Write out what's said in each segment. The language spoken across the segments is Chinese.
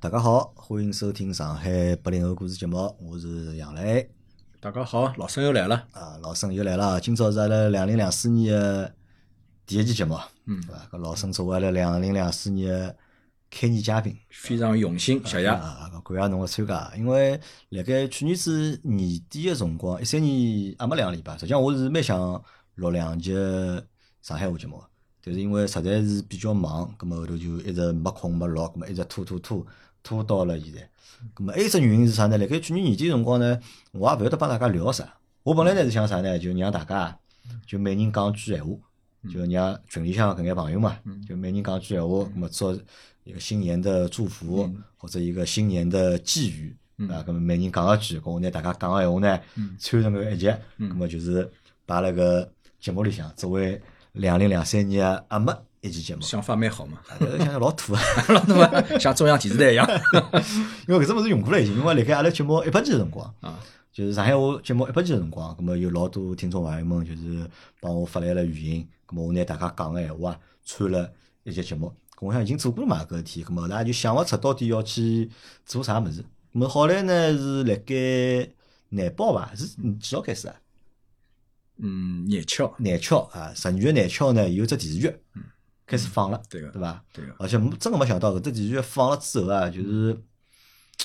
大家好，欢迎收听上海八零后故事节目，我是杨磊。大家好，老孙又来了。啊，老孙又来了，今朝是阿拉两零两四年的第一期节目，嗯对，伐？搿老孙作为阿拉两零两四年的开年嘉宾，非常用心，谢谢。啊，搿感谢侬个参加，因为辣盖去年子年底个辰光，一三年啊也没两个礼拜，实际上我是蛮想录两集上海话节目个，但是因为实在是比较忙，葛末后头就一直没空没录，葛末一直拖拖拖拖到了现在。葛末还有一只原因是啥呢？辣盖去年年底个辰光呢，我也勿晓得帮大家聊啥。我本来呢是想啥呢，就让大家嗯就每人讲句闲话，就让群里向搿眼朋友嘛，嗯就每人讲句闲话，葛末做一个新年的祝福嗯或者一个新年的寄语。嗯啊，葛末每人讲一句，搿我拿大家讲个闲话呢嗯，串成搿一集，葛嗯末就是摆辣搿节目里向作为两零两三年个阿末一期节目，想法蛮好嘛，啊但是想想老土啊。 老对伐？像中央电视台一样 因为搿只物事用过了已经，因为辣盖阿拉节目一百集个辰光，啊。就是上海话节目一百集个辰光，葛末有老多听众朋友们就是帮我发来了语音，葛末我拿大家讲个闲话啊，串了一节节目。葛我想已经做过了嘛搿事体，葛末后头也就想勿出到底要去做啥物事。葛末好来呢是辣盖难报伐？是几号开始啊？嗯，眼巧，南桥啊，十二月南桥呢有只电视剧开始放了，对个对伐？对个，而且没真个没想到，搿只电视剧放了之后啊，就是嗯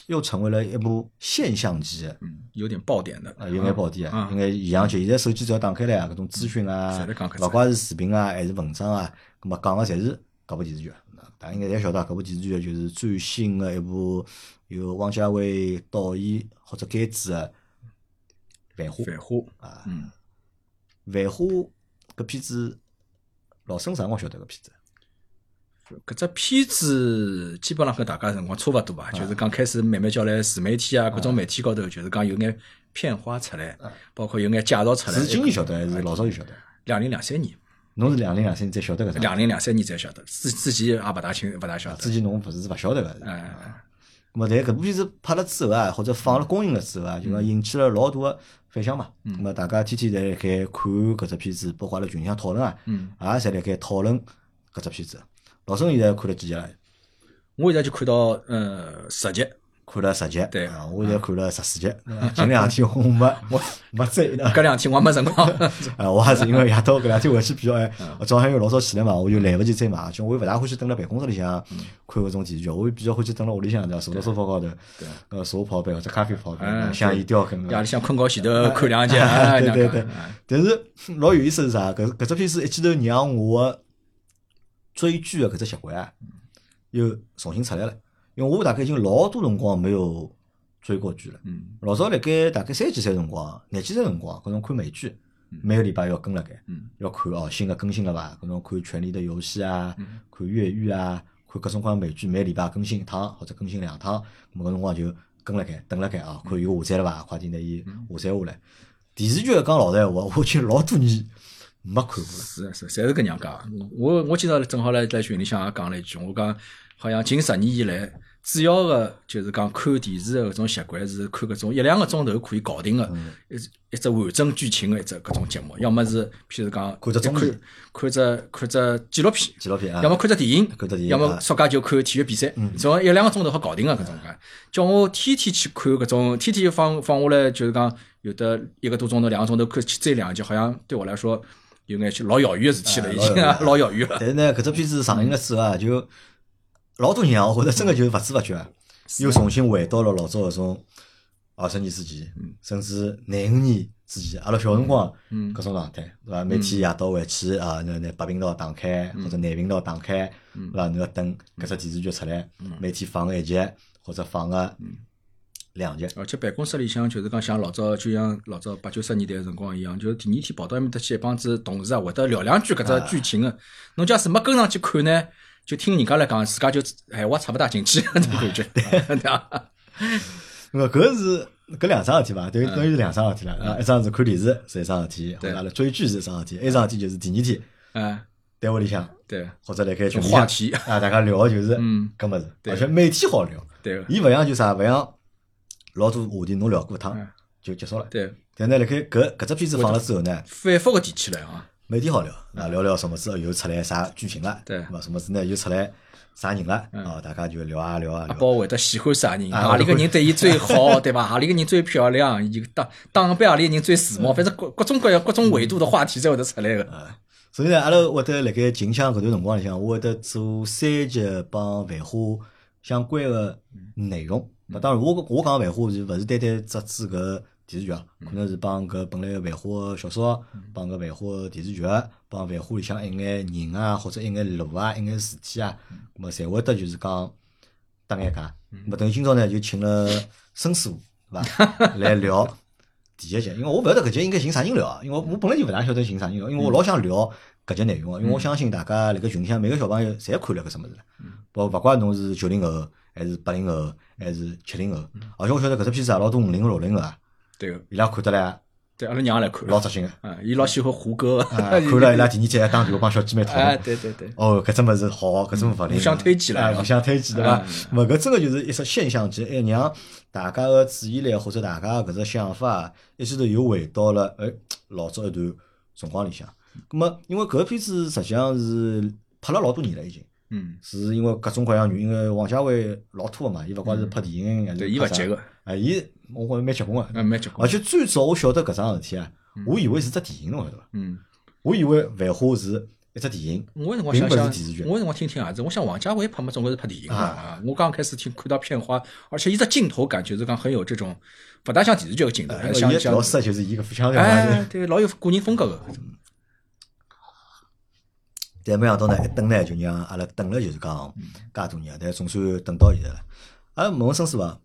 又成为了一部现象级的嗯，有点爆点的啊，有眼宝典啊，有嗯眼现象级。现在手机只要打开来啊，搿种资讯啊侪辣讲搿，只勿怪是视频啊，还是文章啊，葛末讲个侪是搿部电视剧。大家应该侪晓得，搿部电视剧就是最新的一部由王家卫导演或者监制的《繁花》繁花，啊。嗯， 《繁花》搿片子，老孙啥辰光晓得搿片子？搿只片子基本上和大家辰光差勿多啊吧，就是刚开始慢慢叫来自媒体啊，各种媒体高头，就是讲有眼片花出来啊，包括有眼介绍出来。是今年晓得还是老早就晓得？两零两三年，侬是两零两三年才晓得搿只，两零两三年才晓得，之之前也啊勿大清，勿大晓之得。前侬勿是勿晓得搿。哎啊咁么，但搿部片子拍了之后啊，或者放了公映了之后啊，就讲嗯引起了老大个反响嘛。咁么，大家天天侪辣盖看搿只片子，包括阿拉群里向讨论啊，嗯，也侪辣盖讨论搿只片子。老孙现在看了几集了？我现在就看到呃十集，看了十集，对啊啊，我现在看了十四集。前两天我 没没没追的，搿两天我没辰光。啊，我也是因为夜到搿两天回去比较晚，我早上又老早起来嘛，我就来勿及再买，就我又勿大欢喜蹲辣办公室里向看搿种电视剧，我比较欢喜蹲辣屋里向嗯对伐？坐到沙发高头，对呃，茶泡杯或者咖啡泡杯，嗯香烟叼根，对夜伐里向困觉前 头看两集，啊哎 对对对那个但是老有意思是啥？搿搿只片子一记头让我追剧的搿只习惯啊，又重新出来了。因为我大概已经老多辰光没有追过剧了。嗯老早辣盖大概三几岁辰光、廿几岁辰光，搿种看美剧，每个礼拜要跟辣盖，嗯要看哦新的更新了伐？搿种看《权力的游戏》啊嗯，看《越狱》啊，看各种各样美剧，每个礼拜更新一趟或者更新两趟，咾搿辰光就跟辣盖等辣盖啊，嗯看有下载了伐？快点拿伊下载下来。电视剧讲老实闲话，我已经老多年没看过了。是是，侪是搿样讲。我我今朝正好来在群里向也讲了一句，我讲好像近十年以来，主要的就是讲看电视的搿种习惯是看搿种一两个钟头可以搞定的，嗯一一只完整剧情的一只搿种节目，要么是譬如讲看只综艺看看只看只纪录片，纪录片啊要，么看只电影，嗯看只电影要么啊暑假就看体育比赛，总要一两个钟头好搞定个啊搿种个。叫我天天去看搿种，天天放放下来，就是讲有的一个多钟头、两个钟头看去追两集，好像对我来说有眼去老遥远个事体了，哎已经啊 老遥远了。 但是呢，搿只片子上映了之后啊，就老多人啊，我觉着真个就勿知勿觉啊，又重新回到了老早搿种二十年之前，甚至廿五年之前，阿拉小辰光嗯搿种状态，对伐？每天夜到回去啊，那拿八频道打开嗯或者廿频道打开，对伐？侬要等搿只电视剧出来，嗯每天放个一集或者放个两集，而且办公室里向就是讲像老早，就像老早八九十年代个辰光一样，就是第二天跑到埃面搭去一帮子同事啊，会得聊两句搿只剧情个。侬假使没跟上去看呢，就听人家来讲，自家就哎话插勿大进去， 这种感觉， 对啊伐？那么搿是搿两桩事体伐？等于等于是两桩事体了啊！一桩是看电视是一桩事体，或嗯对者阿拉追剧是一桩事体，还有一桩事体就是第二天嗯，单位里向对，或者辣盖群就里话向题。啊，大家聊的就是嗯搿物事，对而且每天好聊。对个，伊勿像就啥，勿像老多话题侬聊过一趟嗯就结束了。对，但呢，辣盖搿搿只片子放了之后呢，反复个提起来啊，每天好聊，啊，聊聊什么子又出来啥剧情了，对伐？什么子呢又出来啥人了，嗯啊，大家就聊啊聊啊阿聊。宝会得喜欢啥人，啊何里个人对伊最好，对伐？何里个人最漂亮， 伊就打打扮何里个人最时髦，反正各各种各样、各种维度的话题侪会得出来哎个。所以呢，阿拉会得辣盖近腔搿段辰光里向，我会得做三集帮繁花相关个内容。那当然我，我讲个繁花是勿是单单只指搿电视剧啊？可能是帮搿本来个繁花个小说，帮搿繁花个电视剧，帮繁花里向一眼人啊，或者一眼路啊，一眼事体啊，咾么侪会得就是讲搭眼界。咾等于今朝呢，就请了孙师傅，对伐？来聊第一集，因为我勿晓得搿集应该寻啥人聊啊，因为我我本来就勿大晓得寻啥人聊，因为我老想聊搿集内容啊，因为我相信大家辣盖群里向每个小朋友侪看了搿只物事了，包勿怪侬是九零后还是八零后还是七零后，而且我晓得搿只片子也老多五零后六零后啊，对个，伊拉看得来对，阿拉娘也来看。老扎心个，嗯，伊老喜欢胡歌的。 啊看了伊拉第二集还打电话帮小姐妹讨哎，论。对对对，哦，搿只物事好，搿只物事勿灵，互相推荐了啊互相推荐对伐嗯？勿搿真个就是一只现象级，哎，让大家个注意力或者大家搿只想法，一记头又回到了哎老早一段辰光里向。葛末因为搿片子实际上是拍了老多年了已经。嗯，是因为各种各样原因，因为王家卫老拖个嘛，伊勿管是拍电影还是嗯对，伊拍勿啥急个，，哎，伊我觉着蛮结棍个，嗯，蛮结而。棍且最早我晓得搿桩事体啊，我以为是只电影，侬晓得伐？嗯，我以为《繁花》是一只电影，我有辰光并想不是想，电视剧我有辰光听听啊，这我想王家卫拍嘛，总归是拍电影嘛。啊啊我刚开始听看到片花，而且伊只镜头感觉就是讲很有这种，不大像电视剧个镜头，因还为是像伊像调色就是伊搿副啊腔调嘛。哎，对，老有个人风格个。 但没想到呢，一等呢就让阿拉等了，就是讲嗯介多年，但总算等到现在了。阿拉问问孙师傅，啊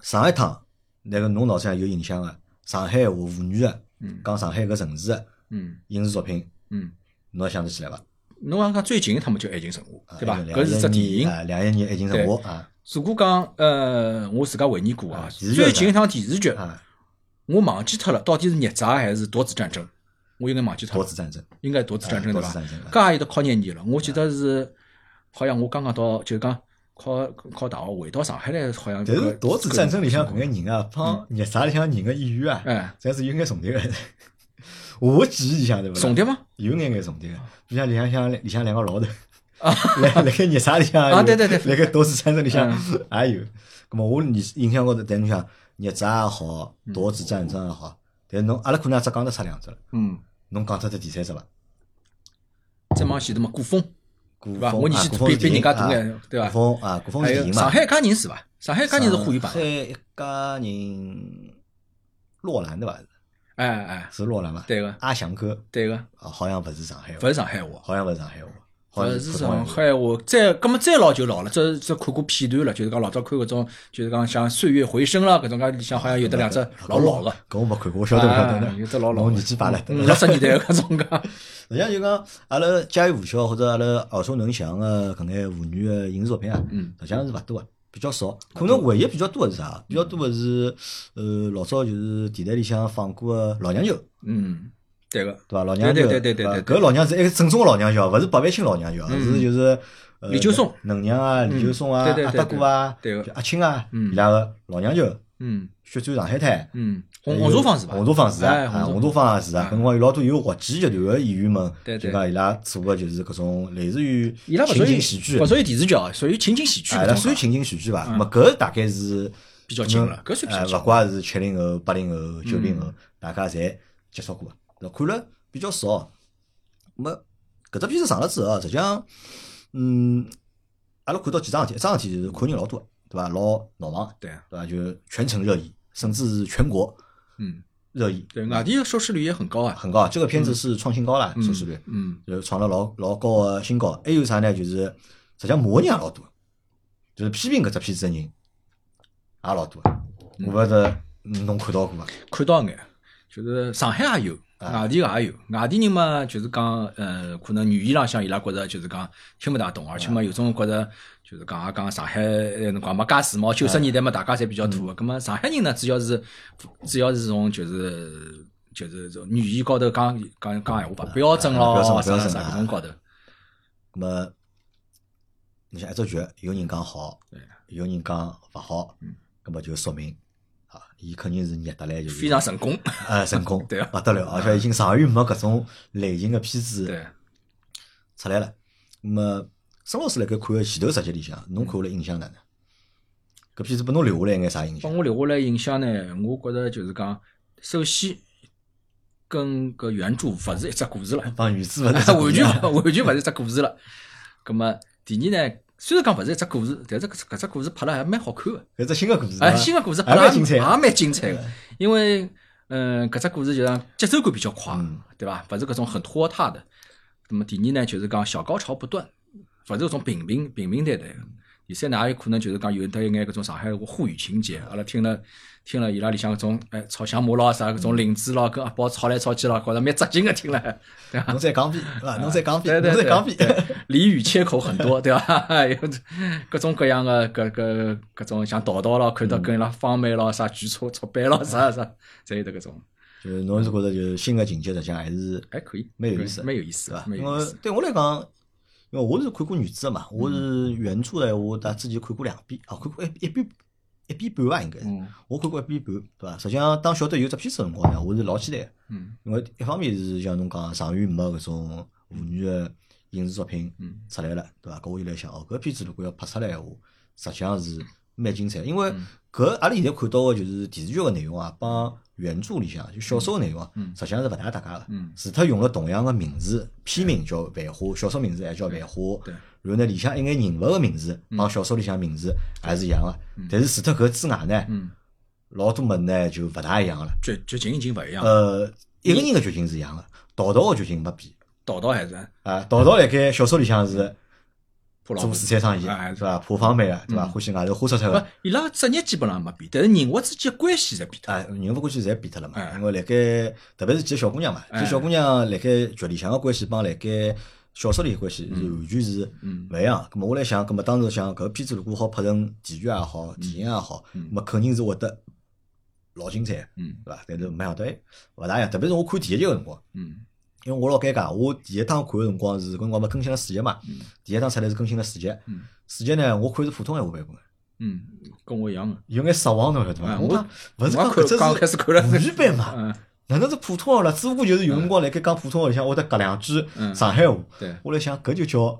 上一趟那个侬脑子里向有印象个上海话妇女个嗯，讲上海搿城市个嗯影视作品，嗯。侬还想得起来伐？侬讲讲最近他们就《爱情神话啊》，对伐？因为搿是只2011电影。啊，两一年爱情神话啊如果讲呃，我自家回忆过啊啊，电视剧最近一趟电视剧，啊， 我忘记脱了，到底是孽债还是夺子战争？我应该忘记脱夺了，子战争，应该夺子战争啊对夺子伐战争？搿也有得靠廿年了，我记得是好像我刚刚到，就是讲考考大学回到上海来，好像但搿是个夺子战争里向搿眼人啊，帮热啥里向人个演员啊，哎，侪是有眼重叠个。 我记忆里向对勿啦？重叠吗？有眼眼重叠个，啊就像里向像里向两个老头， 辣辣盖热啥里向啊对对嗯对辣盖夺子战争里向也有。咁哎么我印印象高头，但侬想热战也嗯好，夺子战争也好，但侬阿拉可能也只讲得出两只了，嗯，侬讲出只第三只伐？再往前头嘛，古风古对伐？风我年啊纪古比风比人家大眼眼，对伐古？风啊，古风还是电有影嘛。上海一家人是伐？上海一家人是沪语版上，海一家人，洛兰对伐？哎哎哎，是洛兰伐？对个阿翔哥对个，啊好像勿是上海话勿，是上海话。好像勿是上海话，好勿像是普通话上海话，再葛么再老就老了，这这看过片段了，就是讲老早看搿种，就是讲像《岁月回声》啦，搿种讲里向好像有得两只老老个，搿我没看过，我晓得勿晓得哎有呢。只老嗯老侬个，年纪大了，对五伐六十年代搿种讲， 实际上就讲阿拉家喻户晓或者阿拉耳熟能详个搿眼妇女个影视作品啊，嗯实际上是勿多个，比较少。可能唯一比较多个是啥？比较多个是呃老早就是电台里向放过个老娘舅，嗯，对个，对伐？老娘舅，对对对对伐对对嗯搿老娘是一个正宗个老娘舅啊，勿是八万青老娘舅啊，是就是呃李秋松能娘啊、李秋松啊、嗯对对阿对德哥啊对对、阿青啊，嗯伊拉个老娘舅嗯血战上海滩。嗯，红红茶坊是伐？红茶坊是啊，哎啊红红茶茶坊也是啊啊。搿辰光有老多有滑稽集团个演员们，对就对讲伊拉做个就是搿种类似于伊拉勿情属于景喜剧勿，属于电视剧啊，属于情景喜剧哎，搿拉种算讲。情景喜剧伐？咹搿大概是比较近了搿嗯算比较嗯哎近勿怪是七零后、八零后、九零后，大家侪接触过，对吧看了比较少。没搿只片子上了之后啊，实际上，嗯，阿拉看到几桩事体，一桩事体就是看人老多，对伐？老闹忙，对啊，对伐？就全城热议，甚至是全国嗯，热议。对，外地收视率也很高啊，很高，这个片子是创新高啦，嗯收视率，嗯，就创了老老高个新高。还有啥呢？就是实际上骂人也老多，就是批评搿只片子的人也老多。嗯我勿晓得侬看到过伐？看到眼，就是上海也有，啊外地个也有，外地人嘛，就是讲，呃，可能语言浪向伊拉觉着就是讲听勿大懂，而且啊嘛，有种觉着就是讲也啊讲上海呃辰光嘛，加时髦，九十年啊代嘛，大家侪比较土个，嗯葛么上海人呢，主要是主要是从就是就是从语言高头讲讲讲闲话吧，标准啊标准咯，啥标啥准啊啥搿种高头，那么，嗯你像一只剧，有人讲好，有人讲勿好，那么就说明啊，伊肯定是捏得来就是非常成功。呃成功， 对啊不得了，而且已经长远没搿种类型的片子对，出来了。那么，孙老师辣盖看个前头十集里向，侬看下来印象哪能？搿片子拨侬留下来眼啥印帮象？我留下来印象呢，我觉着就是讲，首先跟搿原著勿是一只故事了。帮原著 啊完勿是不一全样 勿完全勿是一只故事了。葛么第二呢，虽然讲勿是一只故事，但是搿只搿只故事拍了还蛮好看个。搿只新个故事，对哎，伐新个故事还拍蛮了精彩也的。蛮精彩个，因为嗯搿只故事就讲节奏感比较快嗯，对伐？勿是搿种很拖沓的。那么第二呢，就是讲小高潮不断，勿是搿种平平平平淡淡个。第三呢，也有可能就是讲有得一眼搿种上海话沪语情节，阿拉听了听了伊拉里向搿种哎吵相骂咯啥搿种邻居咯跟阿宝吵来吵去咯，觉着蛮扎劲个听了，对伐？侬再讲遍，对伐？侬再讲啊对遍，对侬再对，讲遍。 对俚语切口很多，对吧？有各种各样的各各各种像淘淘咯，看到跟伊拉方妹咯、啥举车出版咯、啥啥，侪有得搿种，就是侬是觉着就是新个情节，实际上还是还可以，蛮有意思蛮有意思对伐，？蛮因有意为思。对我来讲，因为我是看过原著的嘛，我是嗯原著的闲话，大之前看过两遍，啊，看过一一遍一遍半吧，应该是，嗯我看过一遍半，对伐？实际上当晓得有只片子的辰光呢，我是老期待的，嗯因为一方面是像侬讲长远没搿种妇女的影视作品嗯出来了，对伐？搿我就来想，哦，搿片子如果要拍出来闲话，实际上是蛮精彩的，因为嗯搿阿拉现在看到的就是电视剧个内容啊，帮原著里向就小说个内容啊，嗯实际上是勿大搭界个。嗯，除脱用了同样的名字，片名叫《繁花》，小说名字还叫《繁花》，对，然后呢，里向一眼人物的名字帮小说里向名字还是一样的嗯，但是除脱搿之外呢，嗯，老多物事呢就勿大一样了。剧剧情已经勿一样，呃，一个人的剧情是一样的，淘淘的剧情没变淘淘还是啊。淘淘辣盖小说里向是破老做虎。水产生意，哎是伐？破方面的，对伐？嗯欢喜外头花出出不的，，伊拉职业基本上没变，但是人物之间的关系在变脱。啊，人物关系侪变脱了嘛哎。因为辣盖特别是几个小姑娘嘛，几哎个小姑娘辣盖剧里向的关系帮辣盖小说里的关系是完全是嗯勿一样。咁么我来想，咁么当时想搿片子如果好拍成电视剧也好，电影也好，嗯咁么肯定是会得老精彩，嗯对伐？但是没想到哎，勿大一样。特别是我看第一集个辰光，嗯因为我老尴尬，我第一趟看个辰光是搿辰光没更新了四集嘛，嗯第一趟出来是更新了四集，嗯四集呢我看是普通闲话版本的，嗯，跟我一样的。有眼失望侬晓得伐？哎我我讲勿是我讲看搿只刚开是始看了沪语版嘛？嗯，哪能是普通话了？只不过就是有辰光辣盖讲普通话里向，会得夹两句嗯上海话。对，我来想，搿就叫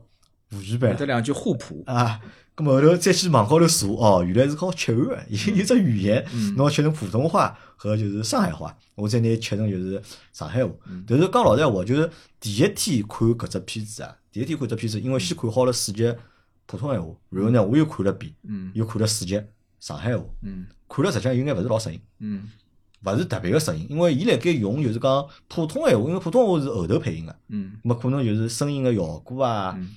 沪语版这了两句互补。啊。咁么后头再去网高头查，哦，原来是靠切换的，有有只语言嗯，侬要切成普通话和就是上海话，我再拿它切成就是上海话嗯。但是讲老实闲话，就是第一天看搿只片子啊，第一天看只片子，因为先看好了四集普通闲话，然后呢，我又看了遍，嗯又看了四集上海话，嗯看了实际上有眼勿是老适应。嗯勿是特别个适应，因为伊辣盖用就是讲普通闲话，因为普通话是后头配音个，嗯没可能就是声音个效果啊，嗯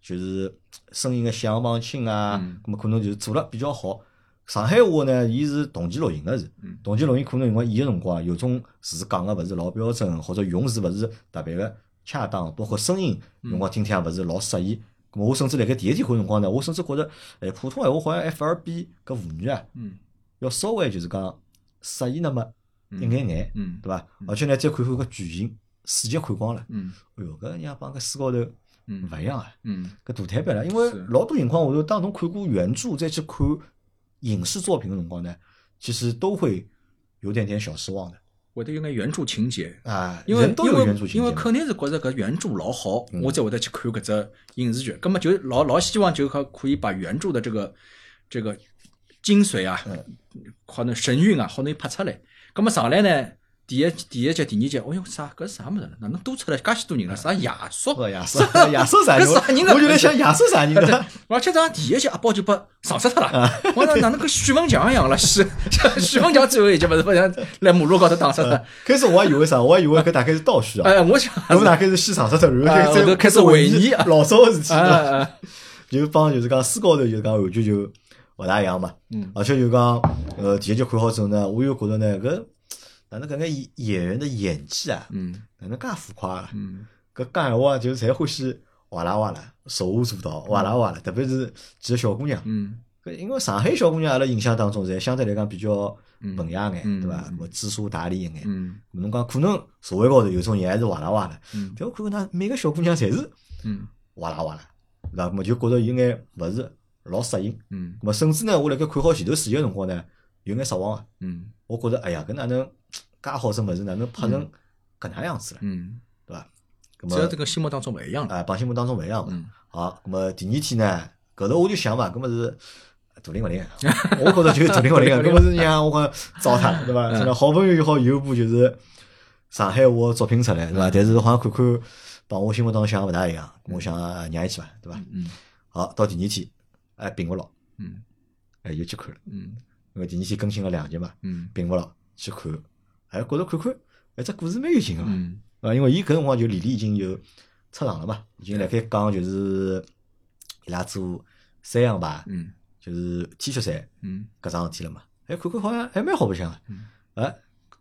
就是声音个响帮轻啊嗯，咁么可能就是做了比较好。上海话呢，伊是同期录音个是嗯，同期录音可能因为演个辰光有种字讲个勿是老标准，或者用字勿是特别个恰当，包括声音有嗯辰光听听也勿是老适意。咁么我甚至辣盖第一天看辰光呢，我甚至觉着，哎，普通闲话好像 F 二 B 搿妇女啊，嗯要稍微就是讲适意那么一眼眼。嗯对伐嗯？而且呢，再看看搿剧情，四集看光了，嗯哎哟，搿样帮搿书高头嗯勿一样啊，嗯搿大摊板了。因为是老多情况下头，当侬看过原著再去看影视作品的辰光呢，其实都会有点点小失望的会得有眼原著情节。啊。因为人都因有为原著情因为节嘛，嗯肯定是觉着搿原著老好，我才会得去看搿只影视剧。葛么就老老希望就可可以把原著的这个这个精髓啊，嗯可能神韵啊，好能拍出来。葛么上来呢，第一第一集、第二集，哎哟，啥搿啥物事呢？哪能多出来介许多嗯人了？啥亚叔？哦亚瑟亚瑟啥人？搿啥我人啊我就在想亚瑟啥人 呢？而且咱第一集阿宝就被撞死脱啊了，我讲哪能跟许文强一样了？许 许文强最后一集不是不是来马路高头打死的？开始我还以为啥，我还以为搿大概是倒叙啊，哎， 我想，侬大概是先上色头，哎然后后头再开始回忆啊老早个事体哎了。哎，哎就是帮就是讲书高头就是讲完全就勿大一样嘛。嗯而且就讲呃第一集看好之后呢，我又觉着呢搿哪能搿眼演演员的演技啊，嗯哪能介浮夸啊？嗯搿讲闲话啊就是侪欢喜哇啦哇啦，手舞足蹈哇啦哇啦，特别是几个小姑娘。嗯搿因为上海小姑娘阿拉印象当中侪相对来讲比较文雅眼，嗯对伐嗯？么知书达理一眼。嗯侬讲可能社会高头有种人还是哇啦哇啦，嗯但我看看㑚每个小姑娘侪是嗯哇啦哇啦，对伐？咾么就觉着有眼勿是老适应。嗯咾么甚至呢，我辣盖看好前头四集个辰光呢，有眼失望啊。嗯我觉着哎呀，搿哪能介好只物事，哪能拍成搿能样子了，嗯，对伐？搿只要这么个心目当中勿一样了，哎，帮心目当中勿一样嘛嗯。好，搿么第二天呢，搿头我就想嘛，搿么是。大灵勿灵啊，我觉着就是大灵 勿灵啊，搿么是让我讲糟蹋了，对嗯伐？真的好朋友也好有一部就是上海话作品出来，对伐？但是好像看看帮我心目当中想勿大一样，我想啊让伊去伐，对伐？嗯好，到第二天，哎，并勿牢，嗯哎，又去看了，嗯因为第二天更新了两集嘛，嗯并勿牢去看，哎，觉着看看，哎，只故事蛮有劲个嘛，嗯啊，因为伊搿辰光就李丽已经有出场了嘛，已经辣盖讲就是伊拉做三样吧，嗯就是 T 恤衫嗯搿桩事体了嘛，哎，看看好像还蛮好白相个嗯，哎，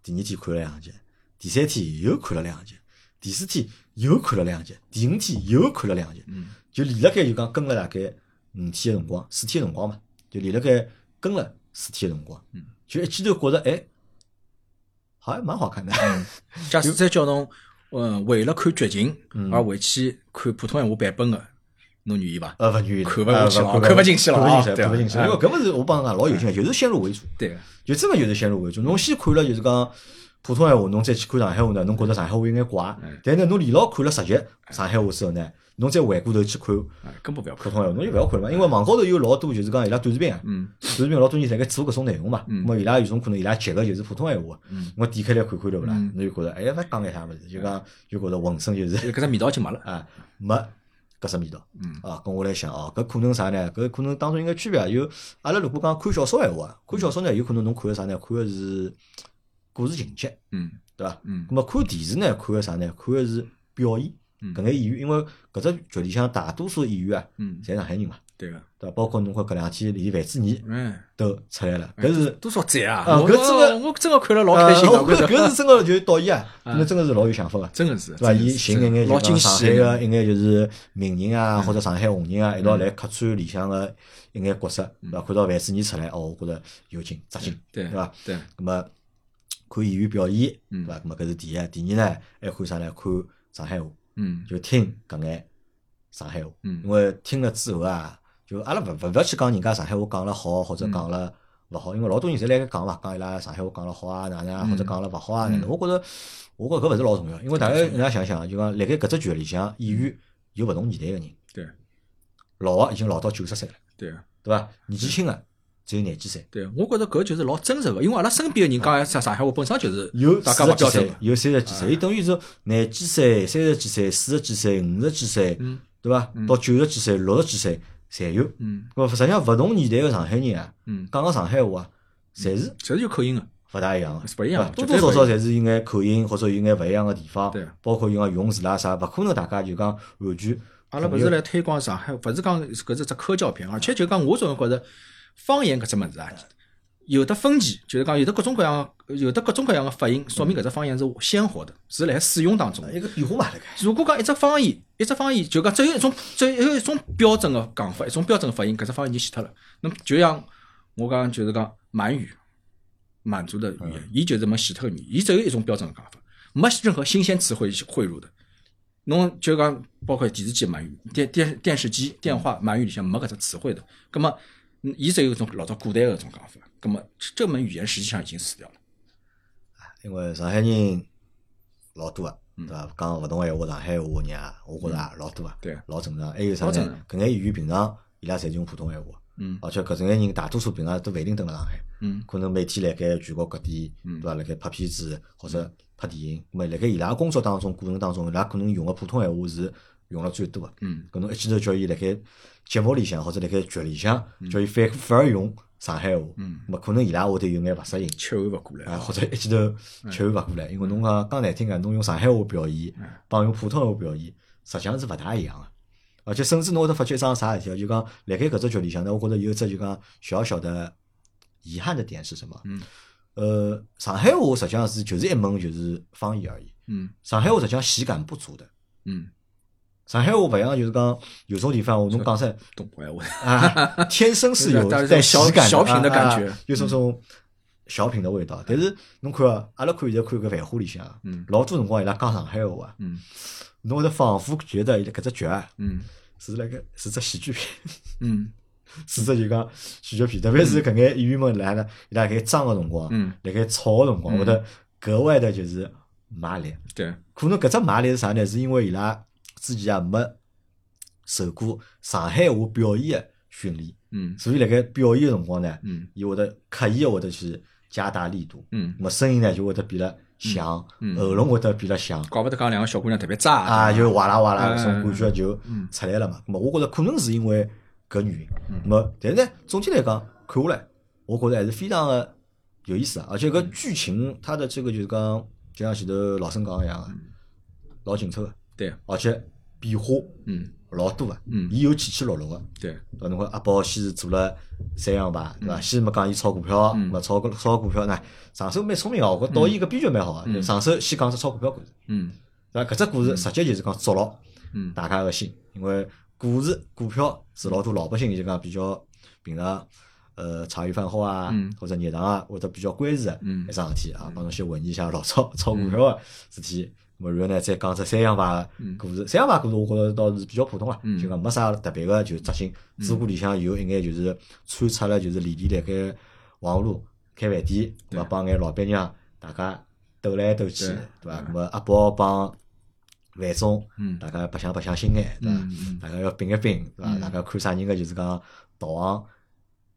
第二天看了两集，第三天又看了两集，第四天又看了两集，第五天又看了两集，嗯就连辣盖就讲跟了大概五天个辰光，四天个辰光嘛，就连辣盖跟了四天个辰光嗯，就一记头觉着哎，好像蛮好看的。嗯假使再叫侬，嗯，为了看剧情嗯而回去看普通闲话版本个，侬愿意伐？呃，勿愿意了，看不呃进去了看看不进去了看不进去了，啊对看不进去了。因为啊搿物事我帮侬讲老有劲个，就是先入为主，对个，就真个就是先入为主。侬先看了就是讲普通闲话，侬再去看上海话呢，侬觉着上海话有眼怪嗯。但呢，侬连牢看了十集上海话之后呢，侬再回过头去看啊，根本勿要普看。通闲话，侬就勿要看了嘛，因为网高头有老多就是讲伊拉短视频啊，嗯短视频老多人在盖做搿种内容嘛。嗯咾么伊拉有种可能伊拉截个就是普通闲话，嗯，我点开来看看对勿啦？嗯侬就觉着哎，勿讲眼啥物事，就讲就觉着浑身就是搿只味道已经没了。啊没搿只味道。嗯啊，跟我来想哦，搿可能啥呢？搿可能当中应该区别啊有，阿拉如果讲看小说闲话啊，看小说呢，有可能侬看个啥呢？看个是故事情节，嗯对伐？嗯那么看电视呢，看个啥呢？看个是表演，嗯搿眼演员，因为搿只剧里向大多数演员啊，嗯，侪上海人嘛，对个，对伐？包括侬看搿两天连范志毅哎。都出来了，搿是多少赞啊！啊我搿真的我真的看了老开心呃啊！我觉着 搿是真个就是导演啊，啊那真个是老有想法个。 真的是，对伐？真伊的是寻一眼老就惊讲上海啊喜嗯个一眼就是名人啊，或者上海红人啊，一道来客串里向个一眼角色，嗯对伐？看到范志毅出来，哦，我觉着有劲扎劲，对对伐？对，那么看演员表演，对嗯伐？那么搿是第一，第二呢，还看啥呢？看上海话，嗯就听搿眼上海话，嗯因为听了之后啊，就阿拉勿勿勿要去讲人家上海话讲了好或嗯者讲了勿好，因为老多人侪辣盖讲嘛，讲伊拉上海话讲了好啊哪能啊，嗯或者讲了勿好啊哪能，嗯我觉着我觉着搿勿是老重要，因为大家你家想想，就讲辣盖搿只剧里向，演员有勿同年代个人，嗯对老啊个已经老到九十岁了，对啊对伐？年纪轻嗯个只有廿几岁，对，啊我觉着搿就是老真实个，因为阿拉身边个人讲上上海话本身就是有大四家十几勿哎标准岁嘛，，有三十几岁，伊等于是廿几岁、三十几岁、四十几岁、五十几岁，嗯对伐？到九十几岁、六十几岁，侪有。嗯咾实际上，勿同年代个上海人啊，嗯，讲个上海话啊，侪是侪是有口音个，勿大一样嗯是不一个，样啊的多绝多对少不少一侪是有眼口音，或者有眼勿一样个地方对，包括有讲用词啦啥，勿可能大家就讲完全阿拉勿是来推广上海，勿是讲搿是只科教片，而且就讲我总觉着方言搿只物事啊，有的分歧，就是讲有的各种各样，有的各种各样个发音，说明搿只方言是鲜活的，是辣海使用当中的。呃一个变化嘛，辣盖。如果讲一只方言，一只方言就讲只有一种，只有一种标准个讲法，一种标准个发音，搿只方言已经死脱了。那么就像我讲，就是讲满语，满族的语言，伊就是没死脱个语言，伊只有一种标准个讲法，没任何新鲜词汇汇入的。侬就讲包括电视机满语，电电电视机、电话满语里向没搿只词汇的，葛么嗯伊只有一种老早古代个搿种讲法，葛么这门语言实际上已经死掉了。因为上海人老多啊，嗯对伐？讲勿同闲话，上海话人啊，我觉着也老多啊，对老正常。还有啥老正呢？搿眼演员平常伊拉侪是用普通闲话，嗯而且搿种眼人大多数平常都勿一定蹲辣上海，嗯可能每天辣盖全国各地，对嗯伐？辣盖拍片子或者拍电影，咾么辣盖伊拉工作当中过程当中，伊拉可能用个普通闲话是用了最多个。嗯搿侬一记头叫伊辣盖节目里向或者辣盖剧里向，叫伊反反而用上海话，嗯，咾可能伊拉会得有眼勿适应。切换勿过来啊，或者一记头吃完勿过来，因为侬讲讲难听个，侬用上海话表演嗯，帮用普通话表演，实际上是勿大一样个。而且甚至侬会得发觉一桩啥事体啊，就讲辣盖搿只剧里向呢，我觉着有一只就讲小小的遗憾的点是什么？嗯呃，上海话实际上是就是一门就是方言而已，嗯上海话实际上喜感不足的。嗯，上海话勿像就是讲有种地方话侬讲出来懂不？我啊，天生是 有但是带小喜感小品的感啊啊觉嗯有种种小品的味道。但是侬看啊，阿拉看现在看搿《繁花》里向啊嗯，老多辰光伊拉讲上海话啊，嗯侬会得仿佛觉得伊拉搿只剧啊嗯是辣盖是只喜剧片， 嗯，试着就讲选角片，特别是搿眼演员们来呢，伊拉辣盖争个辰光，嗯辣盖吵个辰光，嗯会得格外的就是麻利。对，可能搿只麻利是啥呢？是因为伊拉之前也没受过上海话表演个训练，嗯所以辣盖表演个辰光呢，嗯伊会得刻意个会得去加大力度，嗯，那么声音呢就会得变得响，嗯喉咙会得变得响。怪不得讲两个小姑娘特别渣啊，就哇啦哇啦搿种嗯感觉就嗯出来了嘛。咁么我觉着可能是因为搿原因。咁么，但是呢，总体来讲看下来，我觉着还是非常的有意思啊。而且搿剧情它的这个就是讲，就像前头老孙讲一样啊，嗯老紧凑个，对，而且变化嗯老多个，嗯伊有起起落落啊个。对，对伐？侬看阿宝先是做了三样牌，对伐？先没讲伊炒股票，嗯没炒股炒股票呢，上手蛮聪明个，哦我觉得导演搿编剧蛮好个，就上手先讲只炒股票故事，嗯对伐？搿只故事直接就是讲捉牢。嗯大家个心，因为股市、股票是老多老百姓就讲比较平常，呃，茶余饭后啊嗯，或者日常啊，会得比较关注个嗯一桩事体啊，帮侬先回忆一下老早炒股票个事体。咾么然后呢，再讲只三样牌个故事，三样牌故事我觉着倒是比较普通啊，嗯就讲没啥特别个就扎心，只不过里向有一眼就是穿插了就是李丽辣盖黄河路开饭店，咾对么帮眼老板娘大家斗来斗去对，对伐？咾么阿宝帮范总。嗯大家白相白相心眼，对伐？嗯大家要并一并，对伐？嗯大家看啥人个就是讲导航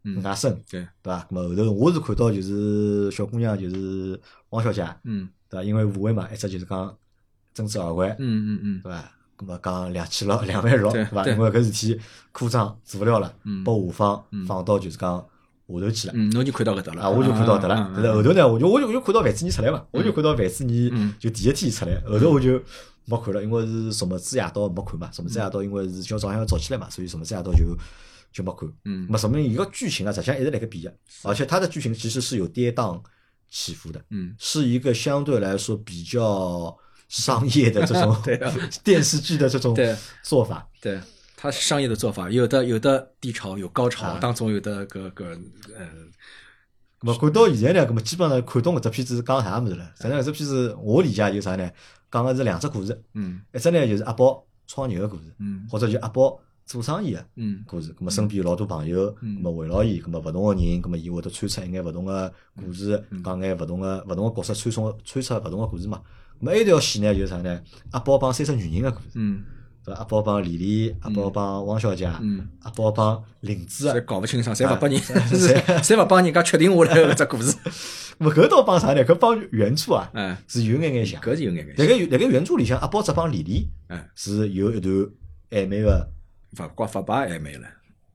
更嗯加深，对，对伐？咁么后头我是看到就是小姑娘就是汪小姐，嗯对伐？因为误会嘛，一直就是讲争执而为，嗯嗯嗯对伐？咁么讲两千六、 两万六，对对伐？对因为搿事体科长做勿了了，嗯拨下放嗯放到就是讲下头去了。嗯，侬就看到搿搭了啊，我就看到得嗯了，但是后头呢，我就我就我就看到范志毅出来嘛，我就看到范志毅嗯就第一天出来，后头我就没看了，因为是什么子夜到没看嘛，什么子夜嗯到因为是今朝早上要早起来嘛，所以什么子夜到就就没看。嗯那么说明一个剧情啊，实际上一直辣盖变的，而且它的剧情其实是有跌宕起伏的，嗯是一个相对来说比较商业的这种 对啊 电视剧的这种对做法。对。他商业的做法，有的有的低潮，有高潮，啊当中有的搿搿呃咁么看到现在呢，咁么基本上看懂搿只片子是讲啥物事了。实际上搿只片子我理解就是啥呢？讲的是两只故事。嗯一只呢就是阿宝创业个故事，嗯或者就阿宝做生意个嗯故事。咁么身边有老多朋友，嗯咁么围绕伊，咁么勿同个人，咁么伊会得穿插一眼勿同个故事，嗯讲眼勿同个勿同个角色穿插穿插勿同个故事嘛。咁么埃条线呢就是啥呢？阿宝帮三只女人个故事，嗯对伐？阿宝帮李丽，阿宝帮汪小姐，嗯，阿宝帮林子啊个侪搞勿清爽，侪勿拨人， 侪侪勿帮人家确定下来搿只故事。咁么搿倒帮啥呢？搿帮原著啊嗯，是有眼眼像。搿是有眼眼辣像，盖辣盖原著里向，阿宝只帮李丽嗯，是有一段暧昧个。勿光发牌暧昧了，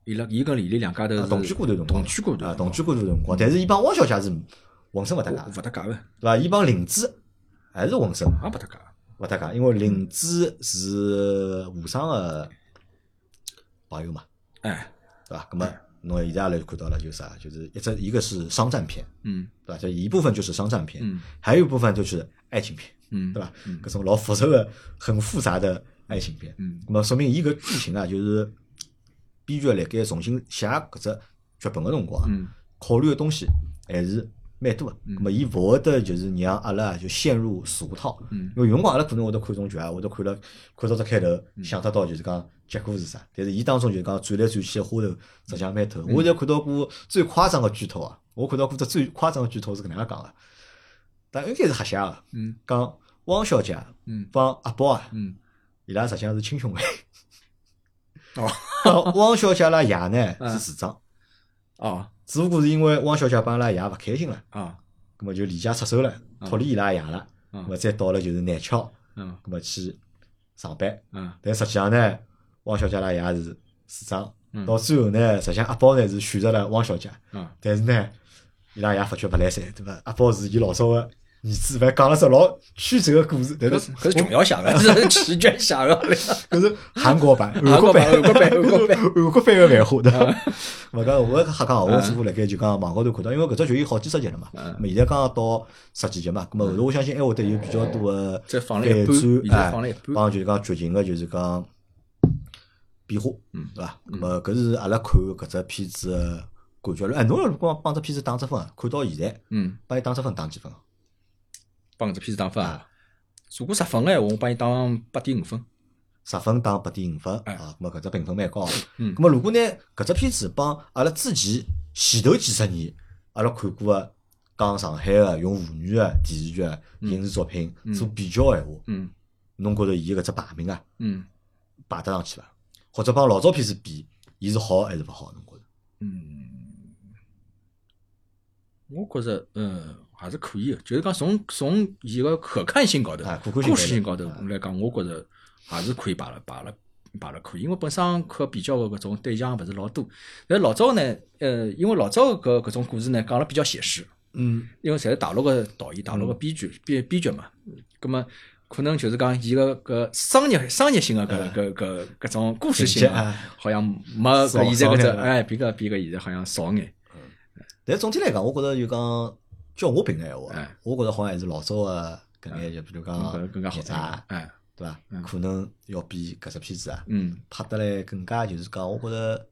伊拉伊跟李丽两家头啊是同居过段辰光同居过啊，段同居过段辰光，但是伊帮汪小姐是浑身勿搭界光，的，勿搭界个，对伐？伊帮林子还是浑身也勿搭界。勿搭界，因为林子是无双个朋友嘛，哎，对伐？咁么侬现在阿拉就看到了，就是啥？就是一只一个是商战片，嗯对伐？就一部分就是商战片，嗯还有一部分就是爱情片，嗯，对伐？搿种老复杂个、很复杂的爱情片，嗯咁么说明伊搿剧情啊，就是编剧辣盖重新写搿只剧本个辰光啊。嗯考虑的东西还是蛮多的。那么伊勿会得就是让阿拉就陷入俗套，嗯因为有辰光阿拉可能会得看种剧啊，会得看了看到只开头，嗯想得到就是讲结果是啥，但是伊当中就是讲转来转去的花头，实际上蛮嗯透。我现在看到过最夸张的剧透啊，我看到过只最夸张的剧透是搿能介讲的，但应该是瞎写的，嗯讲汪小姐嗯帮阿宝啊，嗯，伊拉实际上是亲兄妹。哦 汪小姐阿拉爷呢嗯是市长，哦只不过是因为汪小姐帮阿拉爷勿开心了。啊咁么就离家出走了，脱离伊拉爷了，嗯咁么再到了就是南昌，嗯咁么去上班。嗯但实际上呢，汪小姐拉爷是市长嗯，到最后呢，实际上阿宝呢是选择了汪小姐，嗯但是呢，伊拉爷发觉勿来三，对伐？阿宝是伊老早个儿子，勿讲了只老曲折个故事，但搿是是搿是琼瑶写 个，是奇剧写 个。搿是韩国版、韩国版韩国版、韩国版韩国版个漫画对伐？勿讲我瞎讲，我似乎辣盖就讲网高头看到，因为搿只剧有好几十集了嘛，嗯咁么现在刚刚到十几集嘛，咁么后头我相信还会得有比较多个再放了一反半现在转，放了一哎半，帮就是讲剧情个就是讲变化，嗯对伐？咁么搿是阿拉看搿只片子个感觉。哎，侬如果帮只片子打只分啊，看到现在嗯，帮伊打只分打几分啊？啊帮搿只片子打分啊。如果十分个闲话，我帮伊打八点五分。十分打八点五分哎啊，咁啊搿只评分蛮高的。嗯咁么啊如果拿搿只片子帮阿拉之前前头几十年阿拉看过个讲上海个用妇女个电视剧个影视作品嗯做比较个闲话，嗯侬觉着伊搿只排名啊嗯排得上去伐？或者帮老早片子比，伊是好还是勿好？侬觉着？嗯，我觉着嗯还是可以的，就是讲从从伊个可看性高头啊、可看性故事性高头高头啊来讲，我觉着还是可以摆了摆了摆了可以，因为本身可比较的搿种对象勿是老多。但老早呢，呃，因为老早搿搿种故事呢讲了比较写实，嗯因为侪是大陆个导演、大陆个编剧、编编剧嘛，葛么可能就是讲伊个搿商业商业性个搿搿搿搿种故事嗯情性节啊啊，好像没搿少现在搿只少眼哎，比搿比搿现在好像少眼。但总体来讲，我觉着就讲叫我评个闲话哎，我觉着好像还是老早个搿眼就比如更讲更加好片子看啊，，哎，对伐嗯？可能要比搿只片子啊嗯拍得来更加就是讲，我觉着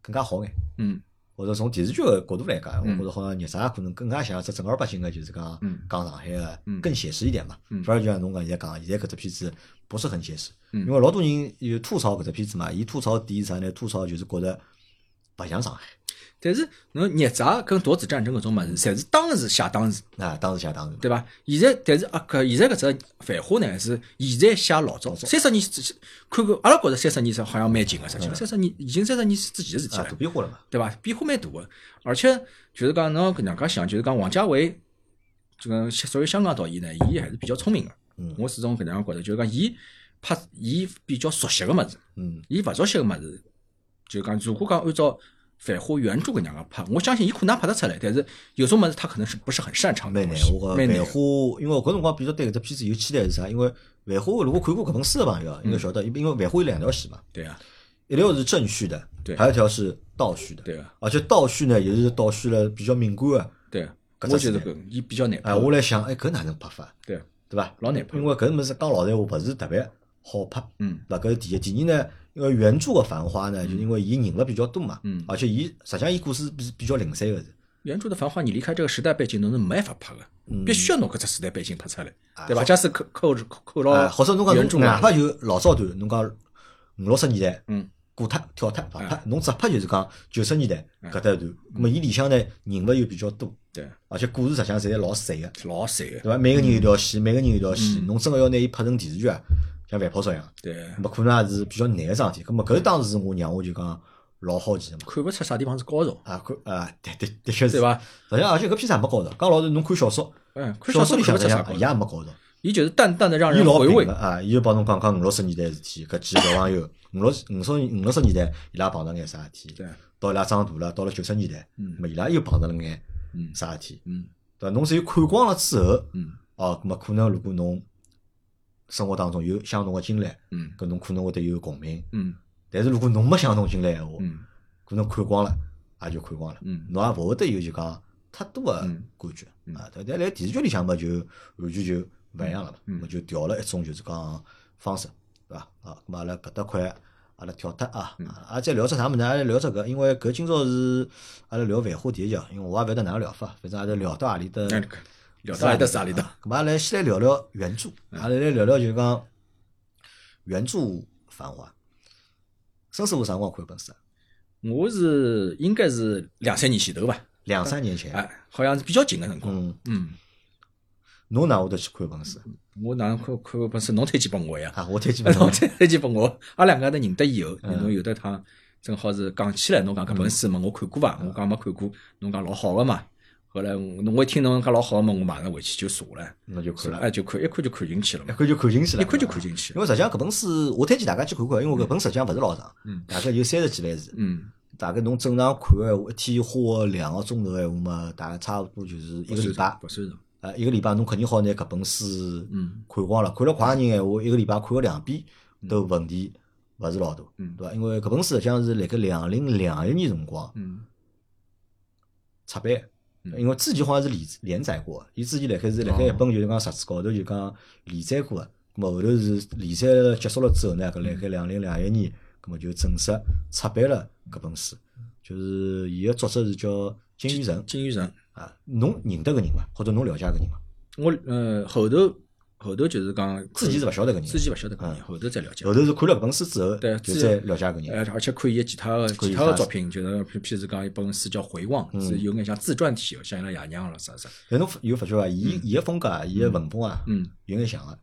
更加好眼。嗯或者从电视剧个角度来讲，我嗯觉着好像热啥可能更加像只正儿八经个，就是讲嗯讲上海个嗯更写实一点嘛。嗯反而就像侬讲现在讲，现在搿只片子不是很写实，嗯因为老多人有吐槽搿只片子嘛，伊吐槽的点是啥呢？吐槽就是觉着勿像上海但是侬孽债跟夺子战争搿种物事，侪是当时写当时，啊，当时写当时对伐？现在但是啊，搿现在搿只繁花呢是现在写老早，三十年之前，看看阿拉觉着三十年是好像蛮近个，实际上三十年已经三十年之前个事体啊，了大。变化了嘛。对伐？变化蛮大个，而且就是讲侬搿能介想，就是讲王家卫这个作为香港导演呢，伊还是比较聪明个。嗯我始终搿能样觉得，就是讲伊拍伊比较熟悉个物事，嗯伊勿熟悉个物事，就讲如果讲按照《繁花》原著搿能介拍，我相信伊可能拍得出来，但是有种物事他可能是不是很擅长的蛮东难西，，我觉蛮《繁难的花》，因为我搿辰光比较对搿只片子有期待是啥？因为《繁花》如果看过搿本书的朋友啊，嗯应该晓得，因为《繁花》有两条线嘛，对啊，一条是正序的，对还有一条是倒叙的，对啊，而且倒叙呢，又是倒叙了比较敏感的。对啊，搿我只就是是难搿伊比较难拍哎，，我来想，哎，搿哪能拍法，对啊，对伐？老难拍因为搿物事讲老实闲话，勿是特别好拍。嗯那搿是第一，第二呢，因为原著个《繁花》呢，就因为伊人物比较多嘛，嗯而且伊实际上伊故事比比较零散个是，原著的《繁花》，你离开这个时代背景，侬是没办法拍的，嗯必须要拿搿只时代背景拍出来，对伐？假使扣扣着扣啊，牢或者侬讲哦原著侬哪的，怕就老早段，侬讲五六十年代，嗯，过脱跳脱勿拍哎，侬只拍就是讲九十年代搿搭一段，那么伊里向呢人物又比较多，对，而且故事实际上侪老散个，老散的，对伐？每个人有一条线，每个人有一条线，嗯侬真个要拿伊拍成电视剧啊，像《万跑车》一样。对，咁么可能也是比较难个桩事体。咁么搿当时我让我就讲老好奇个嘛。看勿出啥地方是高潮，啊，看啊，对对的确是对？伐？实际上而且搿片子也没高潮。讲老实，侬看小说，嗯，看小说里看向实勿出际啥上高也潮，没高潮，伊就是淡淡的让伊人老回味平个，啊，伊就帮侬讲讲五六十年代的事体，搿几个小朋友五六五十五六十年代伊拉碰着眼啥事体，对，到伊拉长大了，到了九十年代，嗯咁么伊拉又碰着了眼嗯啥事体，嗯对伐？侬只有看光了之后，嗯哦，咁么可能如果侬生活当中有相同个经历，嗯搿侬可能会得有共鸣。嗯但是如果侬没相同经历个闲话，嗯可能看光了，也就看光了，嗯侬也勿会得有就讲太多个嗯感觉嗯啊。但但辣电视剧里向嘛，就完全就勿一样了嘛，嗯咾就调了一种就是讲方式，对伐？啊，咾么阿拉搿搭块阿拉跳脱啊，嗯啊，再聊只啥物事呢？阿拉聊只搿，因为搿今朝是阿拉聊《繁花》第一集，因为我也勿晓得哪能聊法，反正阿拉聊到何里搭，哎聊到哪里搭是哪里搭啊。咾么阿拉先来聊聊原著，嗯阿拉来聊聊就是讲原著《繁华》。孙师傅啥辰光看本书啊？嗯，我是应该是两三年前头吧，两三年前，哎，好像是比较近个辰光，嗯，嗯。侬哪会得去看本书我哪能看看搿本书，侬推荐拨我呀？啊？我推荐侬侬，推推荐拨嗯 我，阿拉两家头认得以后，嗯侬有得趟正好是讲起来，侬讲搿本书嘛，我看过伐？嗯我讲没看过，侬讲老好个嘛。后来侬我一听侬讲老好个嘛，我马上回去就查了，侬就看了，哎就看一看就看进去了一嘛，看就看进去了，一看就看。进去因了。为实际上搿本书，我推荐大家去看看，因为搿本实际上勿是老长嗯，大概有三十几万字。嗯，大概侬正常看个闲话，一天花两个钟头个闲话嘛，大概差不多就是一不个算礼拜长，。不算长。呃，一个礼拜侬肯定好拿搿本书嗯看光了。看了快个人闲话，一个礼拜看个两遍都问题勿是老大，嗯对伐？因为搿本书实际上是辣盖两零两一年辰光嗯出版的，嗯哦因为之前好像是连连载过的，伊之前辣盖是辣盖一本就是讲杂志高头就讲连载过的，咁么后头是连载结束了之后呢，搿嗯辣盖两零两一年，咁么就正式出版了搿本书，就是伊个作者是叫金宇澄金宇澄，啊，侬认得搿人伐？或者侬了解搿人伐？我呃后头后头就是讲自己是勿晓得搿人嗯自己勿晓得搿人，后头再了解。后头是看了搿本书之后，对就之再了解搿人。呃，而且看伊其他的看其伊他的啥嗯作品，就是譬譬如讲一本书叫《回望》，是有眼像自传体，哦像伊拉爷娘了啥啥。但侬有发觉伐？伊伊个风格啊，伊个文风啊，嗯有眼像个。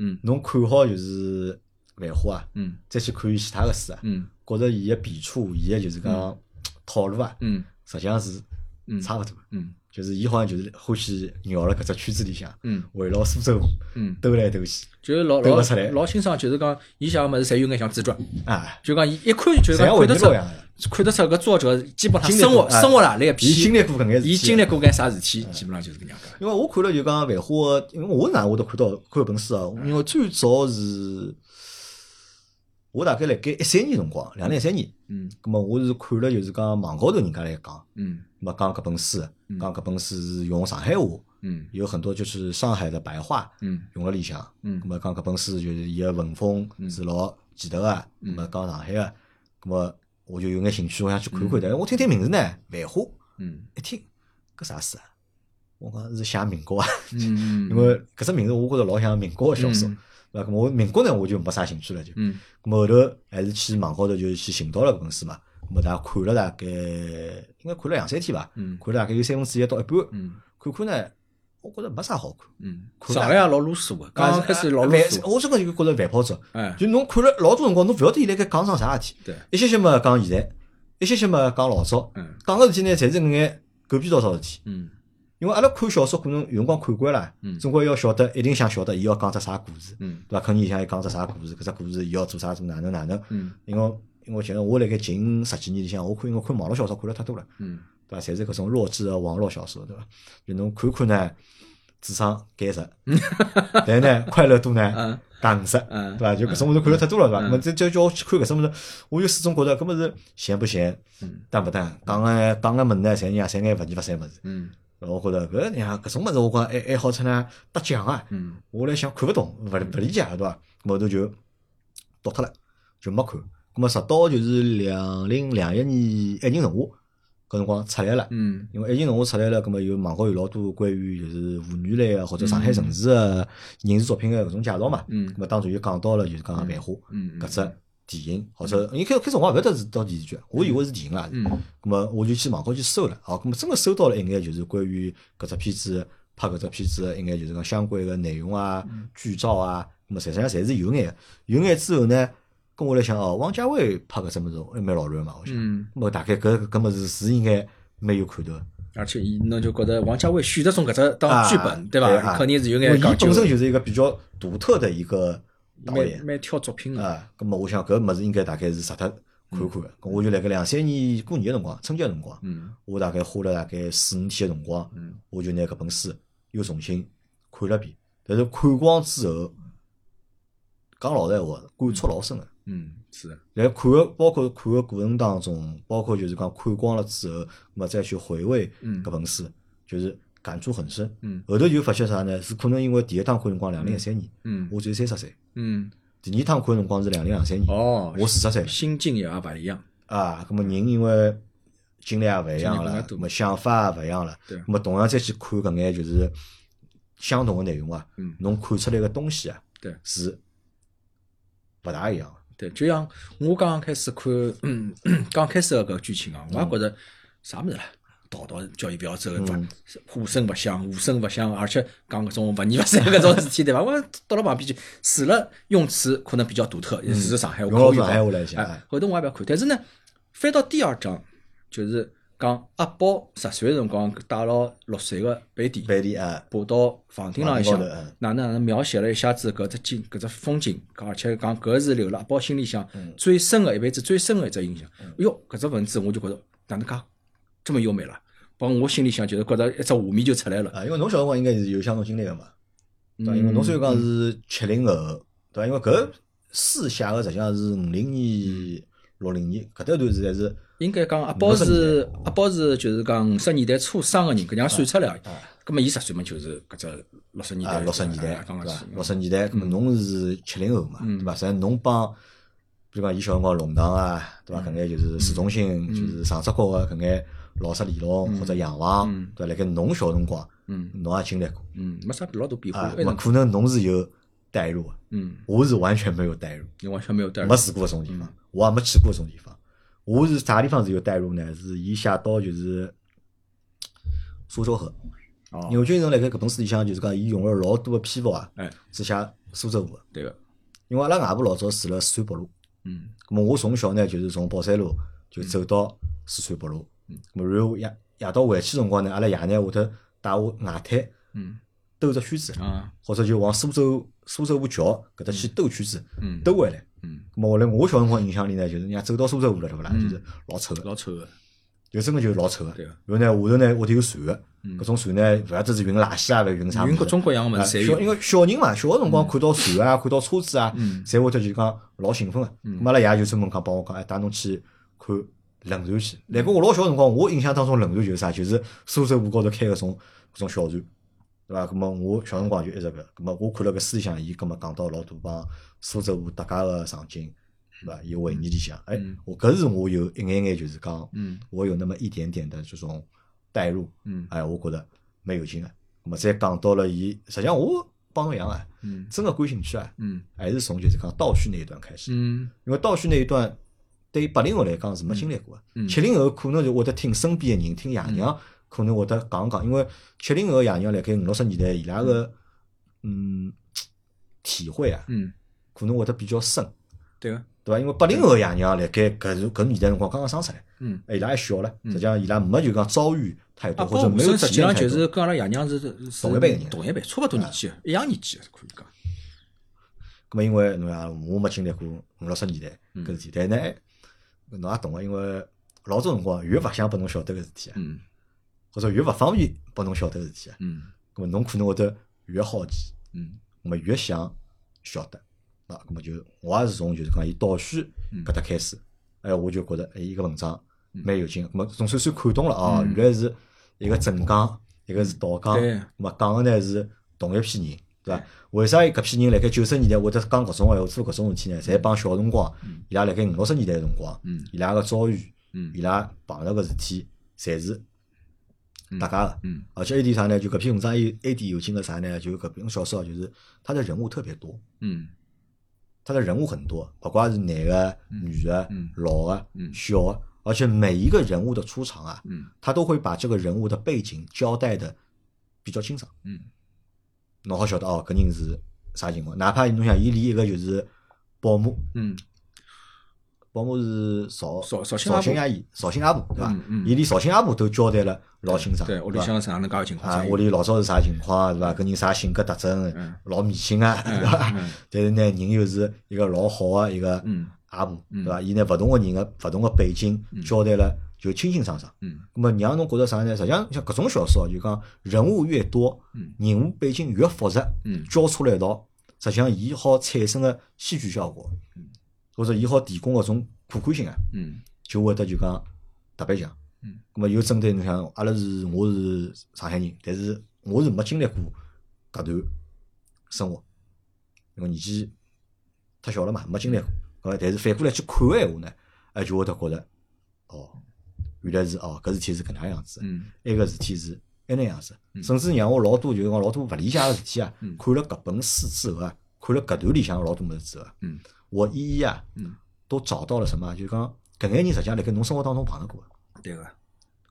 嗯侬看好就是《繁花》啊，嗯再去看伊其他个书啊，嗯觉着伊个笔触，伊个就是讲套路啊，嗯实际上是嗯差勿多。嗯就是伊好像就是欢喜绕了搿只圈子里向，嗯围绕苏州嗯，兜来兜去就是老对老不出来老欣赏，就是讲伊写个物事，侪有眼像自传，啊，就讲伊一看就侪是讲像看回得忆出录一，样的。看得出搿作者基本上经历生活过哎生活哪来一批，伊经历过搿眼事体，啊伊经历过眼啥事哎体，基本上就是搿样个。因为我看了就讲《繁花》，因为我是哪我都看到看一本书啊，因为最早是，我大概辣盖一三年辰光，两零一三年，嗯葛末我是看了就是讲网高头人家来讲，嗯那么讲搿本书，嗯讲搿本书是用上海话，嗯有很多就是上海的白话嗯用了里向，嗯葛末讲搿本书就是伊个文风是老奇特个，葛嗯末讲上海个，葛末我就有眼兴趣，我想去看看，但是我听听名字呢，《繁花》，嗯一听搿啥书啊？我讲是写民国啊。嗯，因为搿只名字我觉着老像民国个小说嗯，对伐？咾么我民国呢我就没啥兴趣了，就。嗯咾啊么后头还是去网高头就去寻到了搿本书嘛，咾么大家看了大概应该看了两三天吧，嗯看了大概有三分之一到一半，嗯看看呢，我觉着没啥好看。嗯，看上大海也老啰嗦个，刚刚开始老啰烦嗦，我这个就觉着烦泡子，哎，啊就侬看了老多辰光，侬勿晓得伊辣盖讲桩啥事体，对，一些些嘛讲现在，一些些嘛讲老早，嗯讲个事体呢，侪是搿眼狗屁倒灶事体。嗯因为阿拉看小说可能有辰光看惯了嗯，总归要晓得，一定想晓得伊要讲只啥故事，嗯对伐？肯定想伊讲只啥故事，搿只故事伊要做啥做哪能哪能。嗯因为因为其实我辣盖近十几年里向，我看因为看网络小说看了太多了，嗯对伐？侪是搿种弱智的网络小说，对伐？就侬看看呢，智商减 十，但呢快乐度呢嗯减五十，嗯对伐？就搿种物事看了太多了，对伐？嗯咾么这叫叫我去看搿种物事，我就始终觉得搿物事咸不咸，嗯淡不淡，讲个讲个物事呢，侪让侪眼勿二勿三物事。嗯我觉着搿样搿种物事，我讲还还好出呢得奖啊！嗯我来想看勿懂，勿勿理解，对伐？后头就倒脱了，就没看。咁么直到就是两零两一年《爱情神话》搿辰光出来了，嗯因为《爱情神话》出来了，咁么有网高有老多关于就是妇女类啊个或者上海城市个影视作品啊个搿种介绍嘛。嗯咁么当中就讲到了就是讲《繁花》嗯，搿只电影，或者一开开始我也勿晓得是到电视剧，我以为是电影啦。嗯咁么我就去网高去搜了，啊，咁么真个搜到了一眼就是关于搿只片子拍搿只片子的一眼就是讲相关个内容啊、嗯剧照啊，咁么实际上侪是有眼的，有眼之后呢，跟我来想哦，王家卫拍搿只物事还蛮老卵嘛，我想，咁嗯，么大概搿搿物事是应该蛮有看头的，而且伊侬就觉得王家卫选择从搿只当剧本，对对啊伐？肯定是有因为眼伊讲究本，身就是一个比较独特的一个导演蛮。蛮挑作品个。啊，咁么我想搿物事应该大概是值得看看的，咁我就辣盖两三年过年个辰光，春节个辰光。嗯我大概花了大概四五天的辰光，嗯我就拿搿本书又重新看了一遍。但是看光之后，讲老实闲话，感触老深个。嗯，是的，来看个，包括看个过程当中，包括就是讲看光了之后，那么再去回味嗯搿本书，就是感触很深。嗯后头就发现啥呢？是可能因为第一趟看辰光两零一三年，嗯我只有三十岁；嗯，第二趟看辰光是两零两三年，哦，我四十岁了。心境也勿一样。啊，咁么人因为经历也勿一样经历更加了，多咁么想法也勿一样了，对咁么同样再去看搿眼就是相同的内容啊，嗯侬看出来个东西啊，对是勿大一样的。对，就像我刚刚开始看，嗯，刚开始个搿剧情啊，我也觉着啥物事啦，道道叫伊勿要走，嗯勿护身勿响，无声勿响，而且讲搿种勿二勿三搿种事体，对伐？我到了旁边去，除了用词可能比较独特，也是上海嗯话用老口语上海化话来讲哎，后头我也勿要看，但是呢，翻到第二章就是讲阿宝十岁个辰光带牢六岁个贝蒂，贝利啊，爬到房顶浪向房顶高头嗯，哪能哪能描写了一下子搿只景搿只风景，而且讲搿是留辣阿宝心里向嗯最深的一辈子最深的一只印象。哎哟，搿只文字我就觉着哪能介这么优美了，帮我心里向就是觉着一只画面就出来了。啊，因为侬小辰光应该是有相同经历个嘛，对伐？嗯因为侬虽然讲是七零后，对伐？因为搿书写个实际上是五零年、六零年搿段段是还是应该讲阿宝是阿宝是就是讲五十年代初生个人，搿样算出来，葛末伊十岁嘛就是搿只六十年啊代六十年代，啊刚对刚伐起？嗯六十年代，咁么侬是七零后嘛，对伐？实际上侬帮，嗯比如讲伊小辰光弄堂啊，对伐？搿眼就是市中心，就是上只角个搿眼老式里弄或者洋房嗯，对伐？辣盖侬小辰光，嗯侬也经历过嗯，没啥老大变化啊，，哎那，可能侬是有代入的，嗯，我是完全没有代入，你完全没有带入没，住过搿种嗯地方，我也没去过搿种地方。我是啥地方是有代入呢？是伊写到就是苏州河，哦牛俊人辣盖搿本书里向就是讲，伊用了老多的篇幅啊，哎，是写苏州河的，对个，因为阿拉外婆老早住辣四川北路。嗯咁么我从小呢，就是从宝山路就走到四川北路嗯，咁么然后夜夜到回去辰光呢，阿拉爷呢会得带我外滩嗯兜只圈子，啊，或者就往苏州苏州河桥搿搭去兜圈子，嗯，兜回来。嗯，咁么后来我小辰光印象里呢，就是人家走到苏州河了，对勿啦？嗯就是老丑个，老丑个，就真个就是老丑个。对然后个呢，下头呢屋头有船个，嗯搿种船呢勿晓得是运垃圾啊，勿运啥物云各事。种各样个物啊事小侪因有，为小人嘛，小个辰光看到船啊，看到车子啊嗯，侪会得就是讲老兴奋个。嗯咁阿拉爷就专门讲帮我讲，哎，带侬去看轮船去。来过我老小辰光，我印象当中轮船就是啥，就是苏州河高头开搿种搿种小船，对伐？咁么我小辰光就一直搿，咁么我看了搿书里向，伊搿么讲到老多帮苏州河搭界个场景，对伐？有回忆里向，哎嗯，我搿是我有一眼眼就是讲，嗯我有那么一点点的这种代入，嗯哎，我觉着蛮有劲个。咁么再讲到了伊，实际上我帮侬一样啊，嗯真个感兴趣啊，嗯还是从就是讲倒叙那一段开始，嗯因为倒叙那一段对于八零后来讲是没经历过嗯个，七零后可能就会得听身边个人，听爷娘可能会得讲讲，因为七零后的爷娘辣盖五六十年代伊拉个嗯体会啊，嗯，可能会得比较深，对个，对伐？因为八零后的爷娘辣盖搿是搿年代辰光刚刚生出来。嗯。哎伊拉还小了，嗯实际上伊拉没就讲遭遇太啊，多，或包者武没生有实体际验上太就是多。跟阿拉爷娘是是同一辈人同一辈，差不多年纪，一样年纪可以讲。咁么啊因为侬讲我没经历过五六十年代嗯搿事体，但呢，哎侬也懂啊个，因为老早辰光越勿想拨侬晓得搿事体啊，嗯或者越勿方便拨侬晓得搿事体啊，嗯咁么侬可能会得越好奇，嗯咁么越想晓得，啊，咁么就我也是从就是讲伊倒叙嗯搿搭开始，哎，我就觉得哎伊搿文章嗯蛮有劲个，咁么总算算看懂了哦，嗯原来是一个正讲，一个是倒讲，对咁么讲个呢是同一批人，对伐对？为啥搿批人辣盖九十年代会得讲搿种闲话、做搿种事体呢？侪帮小辰光嗯伊拉辣盖五六十年代个辰光，嗯伊拉个遭遇、伊嗯拉碰到个事体，侪是嗯大家个。嗯而且 A 点啥呢？就搿篇文章有 A 点有劲个啥呢？就搿篇小说啊就是他的人物特别多，嗯他的人物很多，不管是男的、女的嗯、老的嗯、小的，而且每一个人物的出场啊，嗯他都会把这个人物的背景交代的比较清爽，嗯侬好晓得哦，搿人是啥情况。哪怕侬想伊连一个就是保姆，嗯，保姆是绍绍绍绍兴阿婆兴阿姨、绍兴阿婆对伐嗯嗯？伊连绍兴阿婆都交代了老清爽，对，屋里伐向是哪能介个情况？啊，屋里老早是啥情况对伐？搿人啥性格特征嗯，老迷信啊，对伐？但是呢，人又是一个老好个一个嗯阿婆，嗯对伐？伊呢勿同个人个勿同个背景交代了就清清爽爽。嗯咁么让侬觉着啥呢？实际上像搿种小说，就讲人物越多嗯，人物背景越复杂，嗯交错辣一道，实际上伊好产生个戏剧效果嗯，或者伊好提供搿种可看性啊，嗯就会得就讲特别强。嗯，咁么又针对侬像阿拉是我是上海人，但是我是没经历过搿段生活，因为年纪太小了嘛，没经历过。搿么但是反过来去看个闲话呢，哎就会得觉着，哦，原来是哦搿事体是搿能样子，嗯埃个事体是埃能样子，嗯甚至让我老多就是讲老多勿理解个事体啊嗯，看了搿本书之后啊，看了搿段里向老多物事之后啊，嗯我一一啊嗯，都找到了什么啊，就是讲搿眼人实际上辣盖侬生活当中碰到过的，啊对个，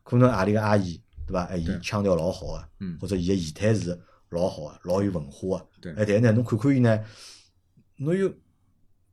可能阿里个阿姨对伐？哎，伊对腔调老好个嗯，或者伊个仪态是老好个，老有文化个。对哎，但是呢，侬看看伊呢，侬又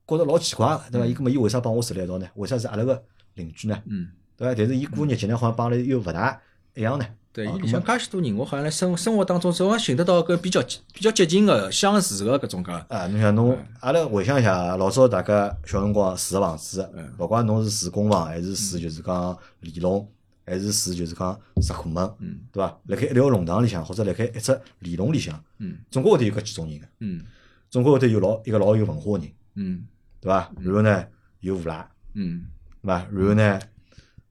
觉着老奇怪个，对伐？伊搿么伊为啥帮我住辣一道呢？为啥是阿拉个邻居呢？嗯。对伐？但是伊过日脚呢，好像帮阿拉又勿大一样呢。对，啊伊里咁向么介许多人，我好像辣生生活当中，总好寻得到个比较比较接近个、相似个搿种介。啊，侬想嗯侬，阿拉回想一下，老早大家小辰光住个房子嗯，勿管侬是住公房还是住就是讲里弄，还是住就是讲石库门，嗯对伐？辣盖一条弄堂里向，或者辣盖一只里弄里向，嗯总归会得有搿几种人个，嗯总归会得有老一个老有文化个人，嗯对伐？然后呢有无赖，嗯，对伐？然后呢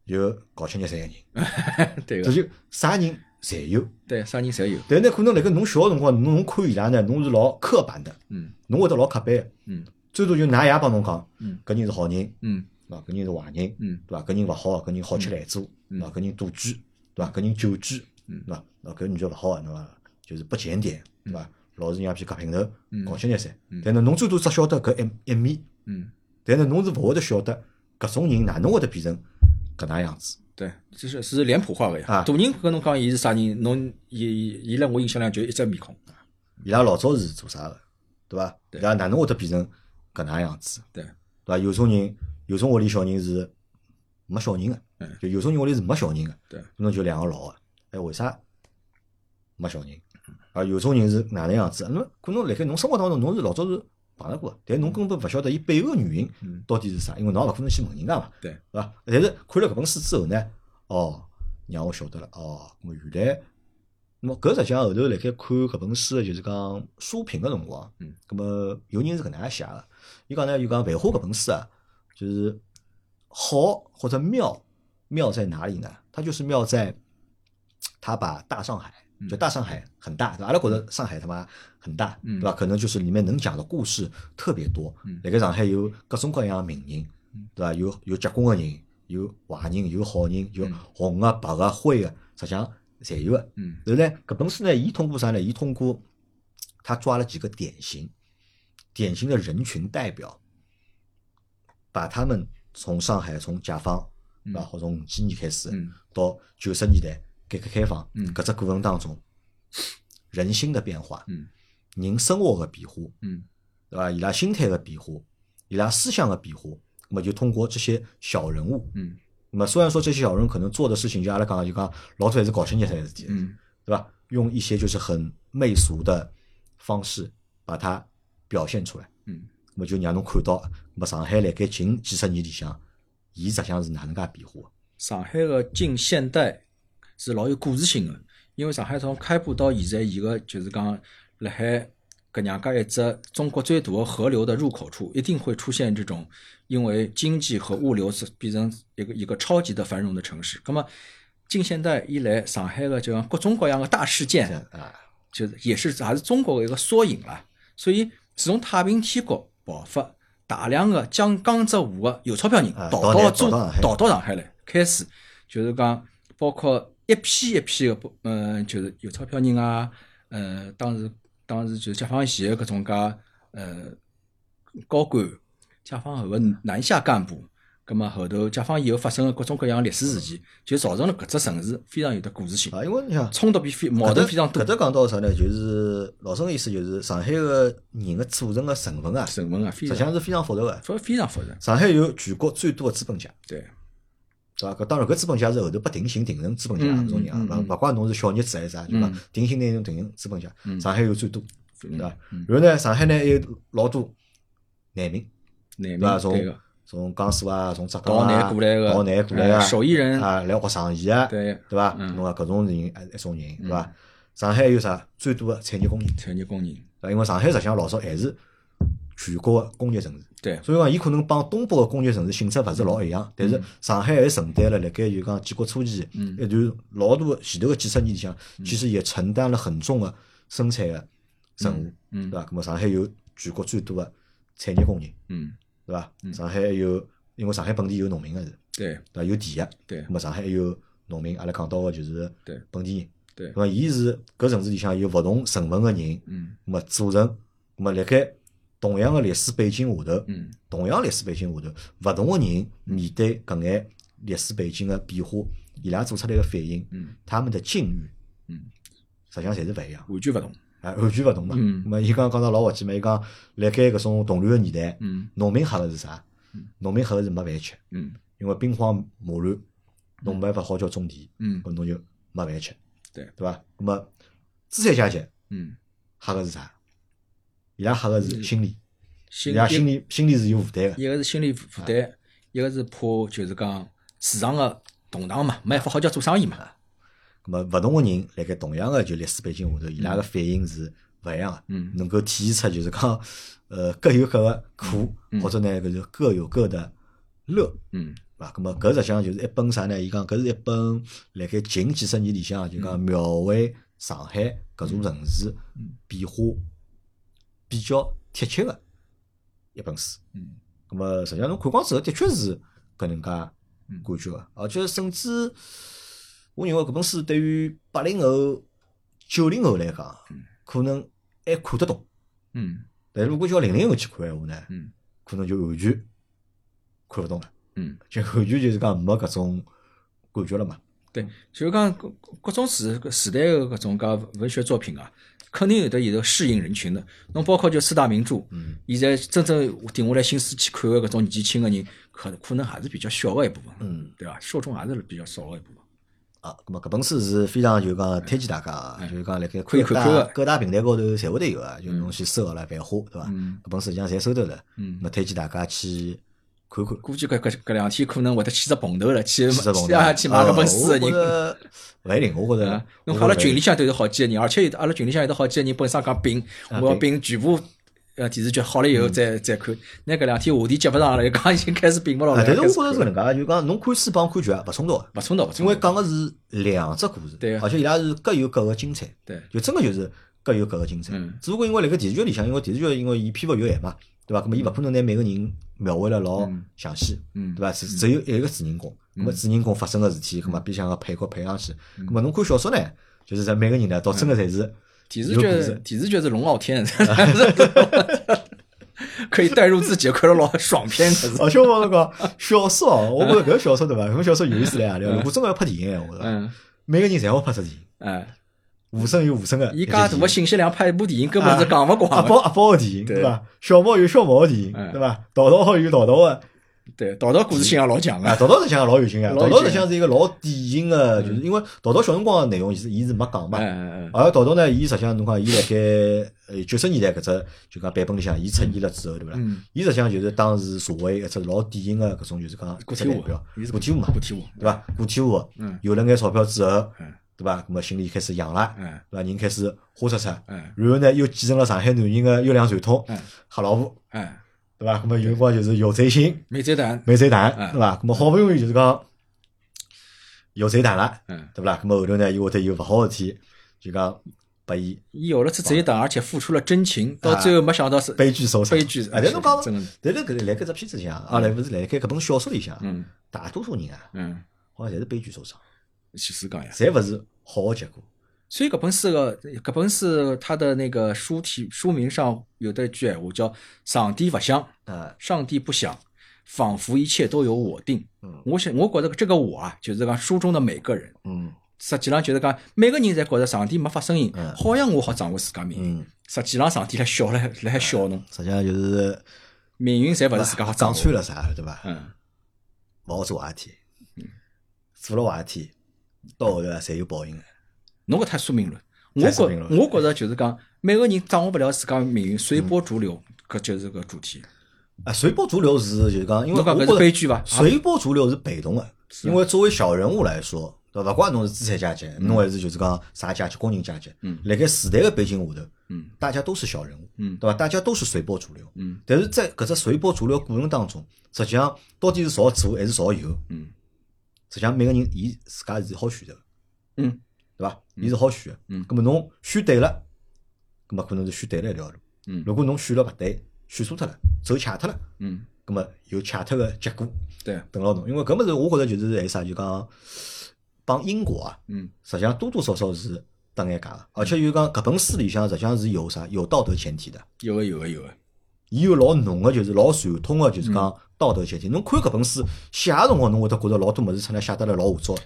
有搞清洁三个人，嗯对这个，就啥人侪有。对，啥人侪有。但呢，可能辣盖侬小个辰光，侬侬看伊拉呢，侬是老刻板的，嗯侬会得老刻板的，嗯最多就㑚爷帮侬讲嗯，搿人是好人。嗯对伐？搿人是坏人，嗯对伐？搿人勿好，搿人好吃懒做，对伐？搿人赌居，对伐？搿人酒居，对伐？那搿女叫勿好啊，侬啊就是不检点，对伐？老是让皮夹平头，搞清眼噻。但是侬最多只晓得搿一一面，嗯，但是侬是勿会得晓得搿种人哪能会得变成搿能样子。对，就是是脸谱化个呀。啊大人跟侬讲伊是啥人，侬伊伊伊辣我印象里就一只面孔。伊拉老早是做啥个，对伐？伊对拉哪能会得变成搿能样子？对，对伐？有种人，有种屋里小人是没小人个嗯，就有种人屋里是没小人个，对，侬就两个老个，哎，为啥没小人？啊，有种人是哪能样子？那么可能辣盖侬生活当中，侬是老早是碰着过的，但侬根本勿晓得伊背后个原因嗯到底是啥，因为侬也勿可能去问人家嘛，对对伐？但是看了搿本书之后呢，哦，让我晓得了，哦，咾么原来。那么搿实际上后头辣盖看搿本书个，就是讲书评个辰光，嗯，搿么有人是搿能介写个，伊讲呢，伊讲《繁花》搿本书啊，就是好或者妙，妙在哪里呢？它就是妙在，它把大上海，嗯就大上海很大，对吧？阿拉觉得上海他妈很大，对嗯吧？可能就是里面能讲的故事特别多嗯。辣盖上海有各种各样的名人嗯，对吧？有有结棍的人，有坏人，有好人，有嗯红的、白的、灰的，实际上侪有的。嗯然后呢，搿本书呢，伊通过啥呢？伊通过他抓了几个典型、典型的人群代表，把他们从上海从解放，嗯啊，或从五几年开始，嗯到九十年代改革开放，嗯搿只过程当中，人心的变化，嗯人生活的变化，嗯对伐？伊拉心态的变化，伊拉思想的变化，那么就通过这些小人物，嗯那么虽然说这些小人可能做的事情，就阿拉讲的就讲老早还是搞清洁这事体，嗯对吧？用一些就是很媚俗的方式把它表现出来，嗯那么就让侬看到，那么上海辣盖近几十年里向，伊实际上是哪能介变化的？上海个近现代是老有故事性个，因为上海从开埠到现在，伊个就是讲辣海搿样介一只中国最大个河流的入口处，一定会出现这种因为经济和物流是变成一个一个超级的繁荣的城市。那么近现代以来，上海个就像各种各样的大事这件样，啊，就是也是还是中国的一个缩影啦。所以自从太平天国爆发，大量的江江浙沪的有钞票人啊逃逃到难逃中到上海逃到上海来，开始就是讲包括一批一批的，嗯，就是有钞票人啊，呃，当时当时就是解放前的搿种介呃高官，解放后的南下干部。葛么后头解放以后发生的各种各样的历史事件，就造成了搿只城市非常有的故事性，啊，因为你想。冲突比非矛盾非常多搿。搭讲到啥呢？就是老生的意思，就是上海个人的组成个成分啊，实成分啊，际非常上是非常复杂个。非非常复杂。上海有全国最多的资本家，对，对伐？搿当然，搿资本家是后头被定型定成资本家嗯搿种人啊，嗯嗯勿勿怪侬是小日子还是啥，就讲嗯定型拿侬定型资本家。嗯上海有最多，对伐？嗯然后呢，上海呢还有老多难民，难对民伐？对从个，从江苏啊，从浙江逃啊难过来个，逃难过来啊呃，手艺人，啊，来学上戏啊，对对，伐？嗯侬啊搿种人还一种人，对伐嗯？上海还有啥最多的产业工人？产业工人，对吧因为上海实际上老早还是全国个工业城市，对，所以讲伊可能帮东北个工业城市性质勿是老一样，但是上海还承担了辣盖就讲建国初期嗯一段老大个前头个几十年里向，其实也承担了很重个生产个任务，对啊嗯伐？那么上海有全国最多个产业工人，嗯，对伐？上海还有，因为上海本地有农民个是，对对伐？有田个，对那么上海还有农民，阿拉讲到个就是对本地人，对那，么伊是搿城市里向有勿同成分个人。嗯那么组成，那么辣盖同样的历史背景下头，嗯同样历史背景下头，勿同个人面对搿眼历史背景的变化，伊拉做出来个反应，嗯他们的境遇嗯，实际上侪是勿一样，完全勿同，啊，完全勿同嘛。嗯那么伊刚刚讲到老滑稽嘛，伊讲辣盖搿种动乱个年代，嗯农民吓个是啥嗯？农民吓个是没饭吃，嗯因为兵荒马乱，侬没办法好叫种田，嗯搿侬就没饭吃，对对伐？那么资产阶级嗯，吓个是啥？伊拉吓个是心理。伊心拉心理里心里是有负担一个，个是心理负担，一个是怕就是讲市场个动荡嘛，没办法好叫做生意嘛，咁么勿同个人辣盖同样个就历史背景下头，伊拉个反应是勿一样个，嗯能够体现出就是讲，呃，各有各个苦，嗯或者呢，搿就各有各的乐，对嗯伐？咁么搿实际上就是一本啥呢？伊讲搿是一本辣盖近几十年里向啊就讲描绘上海搿座城市嗯变化比较贴切个一本书。嗯咁么实际上侬看光之后，的确是搿能介嗯感觉个，而且甚至我认为搿本书对于八零后、九零后来讲，可能还看得懂，嗯但是如果叫零零后去看闲话呢，嗯可能就完全看勿懂了，嗯，就完全就是讲没搿种感觉了嘛。对，就是讲各各种时时代个搿种介文学作品啊，肯定有得有得适应人群的。侬包括就四大名著，嗯现在真正定下来心思去看个搿种年纪轻个人，可可能还是比较小个一部分，嗯，对伐？受众还是比较少个一部分。啊，咁么搿本书是非常就讲推荐大家啊，就是讲辣盖可以各嗯看看大的各大平台高头侪会得有啊，就侬去搜好了《繁花》，对伐？嗯搿本书实际上侪收到了，嗯那推荐大家去看看。估计搿搿搿两天可能会得去只棚头了，去去去 啊去买搿本书个我觉人。得勿一定，嗯我觉啊着，侬看阿拉群里里向都有好几个人，而且有的阿拉群里向有的好几个人本身讲并，啊嗯我要并并全部呃电视剧好了以后再再看。那搿两天话题接勿上了，又讲已经开始并勿牢了。啊，但是我开始觉着是搿看能介，了就讲侬看书帮看剧啊勿冲突的，勿冲突，勿冲因为突。讲个是两只故事，对啊而且伊拉是各有各个精彩，对，就真个就是各有各个精彩嗯。只不过因为辣盖电视剧里向，因为电视剧因为伊篇幅有限嘛，对伐？咁么伊勿可能拿每个人描绘了老嗯详细，嗯，对伐？只只有一个主人公，咁么主人公发生个事体，咁么边向个配角配上去，嗯咁么侬看小说呢，就是在每个人呢，到真个侪是电视有故剧事电视剧是龙傲天， 可以带入自己，看了老爽片，可是。而且我那个小说哦，我觉着搿个小说对伐？搿小说有意思来啊！对伐如果真个要拍电影，我着嗯，每个人侪好拍出电影，哎，无声有无声个。伊介大个信息量拍一部电影根啊本是讲勿阿光的。宝阿宝个电影对对伐？小毛有小毛个电影嗯对伐？淘淘好有淘淘个对，道道故事性也老强啊，啊。淘淘实际上老有劲啊！老淘有淘劲嗯实际上是一个老典型个，就是因为淘淘小辰光个内容，其实伊是没讲嘛哎。哎哎，而淘淘呢，伊实际上侬讲伊辣盖呃九十年代搿只就讲版本里向，伊出现了之后，对勿啦？嗯，伊实际上就是当时社会一只老典型个搿种就是讲个一只体代户表，，啊伊是个体户嘛个。体户，对伐？个体户嗯有了眼钞票之后嗯，对伐？咁么心里开始痒了，嗯对伐？人开始花出出，嗯然后呢又继承了上海男人的优良传统嗯，吓老婆，哎。对伐？咁么有辰光就是有贼心，没遮弹，没贼胆，嗯对伐？咁么好不容易就是讲有贼胆了，嗯，对勿啦？咁么后头呢又会得有勿好的事体，就讲拨伊伊有了次贼胆，而且付出了真情，到最后没啊想到是哎悲剧收场。悲剧。啊，但侬讲，真的，但是搿辣盖只片子里向，阿拉啊勿是辣盖搿本小说里向，嗯大多数人啊，嗯，好像侪是悲剧收场，其实讲呀。侪勿是好个结果。所以搿本书个搿本书它的那个书题书名上有的一句闲话叫“上帝勿想，啊，上帝不想，仿佛一切都由我定”嗯。我想，我觉得这个我啊，就是讲书中的每个人，嗯实际上就是讲每个人侪觉得上帝没发声音嗯，好像我好掌握自家命运。嗯。实际上，上帝来笑来来笑侬，实际上就是命运侪勿是自家好掌讲穿握。了啥，对伐？嗯，勿好做坏事体，做了坏事体，到后头啊，侪有报应的。侬搿太宿命论。我太觉宿命论我觉着就是讲，每个人掌握不了自家命运，随波逐流，嗯搿就是个主题。啊，随波逐流是就是讲，因为侬我讲觉搿是得悲剧啊伐？随波逐流是被动的，是因为作为小人物来说，对伐？勿怪侬是资产阶级，侬还是就是讲啥阶级，工人阶级。嗯辣盖时代的背景下头，嗯大家都是小人物，嗯对伐？大家都是随波逐流。嗯但是在搿只随波逐流过程当中，实际上到底是朝左还是朝右，嗯实际上每个人伊自家是好选择的。嗯对伐？伊是好选的。嗯咁么侬选对了，咁么可能是选对了一条路。嗯如果侬选了勿对，选错脱了，走岔脱了，嗯，咁么有岔脱个结果对，等牢侬。因为搿物事，我觉着就是还啥，就讲帮因果啊，嗯实际上多多少少是搭眼界个。而且就讲搿本书里向实际上是有啥有道德前提的，有个有个有个，伊有老浓个，就是老传统个，就是讲道德前提。侬看搿本书写个辰光，侬会得觉着老多物事出来写得来老胡糟的，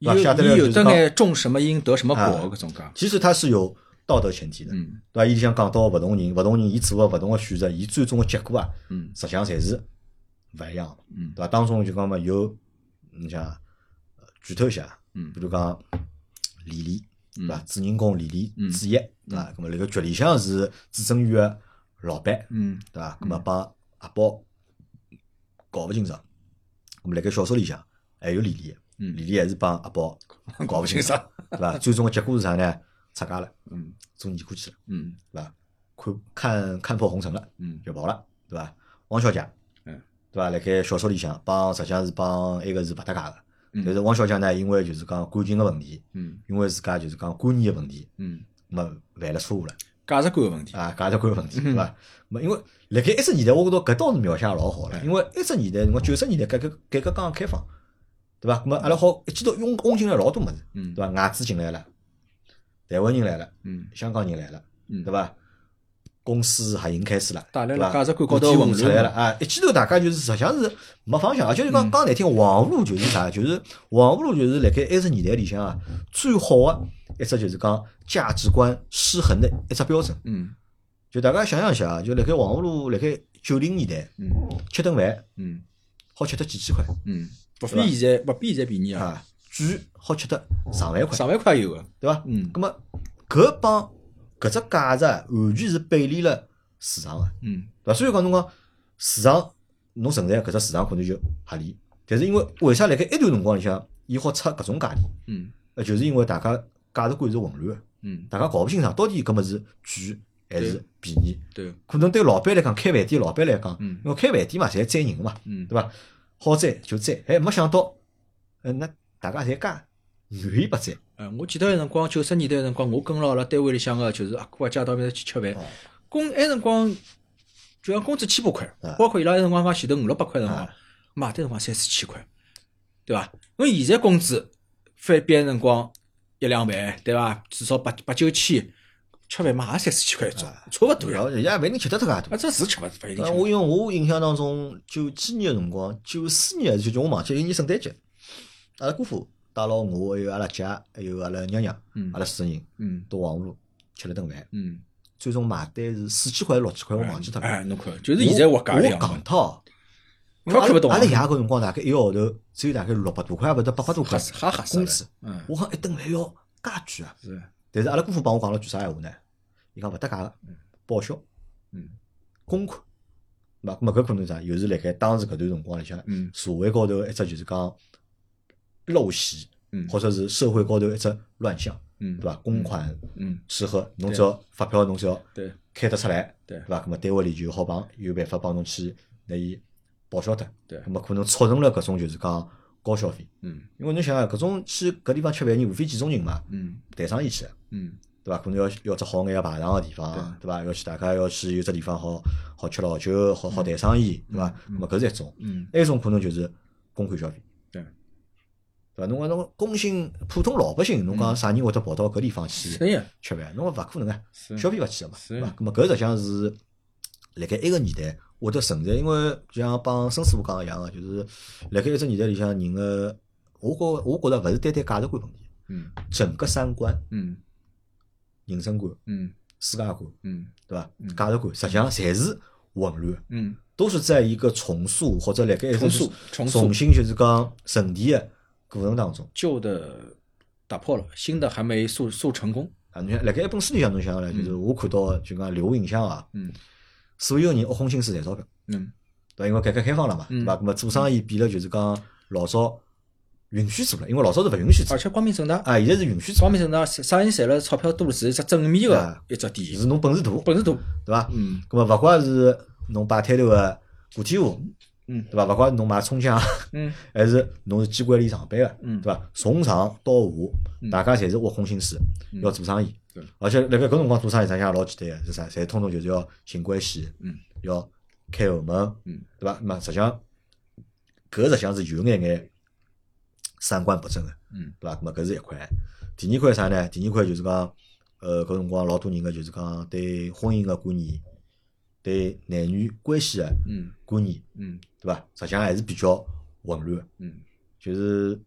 对有伐？写得来有就是的讲，眼种什么因得什么啊果搿种讲。其实它是有道德前提的。嗯对伐？伊里向讲到勿同人，勿同人伊做啊个勿同个选择，伊最终个结果啊，嗯实际上侪是勿一样的，嗯对伐？当中就讲嘛，有你像呃剧透一下，嗯比如讲李丽，对伐嗯？主人公李丽嗯子叶，对伐？咁么辣盖剧里向是至尊院个老板，嗯对伐？咁么帮阿宝搞勿清爽，咁么辣盖小说里向还有李丽，嗯李丽还是帮阿 宝搞不清爽，对伐？最终个结果是啥呢？出家了，嗯做尼姑去了，嗯对伐？看看看破红尘了。嗯就跑了，对伐？王小姐，嗯，对伐？辣盖小说里向帮实际上是帮埃个是勿搭界个，嗯但是王小姐呢，因为就是讲感情个问题，嗯因为自家就是讲观念个问题，嗯，那么犯了错误了价值观问题。啊，价值观问题，对伐？那么因为辣盖一十年代，我觉着搿倒是描写得老好了，嗯因为一十年代，辰光九十年代改革改革刚刚开放，对伐？那么阿拉好一记头涌涌进来老多物事，嗯对伐？外资进来了，台湾人来了，嗯香港人来了，嗯，对伐？公司合营开始了，带来对了伐？价值观高高低低混混出来乱了啊！一记头大家就是实际上是没方向，而且就嗯讲讲难听，黄河路就是啥？就是黄河路就是辣盖埃十年代里向啊，最好的一只就是讲价值观失衡的一只标准。嗯就大家想象一下啊，就辣盖黄河路辣盖九零年代嗯吃顿饭嗯好吃脱几千块嗯，不比现在不比现在便宜啊，啊，酒好吃脱上万块，上万块有个，对伐？嗯咁么搿帮搿只价值啊完全是背离了市场个、嗯对伐？所以讲侬讲市场，侬存在搿只市场可能就合理，但是因为为啥辣盖一段辰光里向，伊好出搿种价钿？嗯呃，就是因为大家价值观是混乱个，嗯，大家搞勿清爽到底搿么是贵还是便宜。对，可能对老板来讲，开饭店老板来讲，嗯因为开饭店嘛，侪宰人个嘛，嗯对伐？好宰就宰，哎，没想到，呃，那大家侪加愿意拨宰，哎，我记得个辰光，九十年代个辰光，我跟牢阿拉单位里向个就是阿哥阿姐到面搭去吃饭哦，工埃辰光就像工资千把块啊，包括伊拉埃辰光讲前头五六百块辰光啊，买单辰光三四千块，对伐？因为现在工资翻倍个辰光一两万，对伐？至少八八九千，吃饭嘛也三四千块一桌，差勿多嗯然呀。后人家勿一定吃得脱介啊，多。这是吃勿勿啊一定呃，吃勿。我因为我印象当中，九几年个辰光，九四年还是九九，我忘记了，有一年圣诞节，阿拉姑父带牢我，还有阿拉姐，还有阿拉娘娘，嗯阿拉四个人嗯到黄河路吃了顿饭，嗯，最终买单是四千块还是六千块，我忘记脱了。哎，侬看，就是现在我物价一样我嘛讲，脱，看看勿懂阿啊拉，爷搿辰光大概一个号头只有大概六百多块，也勿得八百多块吓死吓吓死工资了。。嗯，我讲一顿饭要介贵啊！是，但是阿拉姑父帮我讲了句啥闲话呢？伊讲勿搭界个，报销、嗯公款。嘛，咾么搿可能是啥？又是辣盖当时搿段辰光里向，嗯社会高头一只就是讲陋习，嗯或者是社会高头一只乱象，嗯，对伐？公款嗯，吃喝，侬只要发票，侬只要对开得出来，对伐？咁么单位里就好帮有办法帮侬去拿伊报销脱，对咁么可能促成了搿种就是讲高消费，嗯因为侬想啊，搿种去搿地方吃饭人无非几种人嘛，嗯谈生意去的，嗯对伐？可能要要只好眼个排场个地方，对伐？要去大家要去有只地方好好吃老酒，好好谈生意，对伐？咁么搿是一种，嗯，还有一种可能就是公款消费。对。对伐？侬讲侬工薪普通老百姓，侬讲啥人会得跑到搿地方去嗯是呀，吃饭？侬讲勿可能啊！是消费勿起个嘛，是对伐？咁么搿实际上是辣盖埃个年代会得存在，因为就像帮孙师傅讲个一样个，啊就是辣盖一只年代里向人个，我觉我觉着勿是单单价值观问题，嗯整个三观、嗯人生观、嗯世界观，嗯对伐嗯？价值观实际上侪是混乱的，嗯，都是在一个重塑或者辣盖一重种塑重塑重新就是讲沉淀个过程当中。旧的打破了，新的还没塑塑成功。啊，侬想，辣盖一本书里向侬想个唻，就是我看到的就讲留影响啊，嗯所有人恶轰心思赚钞票。嗯对伐？因为改革开放了嘛，对嗯伐？那么做生意变了，就是讲老早允许做了，因为老早是勿允许做而，且光明正大，啊，现在是允许做，光明正大，啥啥人赚了钞票多是一只正面啊的一只点，是侬本事大，本事大。对伐？嗯那么勿怪是侬摆摊头个个体户，嗯对伐？勿怪是侬卖葱姜，嗯还是侬是机关里上班个，嗯对伐？从上到下，嗯大家侪是挖空心思嗯要做生意对，而且辣盖搿辰光做生意实际上也老简单个，是啥？侪通通就是要寻关系，嗯要开后门，嗯对伐？那么实际上，搿实际上是有眼眼三观不正个，嗯对伐？那么搿是一块。第二块啥呢？第二块就是讲，呃，搿辰光老多人个就是讲对婚姻个观念，对男女关系个嗯观念，嗯对伐？实际上还是比较混乱的。嗯就是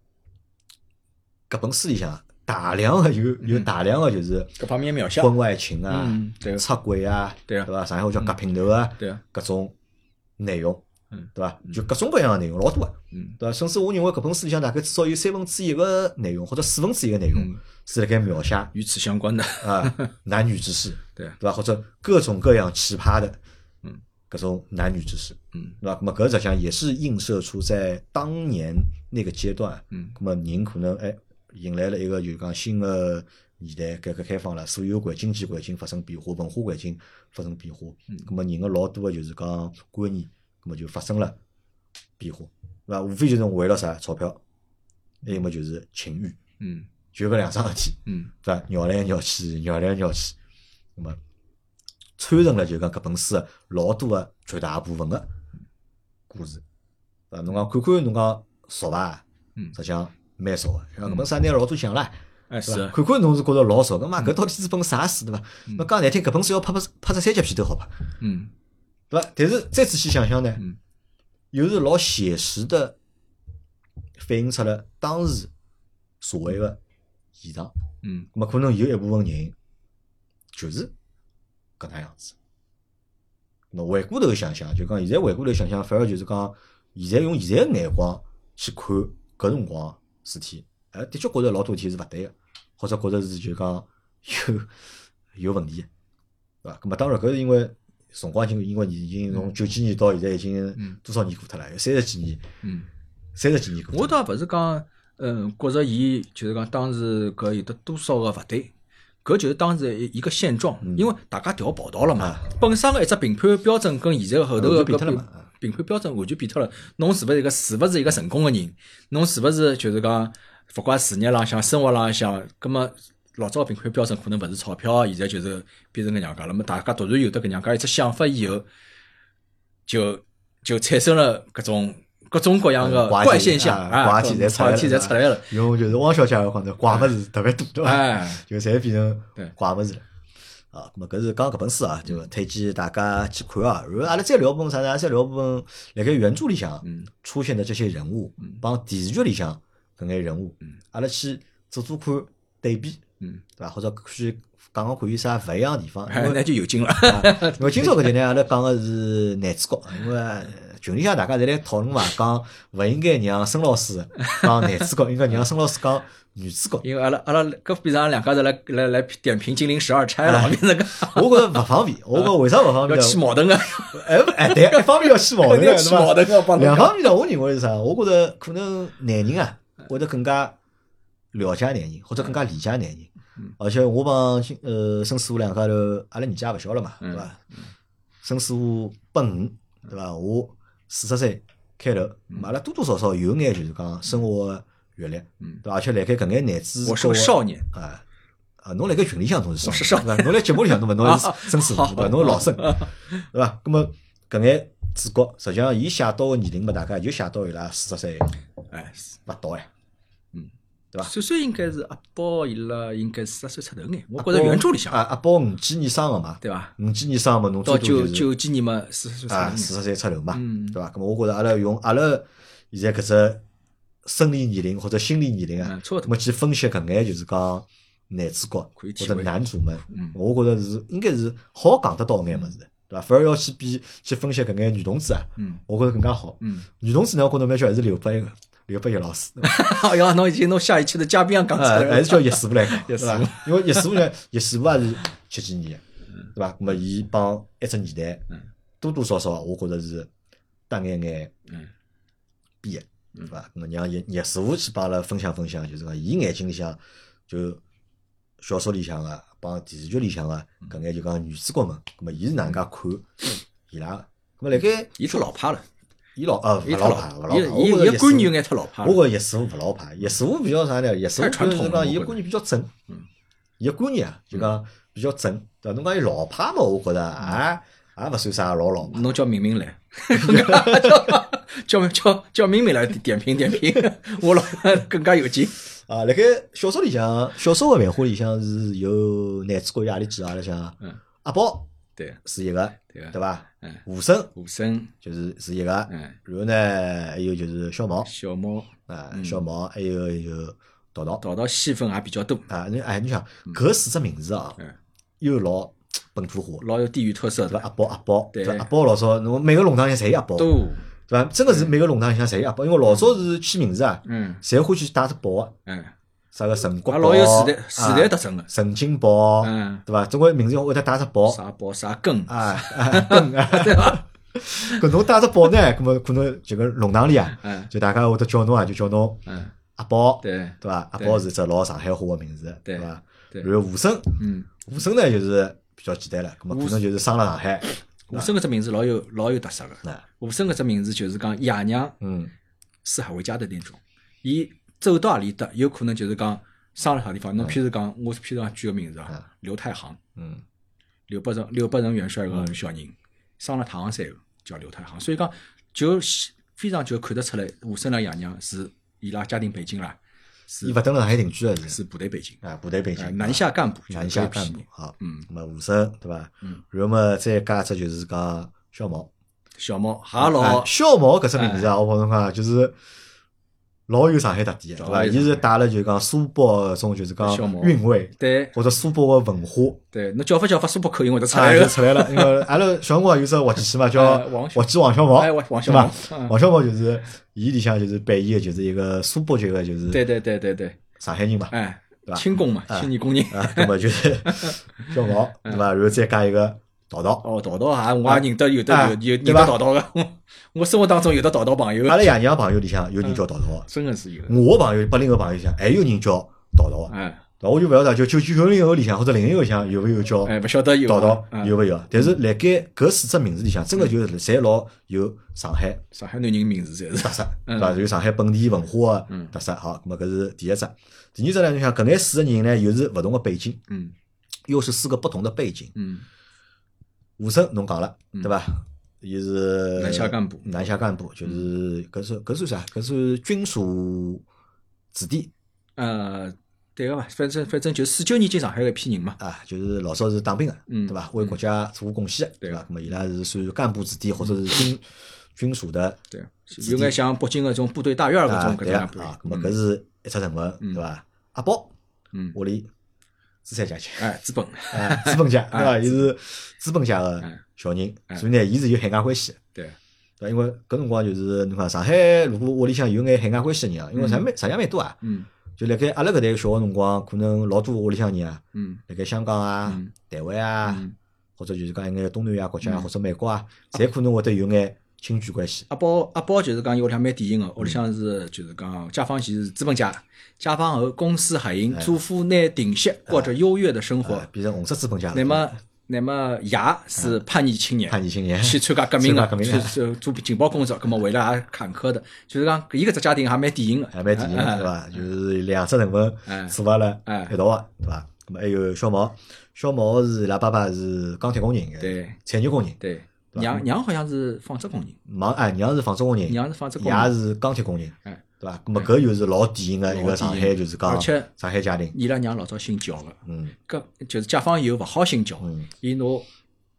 搿本书里向大量个有有大量个就是各方面描写。婚外情啊、嗯对出轨啊，对啊伐？上海话叫夹平头啊，对啊，搿种内容，嗯对伐？就各种各样个内容老多啊，嗯对伐？甚至我认为搿本书里向大概至少有三分之一个内容或者四分之一个内容嗯是辣盖描写 与此相关的，啊男女之事，对啊对伐？或者各种各样奇葩的，嗯，搿种男女之事，嗯对伐？那么搿实际上也是映射出在当年那个阶段，嗯那么人可能哎迎来了一个就是讲新的年代，改革开放了，所有环经济环境发生变化，文化环境发生变化，嗯那么人个老多个就是讲观念，那么就发生了变化，对伐？无非就是为了啥钞票，还有么就是情欲，嗯就搿两桩事体。嗯对伐？绕来绕去，绕来绕去，那么穿成了就讲搿本书的老多个绝大部分个故事，对伐？侬讲看看，侬讲熟伐？嗯实际上蛮少个。像搿本书也拿老多奖唻，哎对伐？是，看看侬是觉着老少，那嘛搿到底是本啥书对伐？侬讲难听，搿本书要拍拍拍只三级片头好伐？嗯对伐？但是再仔细想想呢嗯，又是老写实的反映出了当时社会个现状。嗯咁么可能有一部分人就是搿能样子。咾回过头想想，就讲现在回过头想想，反而就是讲现在用现在个眼光去看搿辰光事体，哎，的确觉着老多事体是勿对个，或者觉着是就讲 有有问题的，对伐？咁么当然搿是因为辰光已经因为已经从九几年到现在已经嗯多少年过脱了，有三十几年，嗯。三十几年过脱了。我倒勿是讲，嗯，觉着伊就是讲当时搿有得多少个勿对，搿就是当时一一个现状，因为大家调跑道了嗯嘛啊。本身个一只评判标准跟现在后头完全变个搿脱了评嘛啊评判标准完全变脱了。侬是勿是一个是勿是一个成功个人？侬是勿是就是讲，勿管事业浪向、生活浪向，葛末老早个评判标准可能勿是钞票，现在就是变成搿样介了。么大家突然有得搿样介一只想法以后，就就产生了各种各种各样的嗯怪怪现现象啊啊，怪现在出来怪了嗯现在是吧出来了，用就是汪小姐个话呢，怪物事特别多，对伐？哎，就侪变对嗯成怪物事了。啊，咁么搿是讲搿本书啊，就推荐大家去看啊。然后阿拉再聊本啥呢？再聊本辣盖原著里向嗯出现的这些人物嗯，帮电视剧里向搿眼人物嗯，阿拉去做做看对比，嗯，对伐？或者去讲讲看有啥勿一样的地方。因哎为啊那就有劲了，嗯因为今朝搿集呢，阿拉讲个是男主角，因为呃群里向大家侪来讨论嘛，讲勿应该让孙老师讲男主角，应该让孙老师讲女主角。 因为阿拉阿拉搿变成两家头来来来点评《金陵十二钗》哎了，变成个我觉着勿方便，我觉着为啥勿方要便呢？起矛盾个，哎哎，对，一方面要 起矛盾要的，起是吧矛盾个，帮侬两讲方面呢，我认为是啥？我觉着可能男人啊，会得更加了解男人，或者更加理解男人嗯。而且我帮金呃孙师傅两家头，阿拉年纪也勿小了嘛，对嗯伐？孙师傅八五，对伐？我四十岁开头，嘛阿拉多多少少有眼就是讲生活的阅历，嗯对伐？而且辣盖搿眼男子，我是个少年，啊啊！侬辣盖群里向侬是我是啊少少年，侬辣节目里向侬勿侬还是真师傅对伐？侬是老生 对伐？那么搿眼主角实际上伊写到个年龄嘛，大概就写到伊拉四十岁哎，勿到哎。对吧岁数应该是阿宝伊拉应该四十岁出头眼，我觉着原著里向啊，阿宝五几年生个嘛，对伐？五几年生嘛，侬最到多九就是九几年嘛，四十岁出啊头眼，四十岁出头嘛，嗯对伐？那么我觉着阿拉用阿拉现在搿只生理年龄或者心理年龄啊嗯，差勿那多么去分析搿眼就是讲男主角可以或体者会男主们嗯，我觉着是应该是好讲得到眼物事的，对伐？反而要去比去分析搿眼女同志啊，嗯我觉着更加好。嗯。 女同志呢，我觉着蛮叫还是留拨一个，留拨叶老师， 哎呀，侬已经侬下一期的嘉宾也讲出来呃，还了是，叫叶师傅来讲，对叶师伐？因为叶师傅呢，叶师傅也是七几年的，对伐？那么伊帮一只年代嗯，多多少少我觉着是搭眼眼嗯边的，对伐？那么让叶叶师傅去帮阿拉分享分享，就是讲伊眼睛里向就小说里向个帮电视剧里向个嗯搿眼就讲女主角们，那么伊是哪能介看伊拉的？那么辣盖伊太老派了，伊老呃勿伊太老老派，勿老伊派，我伊觉着伊叶个师傅观念有眼太老派了。我觉着叶师傅勿老派，叶师傅比较啥呢？叶师傅太传就是统讲了伊个我觉观得念比较正嗯，伊个观念啊，就讲比较正，对伐？侬讲伊老派嘛，我觉着嗯也也勿算啥老老派。侬叫明 明来，叫叫叫叫明明来点评点评，我 老更加有劲。啊，辣盖小说里向，小说个漫画里向是有男主角有阿里几个阿里向嗯，阿宝对，是一个，对对个伐？嗯，武生武生，就是是一个，嗯，然后呢还有就是小毛小猫，啊，嗯小毛还有就桃桃淘淘戏份也比较多，啊，你哎你想搿四只名字啊，嗯，又老本土化。老有地域特色对的伐？，阿宝阿宝，对对伐？阿宝老早，侬每个弄堂里向侪有阿宝，对都，伐？真个是每个弄堂里向侪有阿宝，因为老早是起名字啊，嗯侪欢喜带只宝啊，嗯，啥个陈国也宝，啊老有时代时代啊特征的，陈金宝，嗯，对伐？总归名字会得带只宝啥宝啥根，啊，啊灯啊，对吧？搿侬带只宝呢，搿么可能就搿弄堂里啊，嗯就大家会得叫侬啊，就叫侬嗯，阿宝，对对伐？阿对宝是只老上海话个名字，对伐？对然，后武生，嗯，武生呢就是比较简单了，搿么武可能就是生了上海，武生搿只名字老有老有特色的，那武生搿只名字就是讲爷娘。嗯是合回家的那种。伊走到何里搭，有可能就是讲上了啥地方。侬譬如讲，我譬如讲举个名字嗯啊，刘太行，嗯刘伯承，刘伯承元帅个小人，上了太行山叫刘太行。所以讲，就非常就看得出来，武生的爷娘是伊拉家庭背景啦，伊是勿等辣上海定居还是？是部队背景，啊，部队背呃景，南下干部，南下干就是搿部批人啊，嗯，那么武生对伐？嗯，然后么再加一只就是讲小毛，小毛，哈啊老，小毛搿只名哎字啊，我帮侬讲就是老有上海特点的，对老伐？有伊是带了就讲苏北搿种就是讲小毛韵味对或者苏北个文化。对，侬叫法叫法苏北口音会得出啊，来就个，出来了。因为阿拉小辰光有只滑稽戏嘛，叫哎王小滑稽王小毛，哎王王是小吧毛？嗯王小毛就是伊里向就是扮演的就是一个苏北籍的，就是对对对对对，上海人嘛，哎对吧，轻工嘛，哎青年工人，啊，那么就是 小毛，对哎吧？然后再加一个淘淘。哦，淘淘啊，我也认得有哎的有有对认吧得淘淘个， 我生活当中有的淘淘朋友的，阿拉爷娘朋友里向有人叫淘淘的，真的是有的，我朋友八零后朋友里向还有人叫啊淘淘的，哎对吧？我就勿晓得就九九零后里向或者零零后里向有没有叫哎，不晓得有淘淘啊，嗯有没有？但是辣盖搿四只名字里向，真的就是侪老有上海上海男人名字侪是特色，对嗯伐？有上海本地文化个特色。好，咁么搿是第一只。第二只呢，就像搿眼四个人呢，又是勿同个背景，嗯又是四个不同的背景。嗯，武生侬讲了，嗯对伐？伊是南下干部嗯南下干部就是搿算搿算啥？搿算军属子弟呃，对个嘛，反正反正就四九年进上海的一批人嘛，啊，就是老早是当兵个，嗯对伐？为国家做过贡献个，对啊嗯对伐？咁么伊拉是算干部子弟或者是军军属的对，啊有眼像北京个种部队大院儿搿啊种，对搿个种啊咁部。么嗯搿是一只成分，对嗯伐？阿宝嗯，屋里资产阶 级。哎，资本，啊，资本家对伐？哎伊是资本家个小人，哎所以呢，伊是有海外关系的，对，啊对伐？因为搿辰光就是侬看上海，如果屋里向有眼海外关系的人啊，因为啥蛮啥也蛮多啊，嗯就辣盖阿拉搿代小个辰光，可能老多屋里向人啊，嗯辣盖香港啊嗯、台湾啊，嗯，或者就是讲一眼东南亚国家嗯或者美国啊，侪可能会得有眼亲眷关系。阿宝阿宝就是讲伊屋里向蛮典型个，哦屋里向是就是讲解放前是资本家，解放后公私合哎营，祖父拿顶息过着优越的生啊活，，变成红色资本家了，那么那么爷是叛逆青年，叛逆青年，去参加革参命个加革，命去啊做做情报工作，葛末回来也坎坷的，就是讲伊搿只家庭还蛮典型个，还啊蛮典啊型的，对伐？就是两只成分哎组合了哎一道个，对伐？咁么还有小毛，小毛是伊拉爸爸是钢铁工人，对，产业工人，对，娘娘好像是纺织工人，忙哎娘是纺织工人，娘是纺织工爷人，是钢铁工人，哎，对伐？咁么搿又是老典型个一个老上典型海，就是讲而且上海家庭，伊拉娘老早信教个，嗯，搿就是解放以后勿好信教嗯，伊拿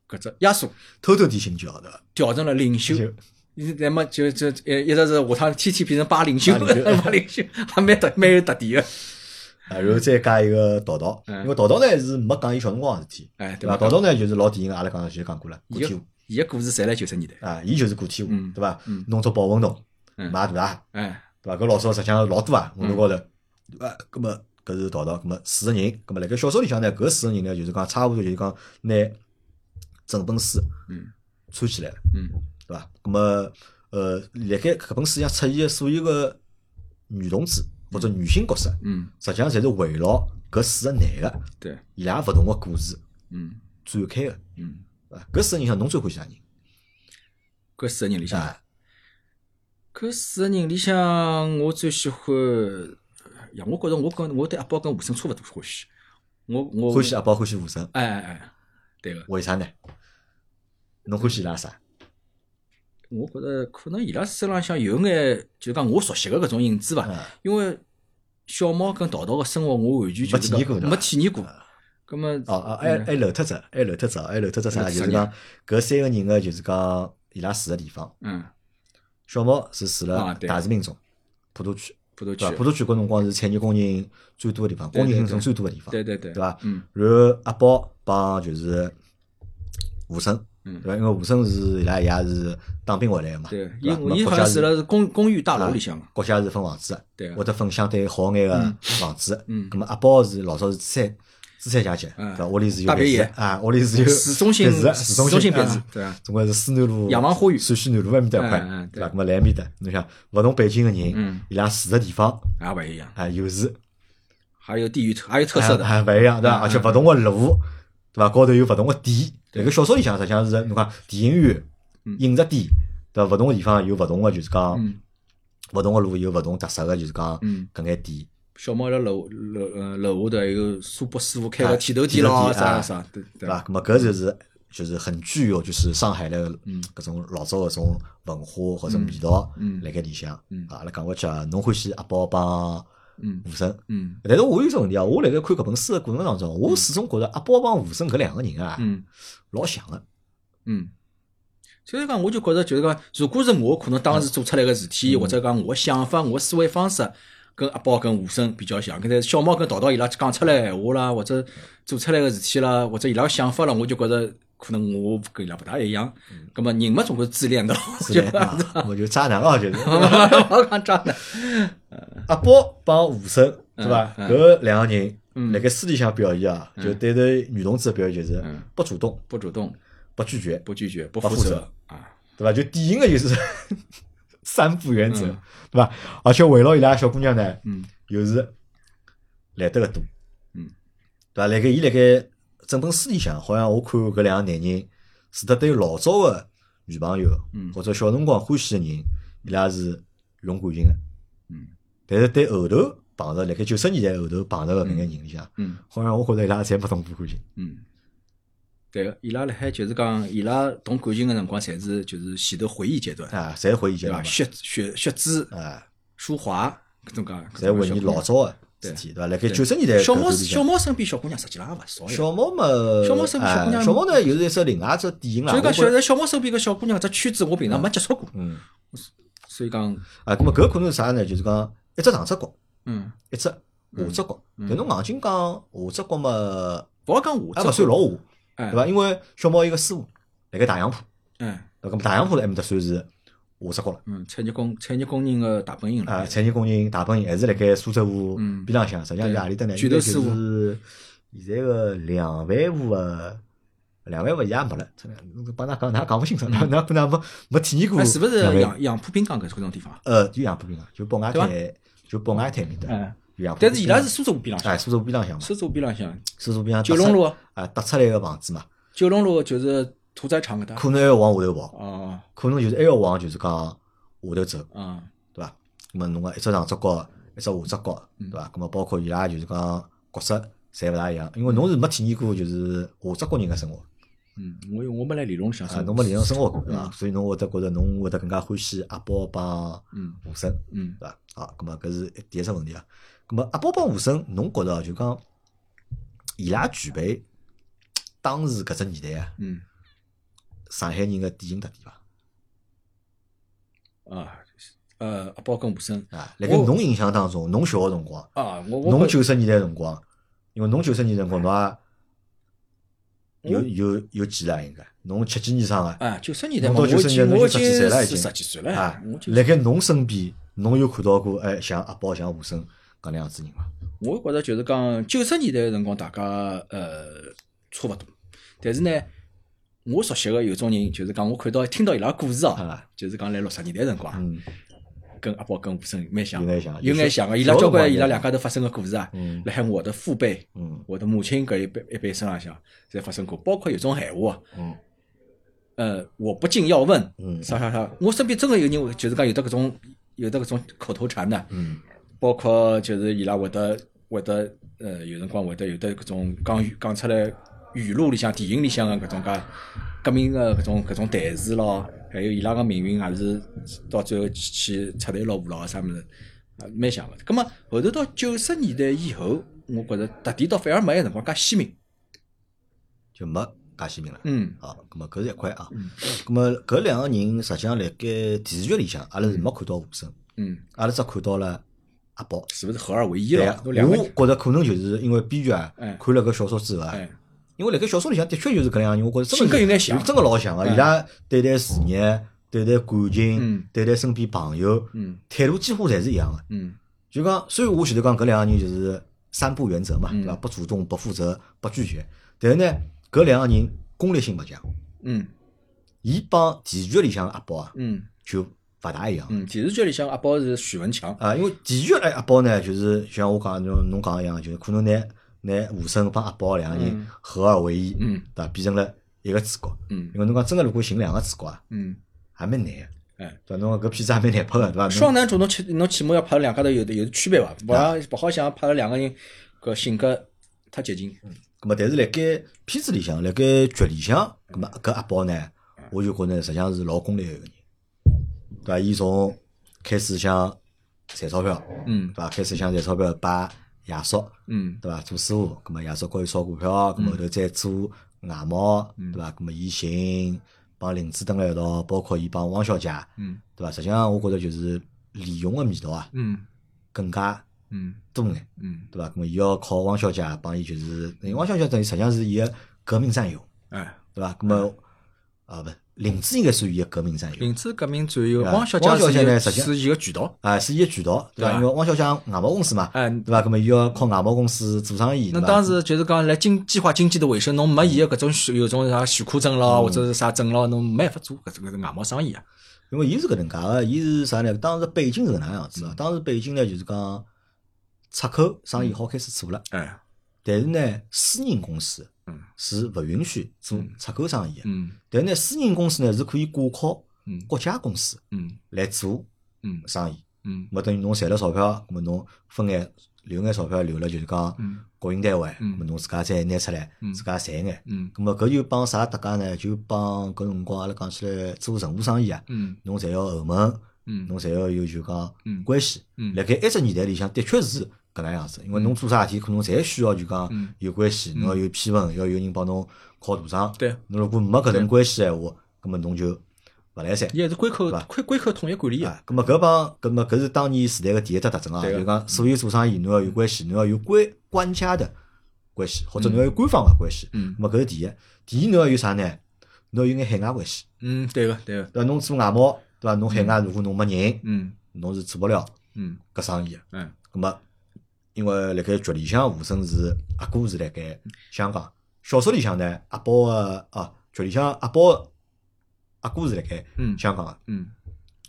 搿只耶稣偷偷地信教对伐？调成了领袖。就伊那么就就一一直是下趟天天变成巴领袖，巴领 袖巴领袖还蛮特蛮有特点个。啊，然后再加一个淘淘，嗯因为淘淘呢是没讲伊小辰光个事体，哎，对伐伐？？淘淘呢就是老典型个，阿拉刚刚前讲过了，个伊体个户伊个故事侪辣九十年代。啊，伊就是个体户，嗯对伐嗯？弄只保温桶，嗯买大啊。哎，对伐？搿老早实际上老多啊，马路高头，对伐？搿么搿是淘淘，搿么四个人，搿么辣盖小说里向呢，搿四个人呢，就是讲差勿多就是讲拿整本书嗯串起来了，嗯对伐？搿么呃，辣盖搿本书里向出现的所有个女同志或者女性角色，嗯，实际上侪是围绕搿四个男个对，伊拉勿同个故事嗯展开个，嗯，对伐？搿四个人里向侬最欢喜啥人？搿四个人里向，啊，搿四个人里向，我最喜欢，呀，我觉着我跟我对阿宝跟吴声差勿多欢喜，我我欢喜啊阿，宝，欢喜武生，哎哎哎，对个，为啥呢？侬欢喜伊拉啥？我觉着可能伊拉身浪向有眼，就讲我熟悉个搿种影子伐，啊因为小猫跟淘淘个生活，我完全就没是体验过讲对没伐体验过。葛么嗯哦哦，还还漏脱只，还漏脱只，还漏脱只啥？就是讲搿三个人个，就是讲伊拉住个地方。嗯，小毛是住啊了对大市民中，普陀区，普陀区对伐？，普陀区搿辰光是产业工人最多个地方，对工对人对最多个地方，对对对，对伐？嗯然后阿宝帮就是武生，嗯对伐？因为武生是伊拉爷是当兵回来个嘛，对，伐？因为伊国好家啊像住了是公公寓大楼里向嘛，国家是分房子个，对啊或个，者分相对好眼个房子。嗯咁么阿宝是老早是资产资产阶级，嗯对伐？屋里是有大别别墅野啊，屋里是有市中心别墅的市中市中心别啊墅对啊总归是思南路雅房花园陕西南路埃面搭一块嗯嗯，对对伐？咁啊么来埃面搭，侬想勿同背景个人嗯，伊拉住个地方也勿一样，啊，有是还有地域特，还有特色的，还勿一样，对伐？嗯而且嗯勿同个路，对伐？高头有勿同个点，辣盖小说里向实际上是侬看电影院嗯、影视店，对伐？勿同个地方有勿同个就是讲嗯勿同个路有勿同特色个就是讲嗯。搿眼点。小猫辣楼楼呃楼下头还有苏北师傅开啊个剃头哎剃店头咯，店啊啥啥，对对对伐？？咁么搿就是就是很具有就是上海的搿种老早搿种文化或者味道嗯嗯嗯辣盖里向。嗯啊，阿拉讲过去啊，侬欢喜阿宝帮嗯武生，嗯但是我有一种问题啊，我辣盖看搿本书的过程当中，我始终觉着阿宝帮武生搿两个人啊，嗯老像个。嗯。所以讲，我就觉着就是讲，如果是我，可能当时做出来个事体，或者讲我想法、我思维方式，跟阿宝跟武生比较像。搿但是小猫跟淘淘伊拉讲出来闲话啦，或者做出来个事体啦，或者伊拉想法啦，我就觉着可能我跟伊拉不大一样。葛末人嘛，总归是嗯自恋的咯，是 的，啊我就渣男啊，就是 勿要讲渣男。阿宝帮武生，对伐？嗯搿两个人嗯辣盖私底下表现啊，就对待女同志的表现就是嗯不主动、不主动，不拒绝，不拒绝，不不负负责责啊，对伐？就典型的就是 三不原则嗯，对伐？而且围绕伊拉小姑娘呢，嗯又是来得个多，嗯，对伐？辣盖伊辣盖整本书里向，好像我看搿两个男人，除脱对老早个女朋友嗯或者小辰光欢喜个人，伊拉是用感情个，嗯但是对后头碰着辣盖九十年代后头碰着个搿眼人里向，嗯好像我觉着伊拉侪没动过感情，嗯，对个，伊拉辣海就是讲，伊拉动感情个辰光，侪是就是前头回忆阶段，啊，侪回忆起对伐？来嘛，血血血脂、啊，舒华搿种讲，搿侪种回小忆姑娘老早个事体，对伐？辣盖九十年代搿小猫段里小向。猫身边小姑娘实际浪也勿少呀。小猫嘛，小猫身边小姑娘哎小猫呢，又是一只另外一只典型啦。所以讲，我觉现得在小猫身边个小姑娘搿只圈子，我平常没接触过，嗯，所以讲，啊，咁么搿可能是啥呢？就是讲一只上只角，嗯，一只下只角。但侬硬劲讲下只角嘛，勿好讲我也勿算老下，哎对伐？因为小猫有个师傅辣盖大洋浦，哎，那么大洋浦辣埃面搭算是下只角了。嗯，产业工产业工人个大本营啊，了，哎产业工人大本营还是辣盖苏州河嗯边浪向，实际上对是何里搭呢？巨应该头就师傅是现在个两万户个。两万户现在也没了，真的，侬帮㑚讲，㑚讲勿清爽， 㑚㑚可能没没体验过哎，嗯是勿是两万户杨杨浦滨江搿搿种地方？呃，就杨浦滨啊，就宝雅对吧台，就宝雅台面搭。哎，有杨浦但是滨伊拉啊是苏州河边浪向哎，，苏州边浪向嘛，苏州河边浪向，苏州边浪九龙路啊，搭出来个房子嘛，九龙路就是屠宰场搿搭。可能还要往下头跑，哦，可能就是还要往就是讲下头走，嗯对伐？那么侬个一只上只角，一只下只角，对伐？那么包括伊拉就是讲角色侪勿大一样，因为侬是没体验过就是下只角人个生活嗯，我有我没来理论上啊，生侬活。没理想生活过对伐？所以侬会得觉着侬会得更加欢喜阿宝帮嗯武生。嗯，对伐？啊，咁么搿是第一只问题啊。咁么阿宝帮武生，侬觉着就讲伊拉具备当时搿只年代啊，嗯上海人个典型特点伐？啊，呃，阿宝跟武生啊，辣盖我侬印象当中，侬小个辰光，啊，我我侬觉九十年代辰光，因为侬九十年代辰光侬也有我有有几啦，应该侬七几年生个啊九十年代侬到嘛，我已90经年代我已经十几岁了已是经十几岁啊了，哎我，就辣盖侬身边，侬有看到过哎像阿宝像武生搿能样子人伐？我觉着就是讲九十年代个辰光，大家呃差勿多，但是呢，我熟悉个有种人，就是讲我看到听到伊拉故事哦，啊，就是讲来六十年代辰光，嗯跟阿宝跟武生蛮像有的，眼像有眼像个，伊拉小交辰关光伊拉有两家头发生个故事啊，嗯辣海我的父辈。嗯我的母亲搿一辈一辈身浪向侪发生啊过，包括有种闲话啊，嗯呃，我不禁要问，嗯啥啥啥，我身边真个有人就是讲有的搿种有的搿种口头禅的，嗯包括就是伊拉会得会得呃有辰光会得有的搿种讲语讲出来语录里向、电影里向的搿种介革命的搿种搿种台词咯，还有伊拉个命运也是到最后去去出头落户咯啥物事，啊蛮像个。葛末后头到九十年代以后，我觉着特点倒反而没有辰光介鲜明。就没介鲜明了。嗯啊，咁么搿是一块啊嗯。咁么搿两个人实际上辣盖电视剧里向，阿拉是没看到武生，嗯，阿拉只看到了阿宝。是勿是合二为一对了啊，？侬两个我觉着可能就是因为编剧啊哎看了搿小说之后啊，哎，因为辣盖小说里向的确就是搿两个人，我觉着真性格的有眼像真个老像个。哎伊拉对待事业、对待感情嗯、对待身边朋友，嗯态度几乎侪是一样个。嗯就讲，虽然我前头讲搿两个人就是三不原则嘛，嗯对伐？不主动、不负责、不拒绝，但是呢，搿两个人功利性勿强。嗯伊帮电视剧里向的阿宝啊，嗯就勿大一样嗯，电视剧里向阿宝是许文强，啊，因为电视剧里阿宝呢，就是像我讲侬侬讲一样，就是可能拿拿武生帮阿宝两个人嗯合二为一，嗯对伐？变成了一个主角。嗯因为侬讲真个，如果寻两个主角啊，嗯。也蛮难个，哎对伐？侬讲搿片子也蛮难拍个，对伐？双侬男主侬起侬起码要拍两家头有的有的区别伐？勿好勿好像拍了两个人搿性格太接近。咁咁么，但是辣盖片子里向，辣盖剧里向，咁么搿阿宝呢，哎我就觉着实际上是老功利个一个人，对伐？伊从开始想赚钞票，嗯对伐？开始想赚钞票，拜爷叔，嗯对伐？做师傅，咁么爷叔教伊炒股票，咁么后头再做外贸，嗯对伐？咁么伊寻帮林子蹲辣一道，包括伊帮汪小姐，嗯对伐？实际上我觉着就是利用个味道啊，嗯更加嗯多眼。嗯，对伐？咁么伊要靠汪小姐帮伊，就是因为汪小姐等于实际上是伊个革命战友，哎，对伐？咁么啊勿，林子应该算伊个革命战友林子革命战友啊哎汪小姐汪小姐呢是实际上一个是一个渠道，啊，是伊个渠道，对伐？对啊因为汪小姐外贸公司嘛，哎，对伐？咁么伊要靠外贸公司做生意，那对伐当时就是讲，来经计划经济的尾声，侬没伊个搿种许有种啥许可证咯，或者是啥证咯，侬没办法做搿种搿种外贸生意啊。因为伊是搿能介个，伊是啥呢？当时北京是搿能样子嗯啊，当时北京呢就是讲出口生意好开始做了，哎，但是呢，私人公司嗯是勿允许做出口生意个，嗯但是呢，私人公司呢是可以挂靠嗯国家公司嗯来做嗯生意。嗯么等于侬赚了钞票，么侬分眼留眼钞票留了，就是讲嗯国营单位，嗯么侬自家再拿出来嗯，自家赚眼。嗯咁么搿就帮啥搭界呢？就帮搿辰光阿拉讲起来做任何生意啊，嗯侬侪要后门，嗯侬侪要有就讲嗯关系。嗯辣盖埃只年代里向，的确是搿能样子，因为侬做啥事体，可能侪需要就嗯讲有关系，侬要有批文，要有人帮侬敲大赏。对侬如果没搿层关系闲话，咁么侬就勿来三。伊还是关口对吧关关口统一管理啊，啊。咁么搿帮，咁么搿是当年时代个第一只特征啊，对就个是讲所有做生意，侬要有关系，侬要有官官家的关系，或者侬要有官方个关系。嗯咁么搿是第一，第二侬要有啥呢？侬要有眼海外关系，嗯，对个对个，对伐？侬做外贸，对伐？侬海外如果侬没人，嗯侬是做不了嗯搿生意个。嗯咁么，因为辣盖剧里向，吴声是阿哥是辣盖香港，小说里向呢，阿宝个啊，剧里向阿宝的阿哥是辣盖嗯香港个。嗯，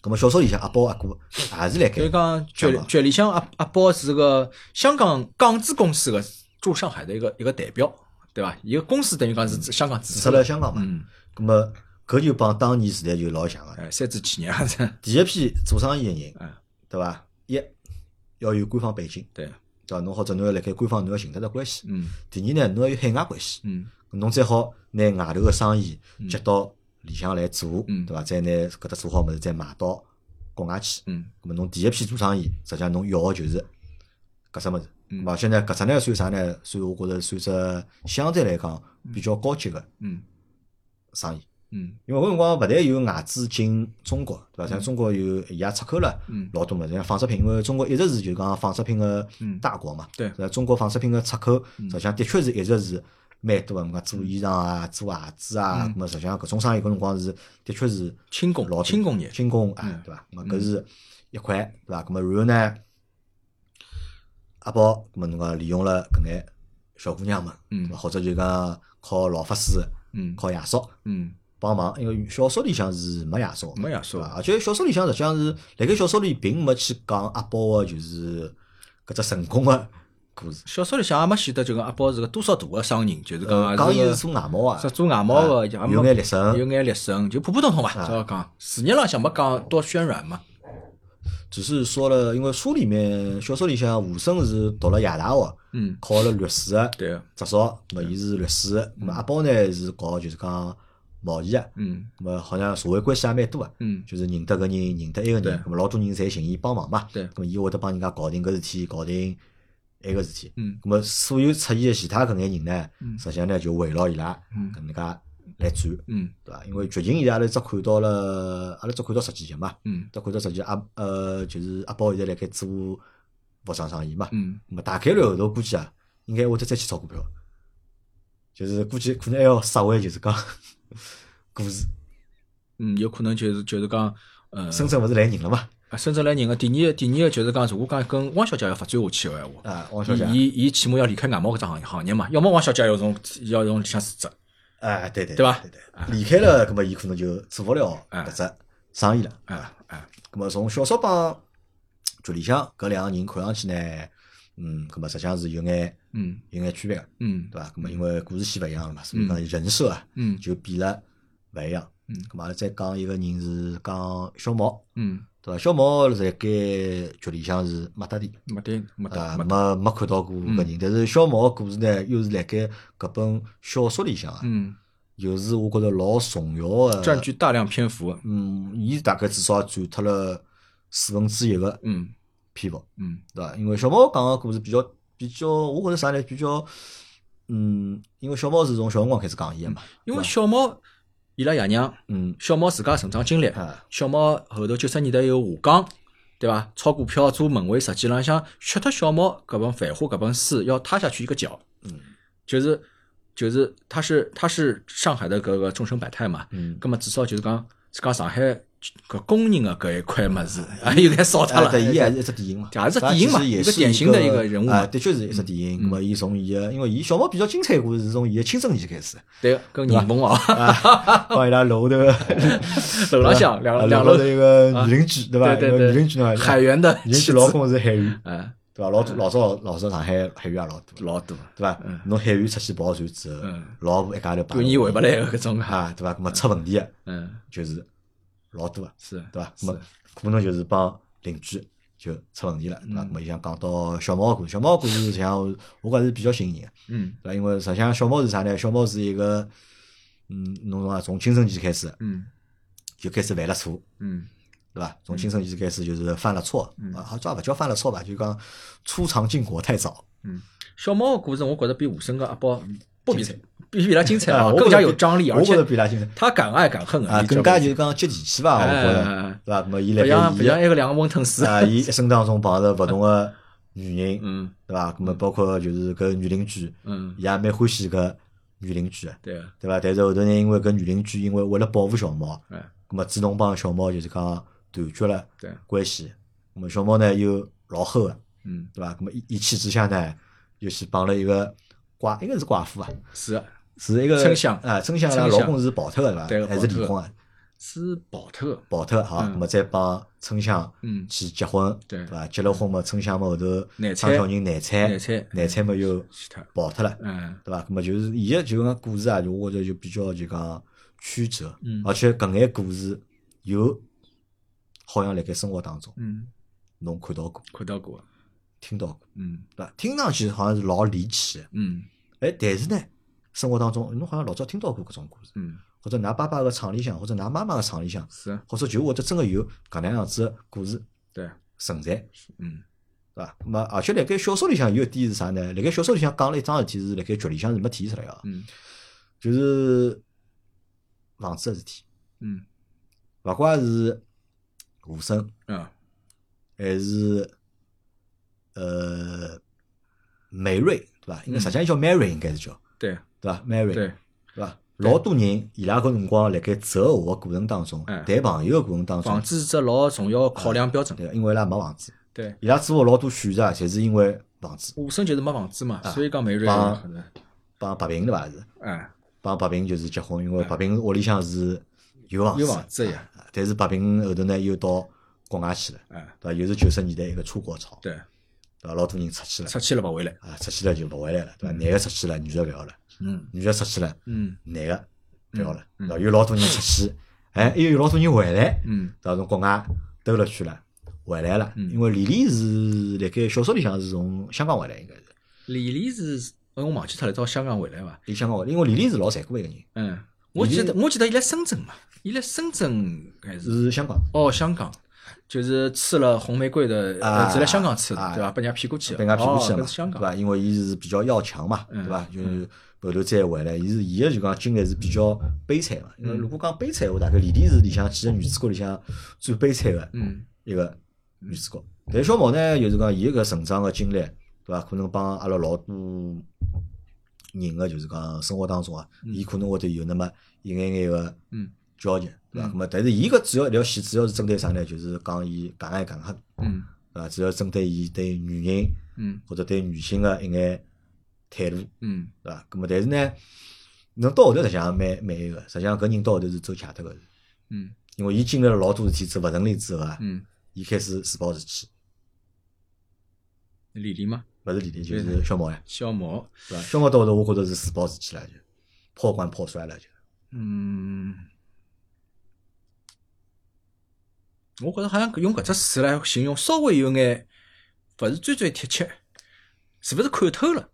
咁么小说里向阿宝阿哥也是辣就是盖讲香剧港剧里向阿阿宝是个香港港资公司个驻上海的一个一个代表，对伐？一个公司等于讲是自香港注注册册嗯了了，香港嘛。嗯，咁么搿就帮当年时代就老像个。哎，三支企业啊，这第一批做生意个人，嗯对伐？一要有官方背景，对，对伐？侬或者侬要辣盖官方侬要寻得到关系。嗯第二呢，侬要有海外关系，嗯侬再好拿外头个生意接到里向来做，嗯对伐？再拿搿搭做好物事再卖到国外去。嗯咁么侬第一批做生意，实际上侬要个就是搿只物事。嗯而且呢，搿只呢算啥呢？算我觉着算只相对来讲比较高级个嗯生意。嗯因为搿辰光勿但有外资进中国，对伐？像中国有伊也出口了嗯老多物事，像纺织品，因为中国一直是就讲纺织品个嗯大国嘛。对伐？中国纺织品个出口，嗯实际上的确是一直是蛮多个，我们讲做衣裳啊、做鞋子啊嗯，咁么实际上搿种生意搿辰光是的确是轻工老多轻工业轻工啊嗯，对伐？咁么搿是一块，对伐？咁么然后呢，阿宝，咁么侬讲利用了搿眼小姑娘们，嗯对伐？或者就讲靠老法师，嗯靠爷叔。嗯帮忙，因为小说里向是没亚叔，没亚叔对伐而且小说里向实际上是，辣盖小说里并没去讲阿宝个就是搿只成功个故事，小说里向也没显得就讲阿宝是个多少大个商人，就是呃讲讲伊也是是做外贸啊个，做外贸啊个，也没有眼立身有眼劣绅，就普普通通嘛。啊只好讲事业浪向没讲多渲染嘛。只是说了，因为书里面小说里向吴声是读了夜大学，嗯，考了律师个对个，啊执照，咁么伊是律师，咁么阿宝呢是搞就是讲贸易个，嗯咁么好像社会关系也蛮多个。嗯就是认得搿人，认得埃个对人，咁么老多人侪寻伊帮忙嘛。对咁么伊会得帮人家搞定搿事体，搞定埃个事体。嗯咁么所有出现的其他搿眼人呢，嗯实际上呢就围绕伊拉嗯搿能介来转，嗯对伐？因为剧情现在阿拉只看到了，阿拉只看到十几集嘛，嗯只看到十几集阿呃就是阿宝现在辣盖做服装生意嘛。嗯，咁么大概率后头估计啊，应该会得再去炒股票，就是估计可能还要杀回就是讲 股市，嗯，有可能就是就是讲，呃，深圳勿是来人了嘛？啊深圳来人个第二第二个就是讲，如果讲跟汪小姐要发展下去个闲话，啊，汪小姐。伊伊伊起码要离开外贸搿只行行业嘛，要么汪小姐要从要从里向辞职，哎，对对对吧对对，离开了，葛么伊可能就做不了哎搿只生意了。哎哎，葛么从小说帮剧里向搿两个人看上去呢，嗯，葛么实际上是有眼嗯有眼区别个，嗯对伐？葛么因为故事线勿一样了嘛，所以讲人设啊嗯就变了勿一样。嗯咁嘛阿拉再讲一个人是讲小毛，嗯，对伐？小毛辣盖局里向是没得的，没得没啊，得没得，嗯没没看到过搿人。但是小毛个故事呢，又是辣盖搿本小说里向啊，嗯，又是我觉着老重要个。占据大量篇幅，嗯，伊大概至少占脱了四分之一个嗯篇幅，嗯对伐？因为小猫讲个故事比较比较，我觉着啥呢？比较，嗯，因为小猫是从小辰光开始讲伊个嘛，嗯因为小猫伊拉爷娘，嗯，小猫自家成长经历，啊，小猫后头九十年代有下岗，对伐？炒股票做门卫，实际浪向缺脱小猫搿本《繁花》搿本书要塌下去一个角，嗯就是就是它是它是上海的搿个众生百态嘛，嗯，葛末至少就是讲自家上海搿工人的搿一块物事， 啊有眼少脱啊，了。对，伊还是一只电影嘛，还是它电影嘛其实也一个是典型的一个人物嘛嗯啊，的确是一只电影。那么伊从伊个，因为伊小猫比较精彩个故事是从伊个青春期开 始，对，跟宁凤哦，帮伊拉楼头个楼 浪向两两两楼啊头，一个女邻居，对伐？对对一个对女邻居呢， 海员的女邻居妻老子，公是海员，哎，对伐？老老早老早上海海员也老多。老多，对伐？侬海员出去跑船之后嗯，老婆一家头半年回不不来的搿种啊，啊，对伐？那么出问题个嗯，就是老多个，是，对伐？是那么可能就是帮邻居就出问题了，对伐？那嗯么伊像讲到小猫的故事，小猫的故事实际上我我觉着是比较新颖个，嗯对伐？因为实际上小猫是啥呢？小猫是一个，嗯，侬讲啊从青春期开始嗯就开始犯了错，嗯对伐？从青春期开始就是犯了错，啊，好像勿叫犯了错吧，就讲初尝禁果太早。嗯，小猫的故事我觉着比武生的阿宝不比比比伊拉精彩嗯啊啊，我更觉加得有比张力，我而觉且着比他精彩他敢爱敢恨啊，嗯你知更加道吧就是讲接地气吧，我哎觉哎着，哎，对伐？那么伊不辣像不像盖那个两个温吞伊师，啊，伊一生当中碰着勿同个女人，嗯对伐？那么包括就是搿女邻居，嗯，伊也蛮欢喜搿女邻居个，对啊，对伐？但是后头呢，因为搿女邻居因为为了保护小猫，哎那么主动帮小猫就是讲断绝了对，关系。那么小猫呢又老黑个，嗯对伐？那么一一气之下呢，又去帮了一个寡，应该是寡妇啊，是啊是一个春香啊，春香春拉香老公是跑脱个对对个伐？还是跑脱离个婚个，是跑脱的，跑脱好，嗯那么再帮春香嗯去结婚，对伐？结了婚嘛，春香嘛后头张难产小人难产，难产难产嘛又其他，跑脱了，嗯对伐？那么就是伊个就讲故事啊，就我觉着就比较就讲曲折嗯，而且搿眼故事有好像辣盖生活当中嗯，侬看到过、看到过，听到过，嗯对伐？听上去好像是老离奇的，嗯哎，但是呢，生活当中侬好像老早听到过搿种故事，嗯，或者㑚爸爸个厂里向，或者㑚妈妈个厂里向，是啊，或者就或者真个有搿能样子个故事对啊，存在。嗯对伐？那么而且辣盖小说里向有一点是啥呢？辣盖小说里向讲了一桩事体是辣盖剧里向是没体现出来个，嗯就是房子个事体，嗯勿怪是武生啊还是呃梅瑞对伐？应该实际上叫 Mary 应该是叫对啊对伐？Mary 嗯对对。伐？老多人伊拉搿辰光辣盖择偶个过程当中哎，谈朋友个过程当房中，子是只老重要的考量标准。对，因为伊拉没房子，对，伊拉做了老多选择，侪是因为房子武生就是没房子嘛，啊所以讲没人帮可能。帮白平对伐是？哎，帮白平就是结婚，因为白平屋里向是有房子，有房子的呀啊。但是白平后头呢又到国外去了，哎，对伐？又是九十年代一个出国潮，对对，伐？老多人出去了，出去嗯了不回来。啊，出去了就勿回来了，对伐？男个出去了，女个勿要了；嗯女个出去了，嗯男个勿要了，嗯对伐？有老多人出去，哎，又有老多人回来，嗯对伐？从国外啊兜了去了，回来了。嗯因为李丽是辣盖小说里向是从香港回来，应该是，李丽是，呃我忘记脱了，到香港回来伐？伊香港回来，因为李丽是老残酷一个人，嗯，我李丽记得我记得伊来深圳嘛，伊来深圳还是是香港。哦香港。就是吃了红玫瑰的，啊呃，是来香港吃的啊，对伐？被人家骗过去的，被人家骗过去了哦搿嘛，是香对港，伐？因为伊是比较要强嘛，嗯对伐？就是后头再回来，伊是伊个就讲经历是比较悲惨个。嗯因为如果讲悲惨，话，大概李丽是里向几个女主角里向最悲惨个嗯一个女主角。但小毛呢，就是讲伊搿成长个经历，对伐？可能帮阿拉老多人个就是讲生活当中啊，伊可能会得有那么一眼眼个嗯交集，对伐？嗯咁么，但是伊搿主要一条线主要是针对啥呢？就是讲伊敢爱敢恨，嗯对伐？主要针对伊对女人。嗯或者对女性的一眼态度，嗯，对伐？咁么，但是呢，侬到后头实际上蛮蛮一个，实际上搿人到后头是走邪脱个，嗯因为伊经历了老多事体之后勿顺利之后啊，嗯，伊开始自暴自弃，李丽嘛，勿是李丽就是小毛呀，小毛，对伐？小毛到后头我觉着是自暴自弃了，就破罐破摔了就，嗯，我觉着好像用搿只词来形容，稍微有眼勿是最最贴切，是勿是看透了？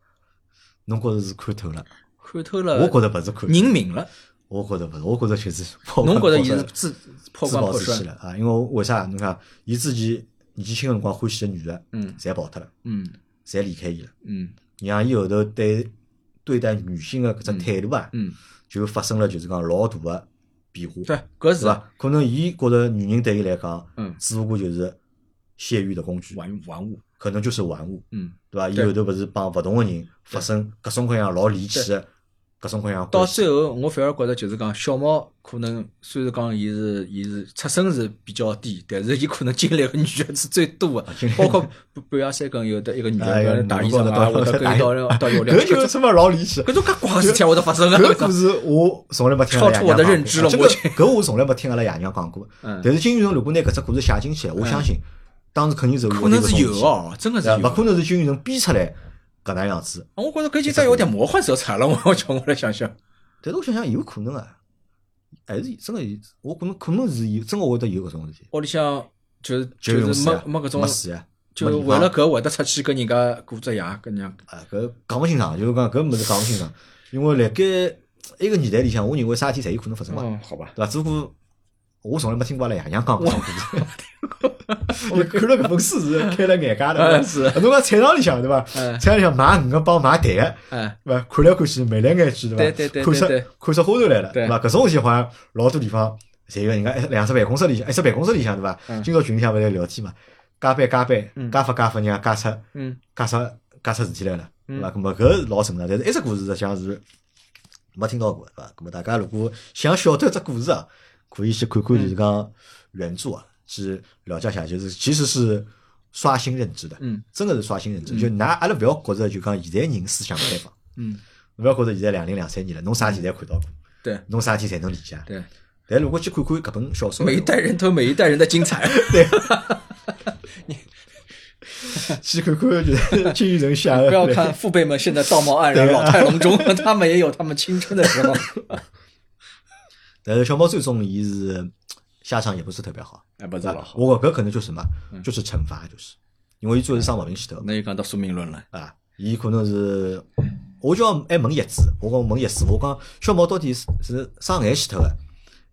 侬觉着是看透了？看透了，我觉着勿是看透，认明了。我觉着勿是，我觉着确实是破罐侬觉着破伊摔是自破自罐暴破自摔弃？了啊！因为为啥？侬看，伊之前年纪轻个辰光欢喜个女个，嗯侪跑脱了，嗯侪离开伊了，嗯让伊后头对对待女性个搿只态度啊，嗯，就发生了就是讲老大个变化，对，搿是是伐？可能伊觉着女人对伊来讲，嗯只不过就是泄欲的工具，玩玩物，可能就是玩物，嗯，对伐？伊对后头勿是帮勿同个人发生各种各样老离奇个各种各样到关系最后，我反而觉着就是讲，小猫可能虽然讲伊是伊是出身是比较低，但是伊可能经历个女的是最多的，包 括半半夜三更有的一个女哎呀的打医侬生讲得啊，或者对跟伊到到有聊，搿就是搿 什么老离 奇。种介怪的事体会得发生啊！搿故事我从来没听阿拉超爷出我娘的讲过认知了这我个搿我从来没听阿拉爷娘讲过。 嗯但是金宇澄如果拿搿只故事写进去，我相信当时肯定是可能是有哦，真的是对伐，有啊勿。可能是金宇澄编出来搿能样子。我觉着搿就再有点魔幻色彩了，我叫我来想想。但是我想想，有可能啊，还是真个有，我可能可能是有，真个会得有搿种事体。屋里向就是就就是是没没搿种没，水啊，就是为了搿会得出去跟人家过只夜，跟人家啊，搿讲勿清爽，就是讲搿物事讲勿清爽，因为辣盖埃个年代里向，我认为啥事体侪有可能发生嘛，嗯，好吧。对伐？只不过我从来没听过阿拉爷娘讲过搿种故事， 我看了搿本书是开了眼界了， 嗯是啊侬讲菜场里向对伐？嗯菜场里向卖鱼个帮卖蛋个。哎，对伐？看来看去，眉来眼去，对伐？对对看出对对看出花头来了，对伐？搿种事体好像老多地方侪有，人家一两只办公室里哎向，一只办公室里向，对伐？嗯今朝群里向勿是在聊天嘛，加班加班，嗯加发加发，人家加出嗯加出加出事体来了，对嗯伐？搿么搿是老正常，但是一只故事实际上是没听到过，对伐？搿么大家如果想晓得只故事啊，可以去看看就是讲嗯原著啊，去了解一下，就是其实是刷新认知的，嗯真的是刷新认知。嗯就㑚阿拉勿要觉着就讲现在人思想勿开放。 嗯，侬勿要觉着现在两零两三年了，侬啥事体侪看到过，对侬啥事体侪能理解。对，但如果去看看搿本小说，每一代人都有每一代人的 精彩。去看看就是 金宇澄写的，不要看父辈们现在道貌岸然、老态龙钟， 他们也有他们青春的时候。但是小猫最终伊是下场也不是特别好，哎，不对嗯是吧老？好。啊我觉搿可能就是什么，就是惩罚，就是因为伊最后是伤毛病死脱的嘛那就讲到宿命论了。啊，伊可能是，我就要还问叶子，我讲问叶子，我讲小猫到底是是伤癌死脱的，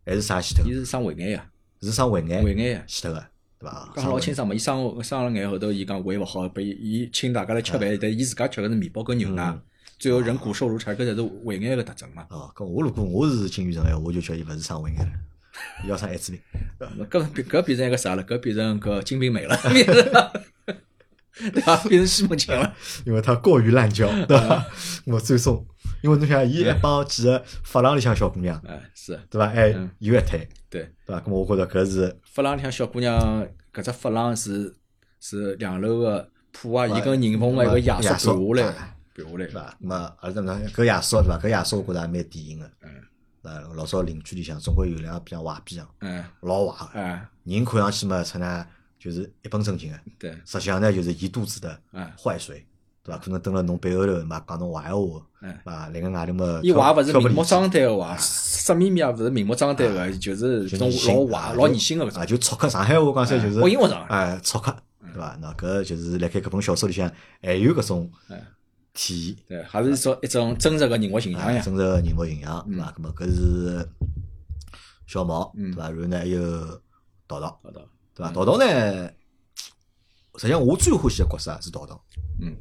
还是啥死脱伊的？是生胃癌呀，是伤胃癌胃癌呀。死脱的，对伐？讲老清爽嘛，伊生生了癌后头，伊讲胃勿好，被伊请大家来吃饭，但伊自家吃的是面包跟牛奶嗯，最后人骨瘦如柴，搿才是胃癌个特征嘛。哦，搿我如果我是金宇澄哎，我就叫伊勿是伤胃癌了，伊要伤艾滋病。搿变搿变成一个啥了？搿变成搿金瓶梅 了，变成对伐？变成西门庆了。因为他过于滥 交，对吧？我最终，因为侬想，伊还帮几个发廊里向小姑娘，哎，是对吧？还嗯有一腿，对。对吧？咁我觉着搿是发廊里向小姑娘，搿只发廊是是两楼个铺啊，伊跟宁峰个一个亚亚瑟叔盘下来哎，盘对下来。吧？咁啊，阿拉呢，搿亚叔对吧？搿亚叔我觉着也蛮典型个。嗯呃，老早邻居里向总归有两比像坏逼样，嗯，老坏个，哎，人看上去嘛，出呢就是一本正经个，对，实际上呢就是一肚子的嗯坏水，对吧？可能蹲辣侬背后头嘛，讲侬坏话，嗯，啊，另外外头嘛，伊坏勿是挑拨明目离间张胆个坏，色眯眯也勿是明目张胆个，就是啊就搿种老坏、老女女性个搿啊，种。就撮客。上海话讲起来就是哎恶言恶状哎，撮客，对伐？那搿就是辣盖搿本小说里向还有搿种哎体验，对，还是说一种真实个人物形象啊，呀。真实个人物形象，对伐？搿么搿是小毛，对嗯伐？然后呢还有桃桃，好的，对伐？桃桃呢，实际上我最欢喜个角色啊是桃桃。嗯，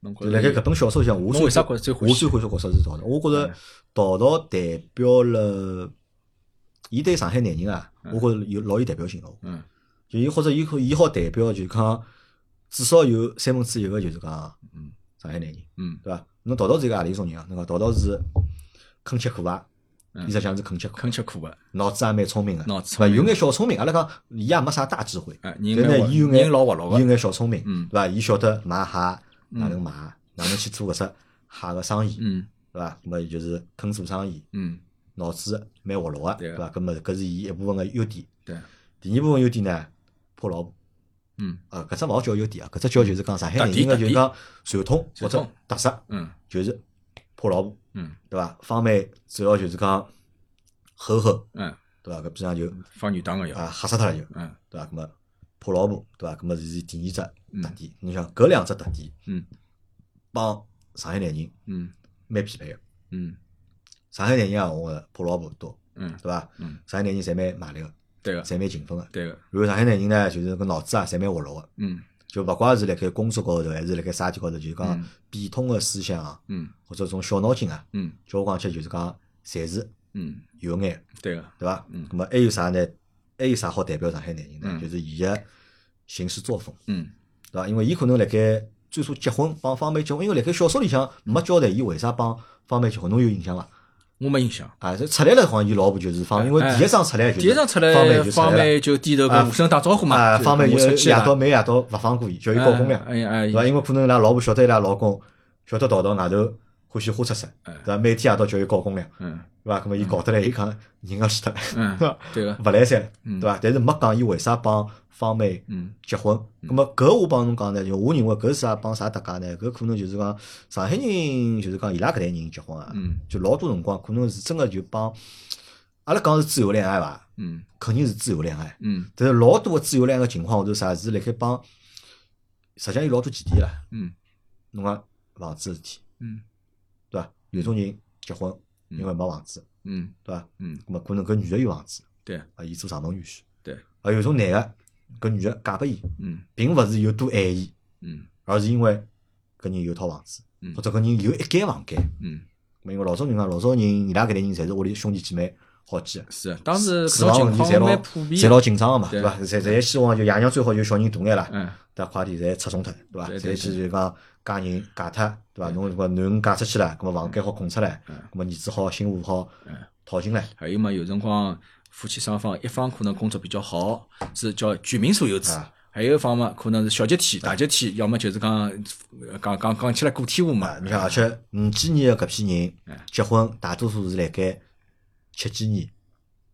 侬觉就辣盖搿着本小说里向，我侬为啥觉觉得得最欢我喜最欢喜个角色哎是桃桃？我觉着嗯桃桃代表了伊对上海男人啊，我觉着有老有代表性个。嗯就伊或者伊可伊好代表，就是讲至少有三分之一个就是讲嗯上海男人，嗯对伐？侬淘淘是一个何里种人啊？侬讲淘淘是肯吃苦啊，嗯伊实际上是肯吃苦，肯吃苦个，脑子也蛮聪明个，脑子对聪伐？明有眼小聪明，阿拉讲伊也没啥大智慧，哎，但人蛮呢，活伊有眼人老活络伊个有，眼小聪明，嗯对伐？伊晓得买蟹哪嗯能买，哪能去做搿只蟹个生意，嗯对伐？那么伊就是肯做生意，嗯，脑子蛮活络个，对对啊个伐？搿么搿是伊一部分个优点。对，第二部分优点呢，怕老婆。嗯啊，搿只勿好叫优点啊，搿只叫就是讲上海特人点应该特就是点讲传统或传者统特色，嗯就是怕老婆，嗯对伐？方面主要就是讲吼吼，嗯，对伐？搿边上就放牛档个要，啊吓死脱了就，嗯对伐？搿么怕老婆，对伐？搿么是第二只特点。侬想搿两只特点嗯帮上海男人嗯蛮匹配个。嗯上海男人啊，我觉着怕老婆多，嗯，对伐？嗯上海男人侪蛮卖力个，对个侪蛮勤奋个。对个，然后上海男人呢，就是搿脑子啊，侪蛮活络个，嗯就勿怪是辣盖工作高头，还是辣盖啥体高头，就是讲嗯变通个思想啊，嗯或者种小脑筋啊，嗯叫我讲起来就是讲，侪是嗯，有眼，对个，对伐？嗯那么还有啥呢？还有啥好代表上海男人呢嗯？就是伊个行事作风，嗯对伐？因为伊可能辣盖最初结婚帮方梅结婚，因为辣盖小说里向没交代伊为啥帮方梅结婚，侬有印象伐？我没印象。啊，这出来了，好像伊老婆就是方，因为第一张出来就是哎第一场出来方梅，就出方来了，梅就低头跟啊吴声打招呼嘛，啊，方梅就就跟我出去夜了到每夜到勿放过伊，叫伊告公粮，哎呀哎对伐？呀，因为可能伊拉老婆晓得伊拉老公晓得逃到外头欢喜花出色，哎对伐？每天夜到叫伊告公粮，嗯对伐？那么伊搞得来，伊讲人要死脱了，嗯对伐，对个，勿来三了，嗯对伐？但是没讲伊为啥帮方梅嗯结婚。咁么搿我帮侬讲呢，就我认为搿是啥帮啥搭界呢？搿可能就是讲上海人，就是讲伊拉搿代人结婚啊，嗯就老多辰光可能是真个就帮阿拉讲是自由恋爱伐，嗯肯定是自由恋爱。嗯但是老多个自由恋爱个情况下头啥，是辣盖帮，实际上有老多前提啦。嗯侬讲房子事体，嗯对伐？有种人结婚嗯因为没房子，嗯对伐？嗯，咁么可能搿女个有房子，对啊，伊做上门女婿。对，啊，有种男个搿女个嫁拨伊，嗯并勿是有多爱伊。嗯而是因为搿人有套房子嗯，或者搿人有一间房间。嗯，因为老早人讲，老早人伊拉搿代人侪是屋里兄弟姐妹好几个，是，啊当时住搿房种问情题侪况老蛮普遍侪老的，紧张个嘛，对对伐？侪侪希望就爷娘最好就小人大眼啦，嗯对伐？快点侪拆送脱，对伐？对侪对去就讲嫁人嫁脱，对伐？侬如果囡恩嫁出去了，搿么房间好空出来，嗯搿么儿子好媳妇好嗯讨进来，还有嘛，有辰光夫妻双方一方可能工作比较好，是叫居民所有制啊。还有一方嘛，可能是小集体、大集体，要么就是讲呃讲讲讲起来个体户嘛啊，，你想，而且五几年的搿批嗯人结婚，大多数是辣盖七几年、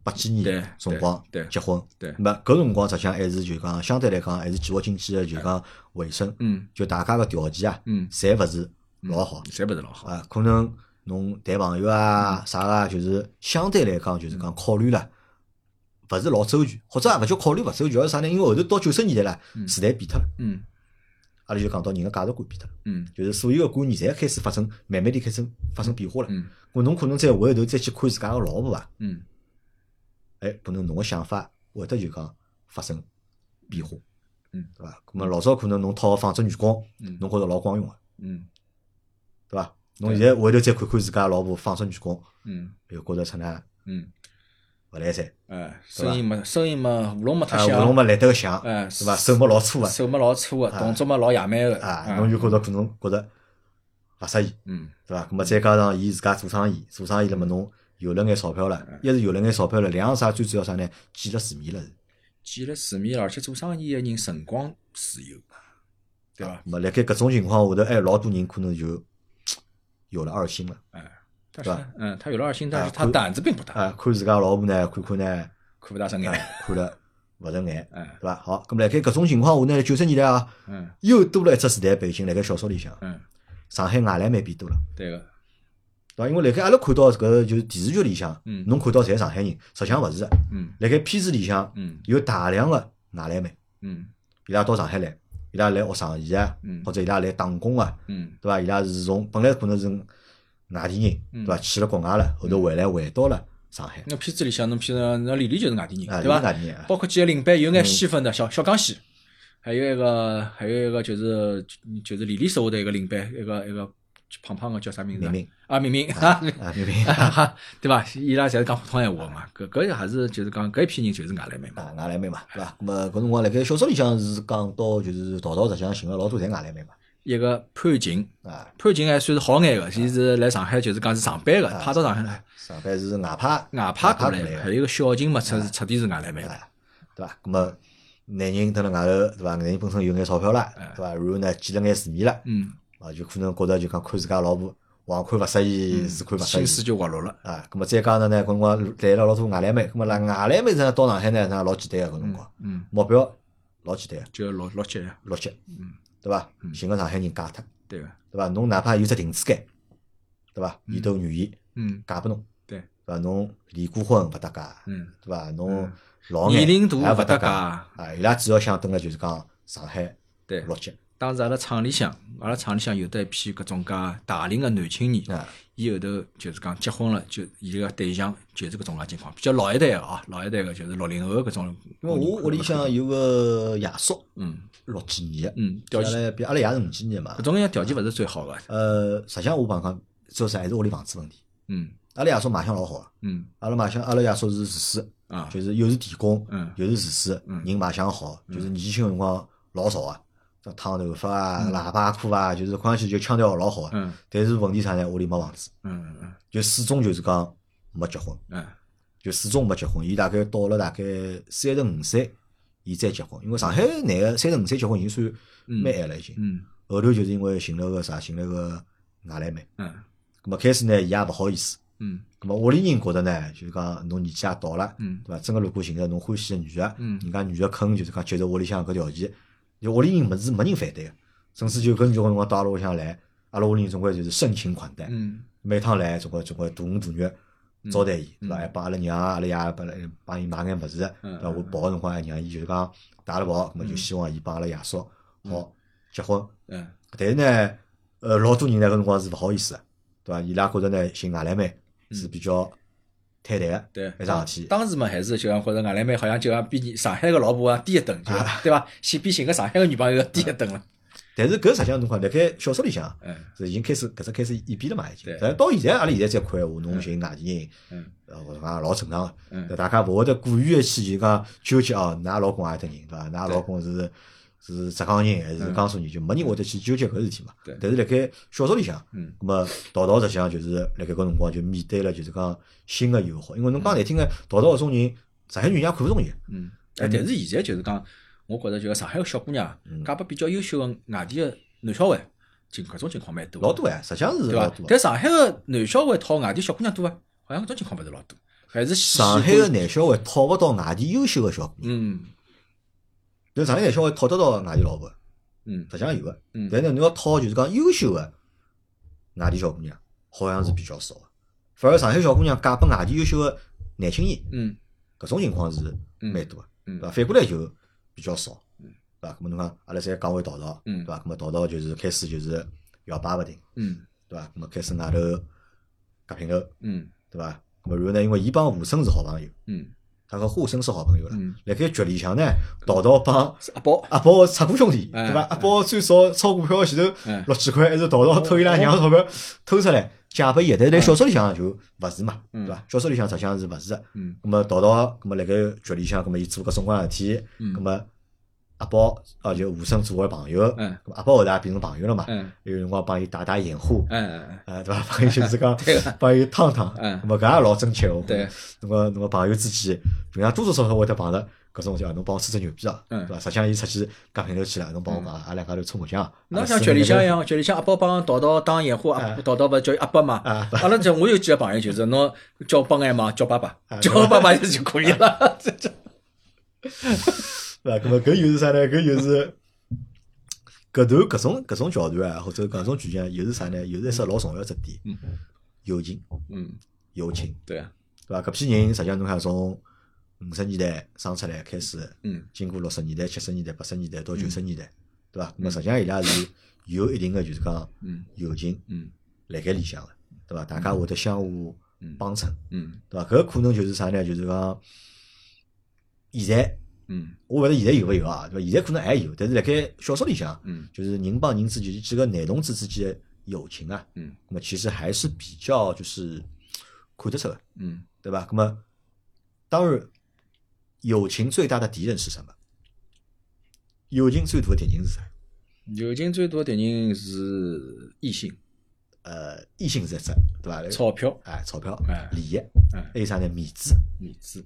八几对年辰光对对结婚。对那么搿辰光实际上还是就讲相对来讲还是计划经济的，就讲卫生，嗯就大家个条件啊，嗯，侪勿是老好侪勿是老好，啊。可能侬谈朋友嗯啊啥个啊，就是相对来讲就是讲考虑了。勿是老周全，或者也勿叫考虑勿周全，而是啥呢？因为后头到九十年代嗯了，时代变脱了，嗯阿拉就讲到人个价值观变脱了。嗯就是所有个观念侪开始发生，慢慢地开始发生变化了。嗯咾侬可能再回头再去看自家个老婆啊，嗯，哎，可能侬个想法会得就讲发生变化，嗯，对伐？咾么老早可能侬讨个纺织女工，嗯侬觉着老光荣个，嗯对伐？侬现在回头再看看自家老婆纺织女工，嗯又哎觉着出呢嗯，勿来三，哎，声音嘛，声音嘛，喉咙嘛太啊，响，喉咙嘛来得个响，哎，对伐？手嘛老粗个，手嘛老粗个，啊动作嘛老野蛮个，啊，侬就觉着可能觉着勿适意。嗯对伐？咁么再加上伊自家做生意，做生意了么侬有了眼钞票嗯了，一是有了眼钞票了，两是啥最主要啥呢？见了世面了是，见了世面，而且做生意个人辰光自由，对伐？咁么辣盖搿种情况下头，还有老多人可能就有了二心了，哎，但是对呢嗯，他有了二心，但是啊他看胆子并不大，啊，看自家老婆呢，看看呢，看不大顺啊眼。看了勿顺眼，哎，对伐？好，咁么辣盖搿种情况下呢，九十年代啊，嗯又多了一只时代背景，辣盖小说里向，嗯，上海外来妹变多了。对个，对伐？因为辣盖阿拉看到搿个就是电视剧里向嗯，侬看到侪上海人，实际上勿是的。嗯辣盖片子里向嗯有大量的外来妹，嗯伊拉到上海来，伊拉来学生意啊嗯，或者伊拉来打工啊，嗯对伐？伊拉是从本来可能是外地人，嗯对伐？去了国外了，后头回来回到了上海，那片子里向，侬譬如讲那李丽就是外地啊，人，对伐有？外地人啊，包括几个领班，有眼细分的，小小江西，还有一个，还有一个就是就是李丽手下的一个领班，一个一个胖胖的叫啥名字啊？明明啊，明明啊， 啊，明明哈哈 对伐？伊拉侪是讲普通闲话嘛，搿搿还是就是讲搿一批人就是外来妹嘛。啊，外来妹嘛，对伐？那么搿辰光辣盖小说里向是讲到就是淘淘实际上寻了老多侪外来妹嘛，一个潘琴，啊，潘琴还算是好眼个，伊是来上海就是讲是上班个，派到上海来上海是外啊派外派过过来来的。的，还啊有一个小琴嘛，彻是彻底是外来妹了。对伐？那么男人蹲辣外头，对伐？男人本身有眼钞票了，对伐？然后呢，见了眼世面了，嗯，啊，就可能觉着就讲看自家老婆，横看勿适嗯意，竖看勿适心意。思就滑落了。啊，咁么再加上呢，搿辰光来了老多外来妹，咁啊么啦外来妹实际上到上海呢，实际上老简单个搿辰光，嗯，目标老简单，就落落脚了，六级，嗯，对伐？寻个上海人嫁脱，对个。对伐？侬哪怕有只亭子间，对伐？伊都愿意嗯，嫁拨侬，对对伐？侬离过婚勿搭界，嗯，对伐？侬老年龄大大也勿勿搭搭界界啊，伊拉主要想蹲辣就是讲上海对落脚当时阿拉厂里向，阿拉厂里向有得一批搿种介大龄个男青年，啊，伊后头就是讲结婚了，就伊个对象就是搿种介情况，比较老一代个啊，老一代个就是六零后搿种。因为我屋里向有个爷叔嗯六几年的，嗯，条阿件拉比阿拉爷是五几年的嘛搿，种人条件勿是最好个，呃，实际上我帮讲，主要是还是屋里房子问题。嗯阿拉爷叔卖相老好的，嗯阿拉卖相阿拉爷叔是厨师，啊就是又是电工嗯，又是厨师嗯，人卖相好，就是年轻辰光老潮啊，像烫头发啊、喇叭裤啊，就是看上去就腔调老好啊。嗯但是问题啥呢？屋里没房子，嗯嗯就始终就是讲没结婚，嗯就始终没结婚。伊大概到了大概三十五岁，伊再结婚，因为上海男个三十五岁结婚已经算蛮晚了已经。嗯后头就是因为寻了个啥，寻了个外来妹。嗯咁么开始呢，伊也勿好意思。嗯咁么屋里人觉得呢，就是讲侬年纪也到了，嗯对伐？真个如果寻着侬欢喜个女个，嗯人家女个肯，就是讲接受屋里向搿条件，就屋里人没是没人反对个，甚至就搿女个辰光到阿拉屋里向来，阿拉屋里人总归就是盛情款待，嗯每趟来总归总归大鱼大肉招待伊，对伐？还帮阿拉娘阿拉爷帮阿拉帮伊买眼物事，嗯对伐？我跑个辰光还让伊就是讲带了跑，咁么就希望伊帮阿拉爷叔好结婚。嗯但是呢，呃，老多人呢搿辰光是勿好意思的，对伐？伊拉觉着呢寻外来妹是比较坍台个，对，一桩事体。当时嘛，还是就像觉着外来妹好像就像比你上海个老婆啊低一等，就对伐？寻比寻个上海个女朋友啊要低一等了。但是搿实际上侬看，辣盖小说里向啊嗯是已经开始搿只开始演变了嘛，已经。对但是到现在，阿拉现在再看闲话，侬寻外地人，嗯呃，我讲老正常嗯个，大家勿会得过于的去就讲纠结哦，㑚老公也得人对伐？㑚对嗯老公是是浙江人还是江苏人，就没人会得去纠结搿事体嘛对。但是辣盖小说里向，嗯咁么淘淘实际上就是辣盖搿辰光就面对了就是讲新的诱惑，因为侬讲难听个，淘淘搿种人，上海女人也看勿中伊。嗯，哎，但是现在就是讲，我觉着就是上海个小姑娘，嗯嫁拨比较优秀个外地个男小孩，就搿种情况蛮多的，老多哎，实际上是对老多？伐的。但上海个男小孩讨外地小姑娘多伐？好像搿种情况勿是老多，还是喜上海个男小孩讨勿到外地优秀个小姑娘，嗯但上海男小孩讨得到外地老婆，嗯实际上有个。嗯，但呢，侬要讨就是讲优秀个外地小姑娘，好像是比较少个。反而上海小姑娘嫁拨外地优秀个男青年，嗯搿种情况是蛮多个，嗯对伐？反过来就比较少，对伐？咾么侬讲，阿拉再讲回淘淘，嗯对伐？咾么淘淘就是开始就是摇摆勿定，嗯对伐？咾么开始外头夹平头，嗯对伐？咾么然后呢，因为伊帮华生是好朋友，嗯他和华生是好朋友了嗯。辣盖局里向呢，淘淘帮是阿宝，阿宝是插股兄弟，哎对伐？哎阿宝最少炒股票前头嗯六几块，还是淘淘偷伊拉哦娘钞票偷出来借拨伊，但是在小说里向就勿是嘛，哎嗯对伐？小说里向实际上是勿是的。嗯咁么淘淘，咁么辣盖局里向，咁么伊做各种各样的事体，嗯咁么阿宝啊就吴声做为朋友，嗯咁阿宝后头也变成朋友了嘛，嗯有辰光帮伊打打盐花，嗯啊对伐？帮伊就是讲 对个帮伊烫烫，嗯咁么搿也老真切哦。对，侬个侬个朋友之间，平常多多少少会得碰着搿种事体啊，侬帮我吹只牛逼啊，嗯对伐？实际上伊出去夹平头去了，侬帮我讲，阿拉两家头搓麻将啊，侬啊像私局里人向那一个样，局里向阿宝帮淘淘当掩护，阿淘淘勿叫阿伯嘛。啊，阿拉这我有几个朋友就是侬叫帮眼忙，叫爸爸，叫爸爸就可以了。这这，对伐？咁么搿又是啥呢？搿又是搿段搿种搿种桥段啊，或者搿种剧情啊又是啥呢？又是一只老重要的只点嗯，友情、 嗯，友情，对啊，对伐？搿批人实际上侬看从五十年代生出来开始，嗯经过六十年代、七十年代、八十年代到九十年代，对伐？咁么实际上伊拉是有一定的就是讲嗯友情嗯辣盖里向的，对伐？大家会得相互嗯帮衬，嗯对伐？搿可能就是啥呢？就是讲现在。嗯我勿晓得现在有勿有啊，对伐？现在可能还有，但是辣盖小说里向，嗯就是人帮人之间，几个男同志之间的友情啊，嗯那么其实还是比较就是看得出的，嗯，对吧？那么当然，友情最大的敌人是什么？友情最大的敌人是啥？友情最大的敌人是异性、呃，异性是一只，对吧？钞票、哎，钞票哎、利益，哎还有啥呢？面子。面子、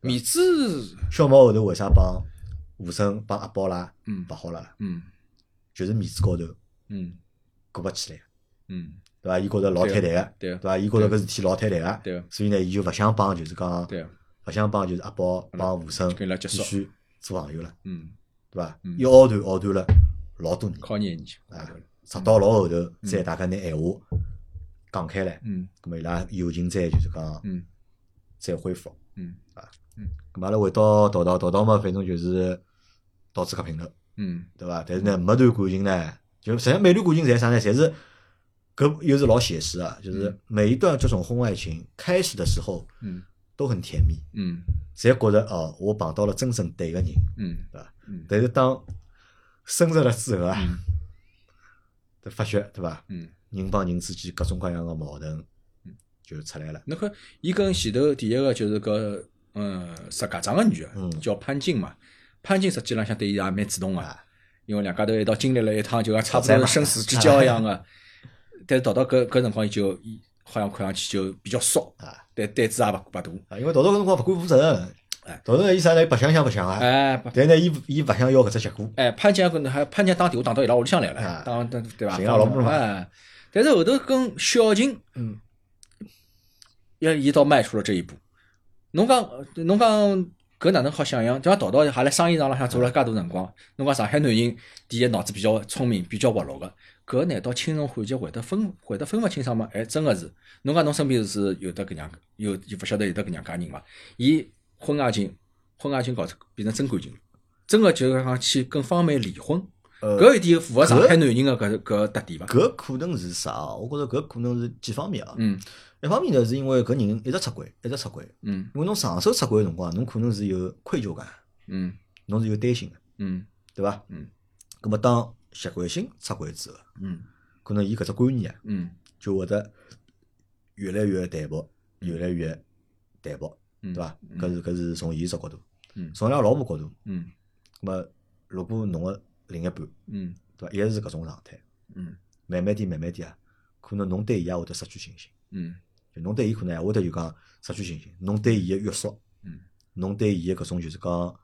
面子，小毛后头为啥帮吴声帮阿宝啦嗯勿好啦？嗯就是面子高头嗯过不去来。嗯，对伐？伊觉着老坍台个，对啊对啊伐？伊觉着搿事体老坍台个，对啊所以呢，伊就勿想帮，就是讲，对啊，勿想帮，就是阿宝帮吴生就跟伊拉结继束续做朋友了，嗯，对伐？嗯一拗断拗断了老多年，靠捏你，啊，直到老后头再大家拿闲话讲开来，嗯葛末伊拉友情再就是讲嗯再恢复。嗯咁阿拉回到淘淘淘淘嘛，反正就是到处磕平头，嗯对伐？但是呢，每段感情呢，就实际上每段感情侪啥呢？侪是搿又是老写实啊，就是嗯每一段这种婚外情开始的时候嗯都很甜蜜，嗯侪觉得哦，我碰到了真正对个人，嗯对伐？嗯但是当深入了之后啊，嗯就发觉对伐？嗯，人帮人之间各种各样的矛盾嗯就出来了。侬看，伊跟前头第一个就是搿嗯石家庄个女个嗯叫潘金嘛，潘金实际浪向对伊也蛮主动个啊，因为两家头一道经历了一趟，就讲差不挑战多嘛生死之 交一样个。但是到到搿搿辰光，伊就伊好像看上去就比较骚啊，但胆子也勿勿大。啊，因为桃桃搿辰光勿管负责任哎，桃桃呢伊啥呢？白相相白相啊，哎，不但呢伊勿伊勿想要搿只结果，哎，潘金跟还潘金打电话打到伊拉屋里向来啊了，打打对伐？寻伊拉老婆嘛哎，但是后头跟小琴，嗯，要伊倒迈出了这一步。侬讲，侬讲搿哪能好想象？就像淘淘还辣生意场浪向做了介大辰光，侬讲上海男人第一脑子比较聪明，比较活络个，搿难道轻重缓急会得分会得分勿清爽吗？哎，真个是。侬讲侬身边是有得搿样有勿晓得有得搿样介人伐？伊婚外情，婚外情搞出变成真感情，真个就是讲去跟方梅离婚，呃，搿一点符合上海男人个搿搿特点伐？搿可能是啥啊？我觉着搿可能是几方面啊。嗯一方面呢，是因为搿人一直出轨，一直出轨，嗯因为侬上手出轨个辰光，侬可能是有愧疚感，嗯侬是有担心个，嗯对伐？嗯。葛末当习惯性出轨之后，嗯可能伊搿只观念啊，嗯就会得越来越淡薄，越来越淡薄，嗯，对伐？嗯搿是搿是从伊只角度，嗯从伊拉老婆角度，嗯咁么如果侬个另一半嗯对伐，一直是搿种状态，嗯慢慢点慢慢点啊，可能侬对伊也会得失去信心，嗯就侬对伊可能也会得就讲失去信心，侬对伊个约束，嗯，侬对伊个搿种就是讲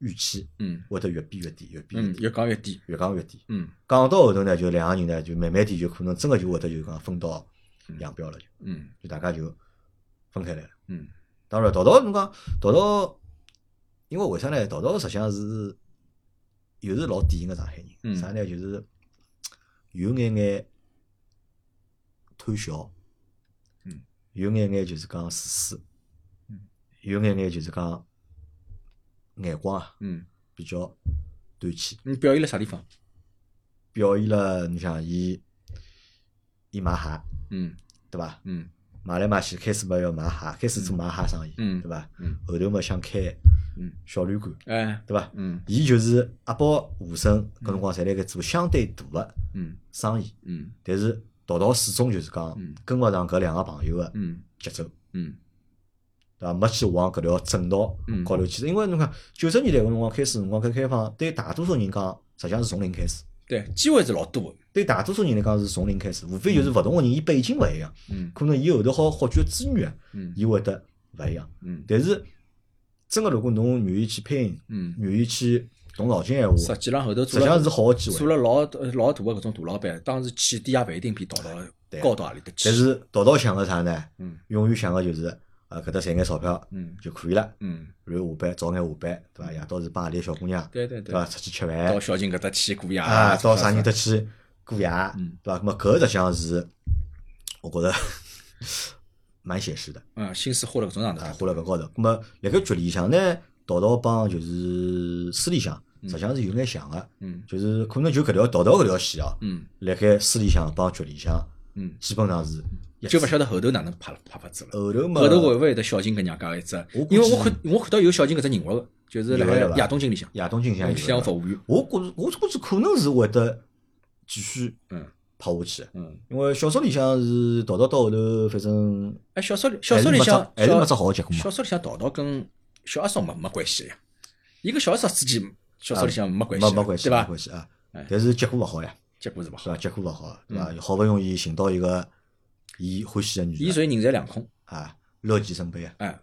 预期嗯会得越变越低，越变越嗯，低，越讲越低。越讲越低。嗯讲到后头呢，就两个人呢，就慢慢点就可能真个就会得就讲分道扬镳了，就嗯就大家就分开来了。嗯当然，淘淘侬讲淘淘，因为为啥呢？淘淘实际上是又是老典型个上海人，嗯啥呢？就是有眼眼贪小，嗯，有眼眼就是讲自私嗯，有眼眼就是讲眼光啊嗯，比较短浅，你表演了啥地方？表现了你想伊伊买鞋嗯对伐？嗯买来买去，开始嘛要买鞋，开始做买鞋生意，嗯对伐？嗯后头嘛想开嗯，小旅馆，哎对伐？嗯伊就是阿宝、吴声搿辰光侪辣盖做相对大个嗯生意，嗯但是淘淘始终就是讲嗯跟勿上搿两个朋友个嗯节奏，嗯对伐？没去往搿条正道嗯高头去，因为侬看九十年代搿辰光开始，辰光开开放，对大多数人讲，实际上是从零开始。对，机会是老多的。对大多数人来讲是从零开始，无非就是勿同个人，伊背景勿一样，嗯可能伊后头好获取个资源，嗯伊会得勿一样。嗯但是真个，如果侬愿意去拼，嗯，愿意去动脑筋闲话，实际上后头实做际上了是好个机做会。了老呃老大的搿种大老板，当时起点也勿一定比淘淘对高到何里搭去。但是淘淘想个啥呢？嗯永远想个就是啊，搿搭赚眼钞票嗯就可以了。嗯，然后下班早眼下班，对伐？夜到是帮阿里个小姑娘，对对对对，伐？出去吃到饭小金搿搭去过夜啊，到啥人搭去过夜，嗯对伐？那么搿实际上是，我觉着 蛮写实的。嗯，心思花了搿种上头啊，。花辣搿高头。咁么，辣盖局里向呢，淘淘帮就是私里向，实际上是有眼像个，嗯就是可能就搿条淘淘搿条线哦，嗯辣盖私里向帮局里向，嗯，基本上是一就致勿晓得后头哪能拍了拍法子了。后头嘛，后头会勿会得小金搿样介一只我？估因为计我看我看到有小金搿只人物个，就是辣有的海吧亚东经里向，亚东金像有像个，服务员。我估我估计可能是会得继续嗯拍下去的，嗯，因为小说里向是淘淘到后头，反正哎，小说里小还是说里没只向还是没只小好个结果嘛。小说里向淘淘跟小阿叔没没关系个呀，伊跟小阿叔之间小说里向没关系没的，没关系，对没伐？关系啊哎！但是结果勿好呀，结果是勿是好，吧？结果勿好，对伐？好不容易寻到一个伊欢喜的女伊人属于人财两空，啊，乐极生悲啊，哎，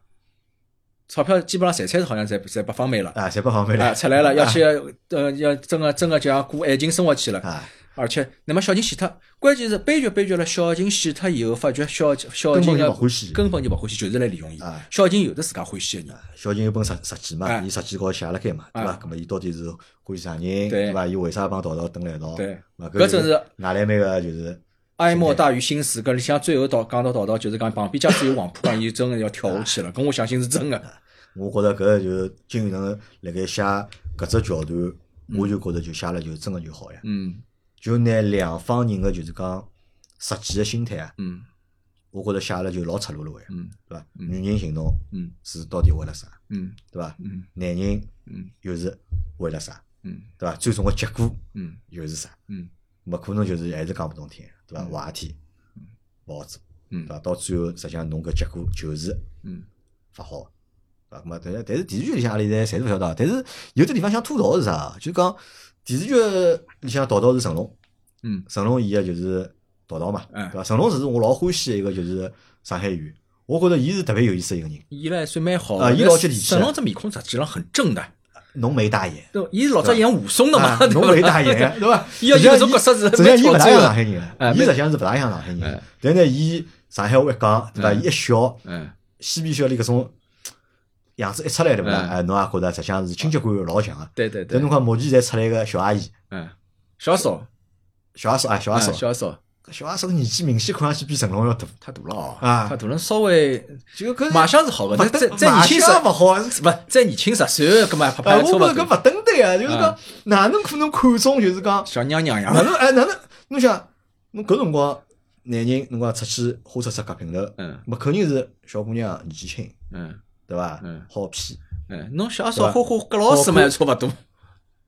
钞票基本上财产好像侪侪被方面了，啊，侪不方便啊，了出来了要去呃要真个真个就要过爱情生活去了， 啊，而且，那么小琴死脱，关键是悲剧悲剧了。小琴死脱以后，发觉小小根琴本就个勿欢喜根本就勿欢喜，就是来利用伊啊。小琴有的自家欢喜个人，小金有本日日记嘛，哎伊日记高头写了盖嘛，对伐哎？咁么伊到底是欢喜啥人，对对伐？伊为啥帮淘淘蹲辣一道？对伐，搿正是外来妹个就是哀莫大于心死，搿里向最后导讲到导到就是讲旁边家只有黄浦江，伊真个要跳下去了，跟我相信是真个。啊我觉着搿就金宇澄辣盖写搿只桥段，我就觉着就写了就真个就好呀。嗯就拿两方人个就是讲实际个心态啊，嗯我觉着写了就老赤裸裸个呀，嗯对伐？女人行动嗯是到底为了啥，嗯对伐？嗯男人嗯又是为了啥，嗯对伐？最终个结果嗯又是啥？嗯没可能就是还是讲勿通听，对伐？嗯坏事体勿好做，对嗯伐？到最后实际上侬搿结果就是嗯勿好的，对伐？咁么但是但是电视剧里向阿拉现在侪是勿晓得，但是有只地方想吐槽是啥？就是讲电视剧里向导导是成龙，嗯成龙伊个就是导导嘛，嗯对伐？成龙是我老欢喜的一个就是上海演员，我觉着伊是特别有意思的一个人，伊来算蛮好啊伊老去理解沈龙这面孔实际上很正的，浓眉大眼，对吧，伊老早演武松的嘛，啊 对浓吧眉大眼，对伐？伊要实际上有种角色是实际上伊蛮勿挑大战像的上海人哎的，伊蛮实际上是勿大像上海人哎，但呢，伊上海话一讲，对伐？嗯伊一笑，嗯嬉皮笑脸搿种样子一出来，对勿啦？嗯哎，侬也觉着实际上是亲切感老强个。啊对对对但侬，看目前侪出来个小阿姨，嗯，小嫂，小阿嫂啊，小阿嗯嫂，小嫂，搿小阿嫂年纪明显看上去比成龙要大，太大了哦啊太大了，稍微就搿马相是好的，勿但再登再马年轻十，相勿好。啊不再年轻十岁，搿么还拍哎，拍我觉错不着搿多勿登对啊，就是讲嗯哪能可能看中就是讲小娘娘哪样，能哎哪能？侬想，侬搿辰光男人侬讲出去花出出夹平头，嗯么肯定是小姑娘年纪轻，嗯对伐嗯？好骗嗯，侬小嫂花花搿老师嘛也差不多，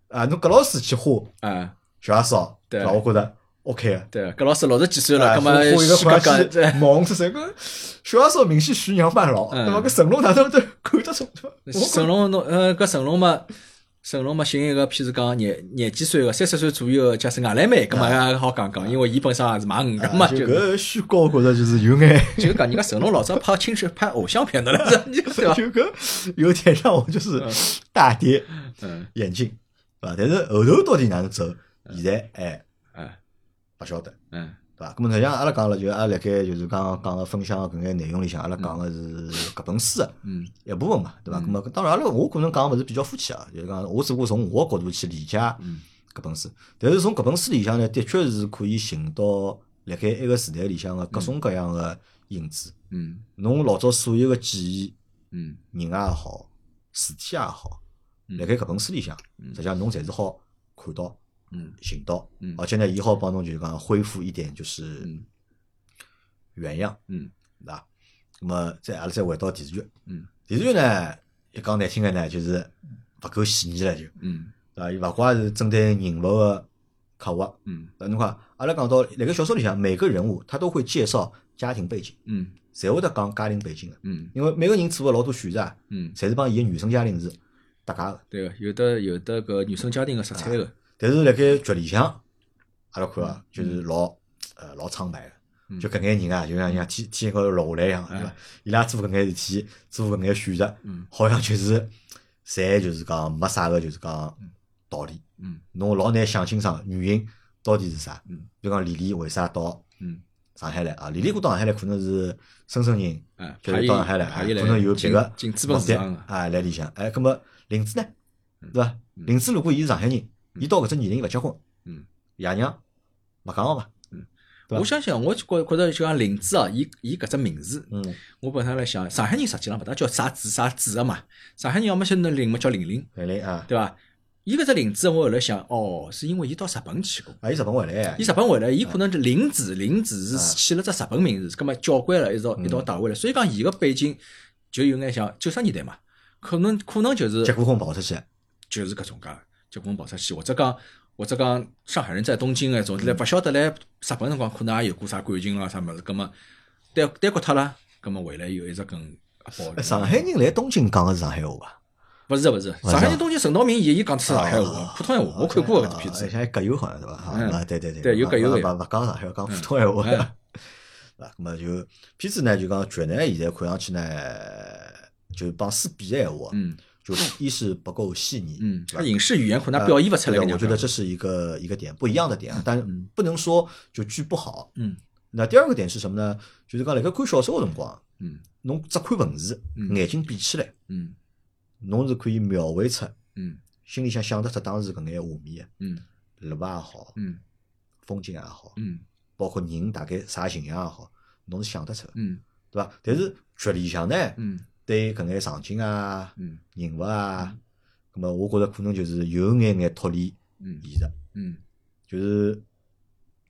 啊！侬搿老师去花啊，小阿嫂，对伐？我觉着 OK 啊个。对，搿老师六十几岁啊了，搿么花一个西格欢格喜这 忙出谁个小阿嫂明显徐娘半老，嗯对伐？搿成龙哪能都看得出？我成龙侬呃搿成龙嘛，成龙嘛寻一个，譬如讲廿廿几岁个，三十岁左右的，假使外来妹，搿么也好讲讲，因为伊本身也是卖鱼啊的嘛，就就搿虚高觉着就是有眼，就讲人家成龙老早拍青春拍偶像片的了， 对 就吧？搿有点让我就是嗯大跌嗯眼镜，对伐？但是后头到底哪能走，现在哎嗯勿晓得。嗯对伐？咁么实际上阿拉讲了，就阿拉辣盖就是刚讲个分享搿眼内容里向，阿拉讲个是搿本书个嗯一部分嘛，对伐？咁么当然阿拉我个人讲物事比较肤浅啊，就是讲我只不过从我角度去理解搿嗯本书，但是从搿本书里向呢，的确是可以寻到辣盖埃个时代里向个各种各样个影子。嗯侬老早所有个记忆，嗯人也好，事体也好，嗯辣盖搿本书里向，嗯实际上侬侪是好看到、嗯寻到嗯，而且呢，伊好帮侬就是讲恢复一点就是嗯原样。嗯对伐？那么再阿拉再回到电视剧，嗯电视剧呢，一讲难听个呢，就是勿够细腻了就，嗯对伐？伊勿怪是针对人物个刻画，嗯对伐侬看，阿拉讲到辣盖小说里向，每个人物他都会介绍家庭背景，嗯侪会得讲家庭背景个，嗯因为每个人做个老多选择啊，嗯，侪是帮伊个原生家庭是搭界个。对个，有的有的搿女生家庭个色彩个，但是辣盖剧里向，阿拉看啊嗯，就是老呃老苍白个，嗯就搿眼人啊，就像像天天高头落下来一样，对伐哎？伊拉做搿眼事体，做搿眼选择，嗯好像就是侪就是讲没啥个就是讲道理，嗯侬老难想清爽原因到底是啥。嗯比如讲李丽为啥到嗯，上海来啊？李丽过到上海来可能是深圳人，哎，就是到上海来，啊排伊可来，能有别进个进资目本市的场个，啊来里向。哎，葛么林子呢？嗯对伐？嗯林子如果伊是上海人，嗯伊到搿只年龄勿结婚，嗯，爷娘勿讲个嘛，对吧我相信，我就觉觉着就讲林子啊，伊伊搿只名字，嗯，我本身来想，上海人实际上勿大叫啥子啥子个嘛，上海人要么叫那林么叫玲玲，玲玲啊，对伐？伊搿只林子，我后来想，哦，是因为伊到日本去过，啊，伊日本回来，伊日本回来，伊可能是林子，林子是起了只日本名字，葛末交关了一道嗯一道带回来，所以讲伊个背景就有眼像九十年代嘛，可能可能就是结过婚跑出去，就是搿种介结棍跑出去，或者讲或者讲上海人在东京个种，嗯来勿晓得来日本辰光可能也有过啥感情啦啊啥物事，葛末单单过脱了，葛末回来又一直跟阿宝。哎上海人来东京讲个是上海话伐？勿是勿是，是上海人东京陈道明伊伊讲出上海话啊，普通闲话，我看过搿只片啊子。像葛优好像对伐？啊嗯啊，对对对，对有葛优勿哎勿勿讲上海，讲普通闲话。嗯 啊，那么就片子呢，就讲剧呢，现在看上去呢，就帮书比的闲话，嗯就一是不够细腻，嗯，对吧他影视语言可能啊表现勿出来对个哎我样觉子。得这是一个一个点不一样的点啊，但嗯不能说就剧不好。嗯那第二个点是什么呢？就是讲辣盖看小说的辰光，嗯侬只看文字，嗯眼睛闭起来，嗯侬是可以描绘出嗯心里向想得出当时搿眼画面嗯的，路也好，嗯风景也好，嗯包括人大概啥形象也好，侬是想得出，个，嗯对伐？但是剧里向呢，嗯对搿眼场景啊、嗯人物啊，葛么我觉着可能就是有眼眼脱离嗯现实，嗯，就是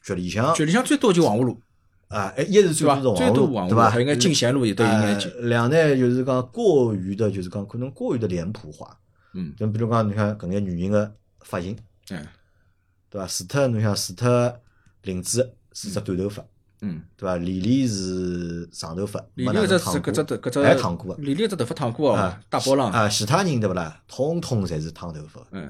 剧里向剧里向最多就黄河路，啊，哎，一是对最吧？嗯哎多是最黄多河黄路，对河路，伐还？有眼进贤路也都有眼进，呃两呢，就是讲过于的，就是讲可能过于的脸谱化。嗯就比如讲，侬像搿眼女人个发型，哎对伐？除脱侬像除脱林子是只短头发，嗯。对伐？李丽是长头发，李没丽哪能搿只烫是过搿只头搿只还烫过个李丽搿只头发烫过哦啊，大波浪，啊！其他人对勿啦？通通侪是烫头发，嗯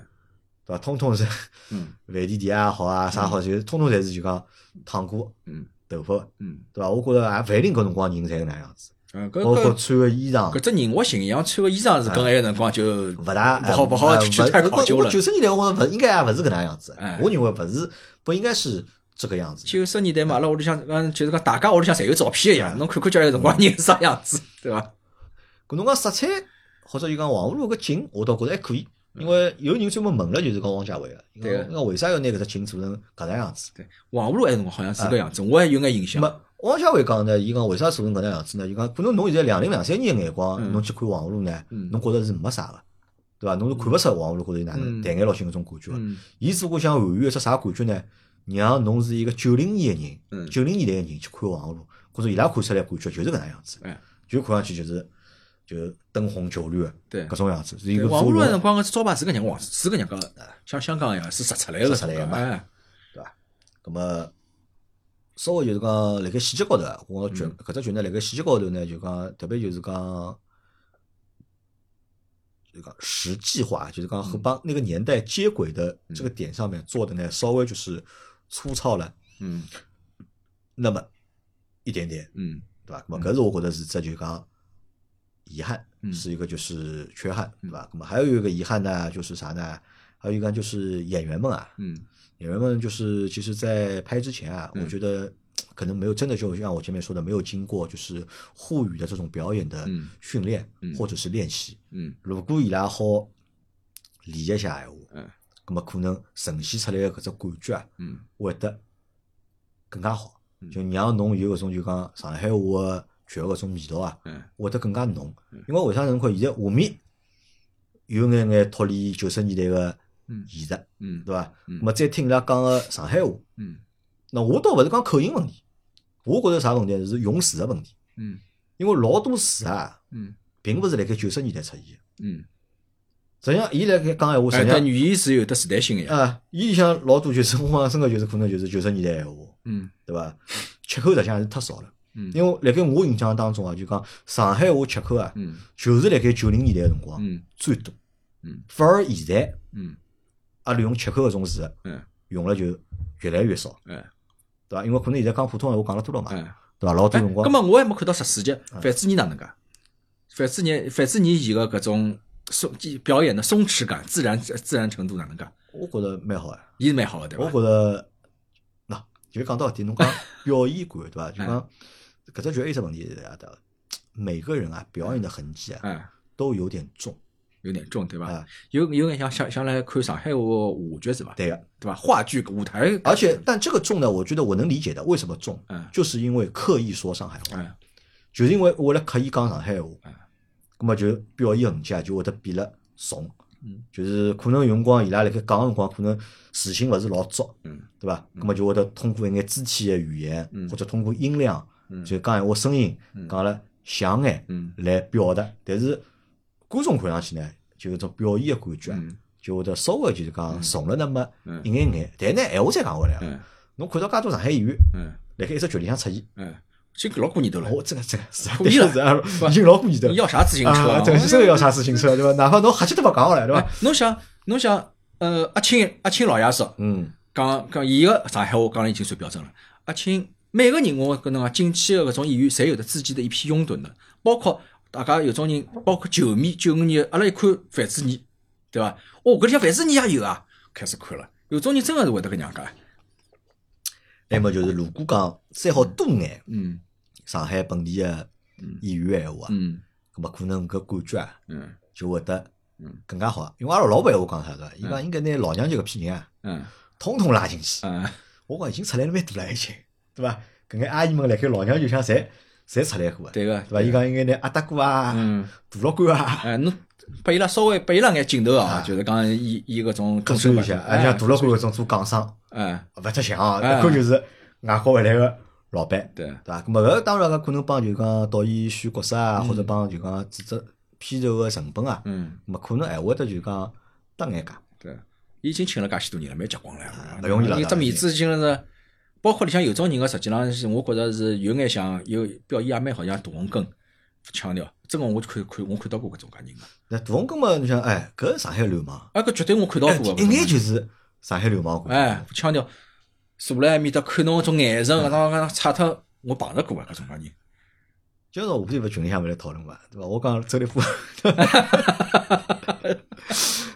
对伐？通通是嗯万地迪也好啊，啥好，就是通通侪是就讲烫过嗯头发的，嗯，对伐？我觉着也勿一定搿辰光人侪搿能样子，嗯，搿包括搿穿个衣裳搿。只人物形象穿个衣裳是搿眼辰光就勿大不好不好去太考究了九。十年代我觉着勿应该啊也勿是搿能样子哎，我认为勿是不应该是这个样子。九十年代嘛，阿拉屋里向嗯，就是讲大家屋里向侪有照片一样，侬看看叫个辰光人是啥样子，对伐？搿侬讲色彩或者就讲黄河路搿景，我倒觉着还可以，因为有人专门问了，就是讲王家卫个，啊因对啊为为啥要拿搿只景做成搿能样子？对，黄河路埃辰光好像是搿样子，我还有眼印那象。么王家卫讲呢，伊讲为啥做成搿能样子呢？伊讲可能侬现在两零两三年个眼嗯光，侬去看黄河路呢嗯，侬觉着是没啥个，对伐？侬是看勿出黄河路或者有哪能嗯淡眼老性搿种感觉个。嗯伊只不过想还原一只啥感觉呢？让侬是一个九零年的嗯人，九零年代的人去看黄河路，或者伊拉看出来感觉就是搿能样子哎，就看上去就是就灯红酒绿的对搿。种样子，是一对个黄做河路埃人辰光搿只招牌是搿样光，是搿样个，呃像香港一样是实出来个，实出来的嘛哎，葛么稍微就是讲辣盖细节高头啊，我觉嗯搿只剧呢辣盖细节高头呢，就讲特别就是讲。就讲实际化，就是讲嗯和帮那个年代接轨的这个点上面做的呢，稍微就是粗糙了嗯那么一点点，嗯对伐？那么搿是我觉得是这就讲遗憾嗯，是一个就是缺憾，对伐？那么还有一个遗憾呢，就是啥呢？还有一个就是演员们啊，嗯演员们就是其实在拍之前啊，嗯我觉得可能没有真的就像我前面说的，没有经过就是沪语的这种表演的嗯训练嗯或者是练习。嗯如果伊拉好理解一下闲话，嗯那么可能呈现出来的搿只感觉啊，嗯会得更加好嗯，就让侬有搿种就讲上海话个剧个搿种味道啊，嗯会得更加浓嗯。因为为啥能看现在画面有眼眼脱离九十年代个嗯现实，嗯对伐？嗯那么再听伊拉讲个上海话，嗯那我倒勿是讲口音问题，我觉着啥问题是用词个问题，嗯因为老多词啊，嗯并勿是辣盖九十年代出现个。嗯，实际上，伊辣盖讲闲话，哎，实际但上语言是有得时代性个，啊，伊里向老多就是我讲真个就是可能就是九十年代闲话，嗯对伐？ 切口实际上还是太少了。嗯因为辣盖我印象当中啊，就讲上海话切口啊，嗯就是辣盖九零年代个辰光嗯最多嗯。反而现在嗯阿拉用切口搿种字嗯用了就越来越少，嗯对伐？因为可能现在讲普通闲话讲了多了嘛，嗯。对伐？老多哎，辰那光么我还没看到十四集，嗯范志毅哪能介？范志毅，范志毅伊个搿种松表演的松弛感、自然自然程度哪能介？我觉着蛮好哎，伊是蛮好的，对我伐？觉着喏，就讲到底侬讲表演感对伐？就讲搿只剧还有一只问题是啥的，每个人啊表演的痕迹啊哎，都有点重有点重，对伐啊？有有眼像像像来看上海话话剧是伐？对个，对伐？嗯话剧舞台，而且但这个重呢，我觉得我能理解的，为什么重？嗯就是因为刻意说上海话。嗯就是因为为了刻意讲上海话嗯，咁么就表演痕迹啊，就会得变了怂嗯。就是可能有辰光伊拉辣盖讲个辰光，可能自信勿是老足，嗯对伐？咁么就会得通过一眼肢体个语言嗯，或者通过音量嗯，就讲闲话声音嗯，讲了像眼嗯来表达。但是观众看上去呢，就有种表演个感觉啊，嗯就会得稍微就是讲怂了那么嗯一眼眼。但呢，闲话再讲回来啊，嗯侬看到介多上海演员嗯辣盖一只剧里向出现，哦嗯，已经老过年头了，我这个这个是故意了是啊 已经老故意的 你。要啥自行车啊，啊？对，这个要啥事情出来对伐？哪怕侬瞎鸡都勿讲好了对伐哎？侬想侬想，呃，阿青阿青老爷叔。嗯，讲讲伊个上海话讲了已经算标准了。阿青每个人我跟侬讲，进去个搿种演员，侪有得自己的一批拥趸的，包括大家有种人，包括球迷，九五年阿拉一看范志毅，对伐？哦，搿里向范志毅也有啊，开始看了。有种人真个是会得搿样讲，那么就是如果讲再好多眼嗯上海本地的演员闲话啊，嗯那么可能搿感觉啊嗯就会得嗯更加好。因为阿拉老板闲话讲啥对伐？伊讲应该拿老娘舅搿批人啊，嗯统统拉进去。嗯我讲已经出来了蛮多了已经，对伐？搿眼阿姨们辣盖老娘舅里向侪侪出来过个，对个，对伐？伊讲应该拿阿达哥啊、嗯，大老倌啊，哎，侬拨伊拉稍微拨伊拉眼镜头啊，啊就是讲伊伊搿 种感受一下，哎而像大老倌搿种做港商，哎，勿吃香啊，哎搿就是外国回来个老板，对，对伐？咁么搿当然搿可能帮就讲导演选角色啊，或者帮就讲制作片头个成本啊，嗯，咁么可能还会得就讲搭眼价。对，伊已经请了介许多人了，蛮结棍了呀，勿容啊易了伊只面子已经是。包括里向有种人个，啊实际浪是我觉着是有眼像有表演也蛮好，像大红根腔调。真个我看看我看到过搿种介人个，那大红根嘛，你想，哎，搿是上海流氓，啊搿绝对我看到哎过个。一眼就是上海流氓股。哎，腔调坐辣埃面搭看侬搿种眼神，啊搿种搿种差脱，我碰着过啊，搿种介人。今朝下半天勿群里向勿来讨论嘛，对伐？我讲周立 波，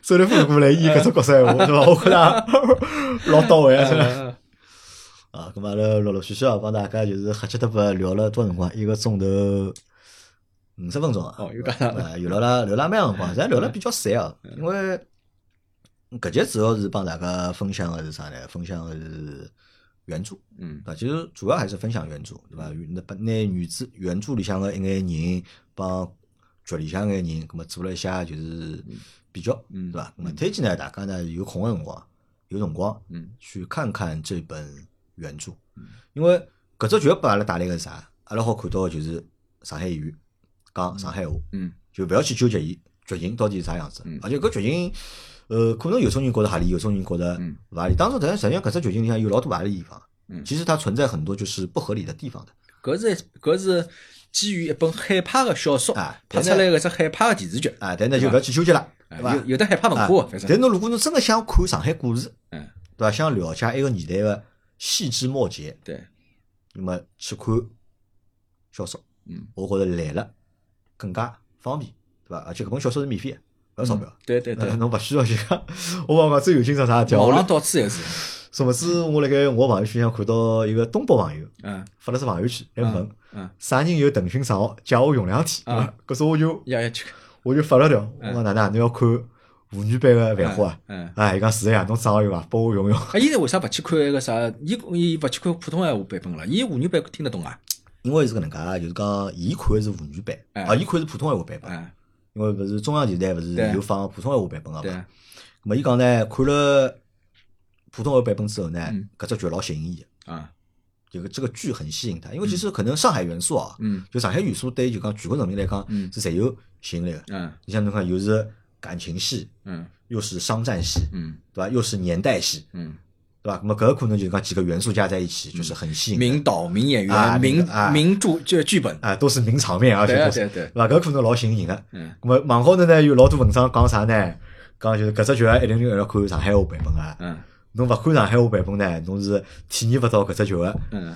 周立波如果来演搿种角色闲话，对伐？我觉着老到位哎啊，真的。啊，咁阿拉陆陆续续啊，帮大家就是瞎七搭八聊了多少辰光，一个钟头五十分钟啊。哦又加 上了嗯啊，有聊了聊了蛮长辰光，咱聊了比较散啊，因为搿节主要是帮大家分享的是啥呢？分享的是原著。啊嗯对伐？其实主要还是分享原著，对伐？那把拿原著原著里向个一眼人帮剧里向个眼人，葛么做了一下就是比较，嗯对伐？那么推荐呢，大家呢有空个辰光，有辰光嗯去看看这本原著，因为搿只剧拨阿拉带来个是啥？阿拉好看到个就是上海演员讲上海话，嗯就勿要去纠结伊剧情到底是啥样子嗯。而且搿剧情，呃，可能有种人觉得合理，有种人觉得嗯勿合理。当中，但是实际上搿只剧情里向有老多勿合理地方嗯。其实它存在很多就是不合理的地方的。搿是搿是基于一本海派个小说啊拍出来搿只海派个电视剧，啊，但呢就勿要去纠结了，啊对伐有？有的海派文啊化，反正但侬如果侬真的想看上海故事，嗯对伐？想了解一个年代的细枝末节，对，那么去看小说，嗯，我觉着来了更加方便，对伐？而且搿本小说是免费的，勿要钞票。对对对呃，侬勿需要去看。我讲讲最有劲是啥事体啊？网我浪到处也是，上么子我辣盖我朋友圈里向看到一个东北朋友嗯发了只朋友圈来问嗯，嗯，啥人有腾讯账号借我用两天，对伐啊？搿时候我就呀呀去看，我就发了条，我嗯讲哪能啊侬要看妇女版个繁花啊？嗯。哎，伊讲是呀，侬账号有伐？拨我用用。啊！现在为啥勿去看那个啥？伊伊勿去看普通闲话版本了？伊妇女版听得懂啊？因为是搿能介，啊就是讲伊看的是妇女版，哎啊，伊看的是普通闲话版本，啊，因为勿是中央电视台勿是对有放普通闲话版本个对嘛？啊，咾么伊讲呢，看了普通闲话版本之后呢嗯，搿只剧老吸引伊的，啊，就个这个剧很吸引他，因为其实可能上海元素啊，嗯就上海元素对于就讲全国人民来讲嗯是侪有吸引力个。嗯你像侬看，又是感情戏，嗯又是商战戏，嗯对伐？又是年代戏，嗯，对伐？那么搿个可能就是讲几个元素加在一起，就是很吸引人名导、名演啊员、名啊名著剧剧本，啊，都是名场面啊，而且对啊都是对啊对啊伐？搿可能老吸引人个。嗯那么网高头呢有老多文章讲啥呢？讲就是搿只剧啊一定就要看上海话版本啊，嗯侬勿看上海话版本呢，侬是体验勿到搿只剧个嗯，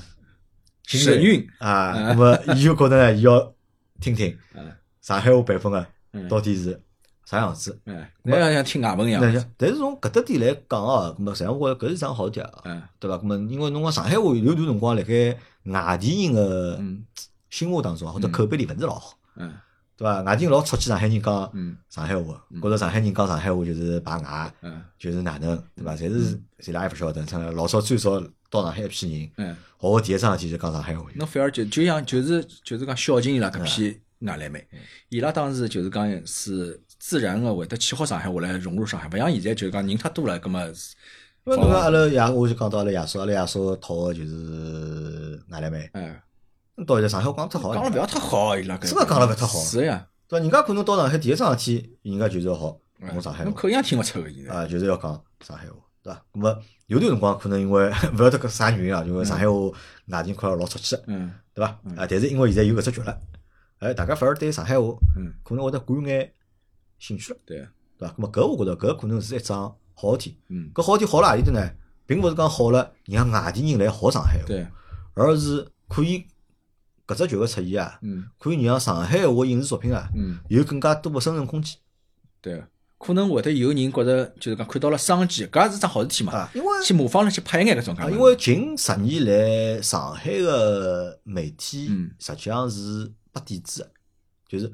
精神髓韵，啊。嗯那么伊就觉得呢，伊要听听嗯上海话版本个嗯到底是啥样子。嗯，那要像听外文一样哎那，像但是从搿搭点来讲啊，咁么实际上我觉着搿是桩好点啊，嗯对伐？咁么因为侬讲上海话有段辰光辣盖外地人个嗯心目当中啊，或者口碑里勿是老好，嗯对伐？外地人老唾弃上海人讲嗯上海话，嗯觉着上海人讲上海话就是排外，嗯就是哪能，对伐？侪是侪拉也勿晓得，像老早最早到上海一批人，嗯，学哦个第一桩事体就讲上海话。侬反而就就像就是就是讲小金伊拉搿批哎外来嗯妹，伊拉当时就是讲是自然个会得去好上海，会来融入上海，勿像现在就是讲人太多了，葛么是，因为啊侬讲阿拉爷，我就讲到阿拉爷叔，阿拉爷叔讨个就是外来妹，哎，到现在上海话讲得太好了讲了勿要太好，伊拉搿真的讲了勿太好啊是呀，对伐？人家可能到上海第一桩事体，人家就是要好嗯讲上海侬话。口音也听勿出个现在，啊，就是要讲上海话，对伐？那么有段辰光可能因为 勿晓得搿啥原因啊，因为上海话外地人快要老出去，嗯对伐？啊，但是因为现在有搿只剧了，哎，大家反而对上海话嗯，可能会得感眼兴趣了，对，对伐？那么搿我觉着搿可能是一桩好事体。嗯搿好事体好辣何里搭呢？并勿是讲好了让外地人来学上海话，对，而是可以搿只剧个出现啊，嗯可以让上海话影视作品啊嗯有更加多个生存空间对，可能会得有人觉着就是讲看到了商机，搿也是桩好事体嘛，啊，因为去模仿了去拍一眼搿种啊，讲法，因为近十年来上海个媒体嗯实际上是拨底子的，就是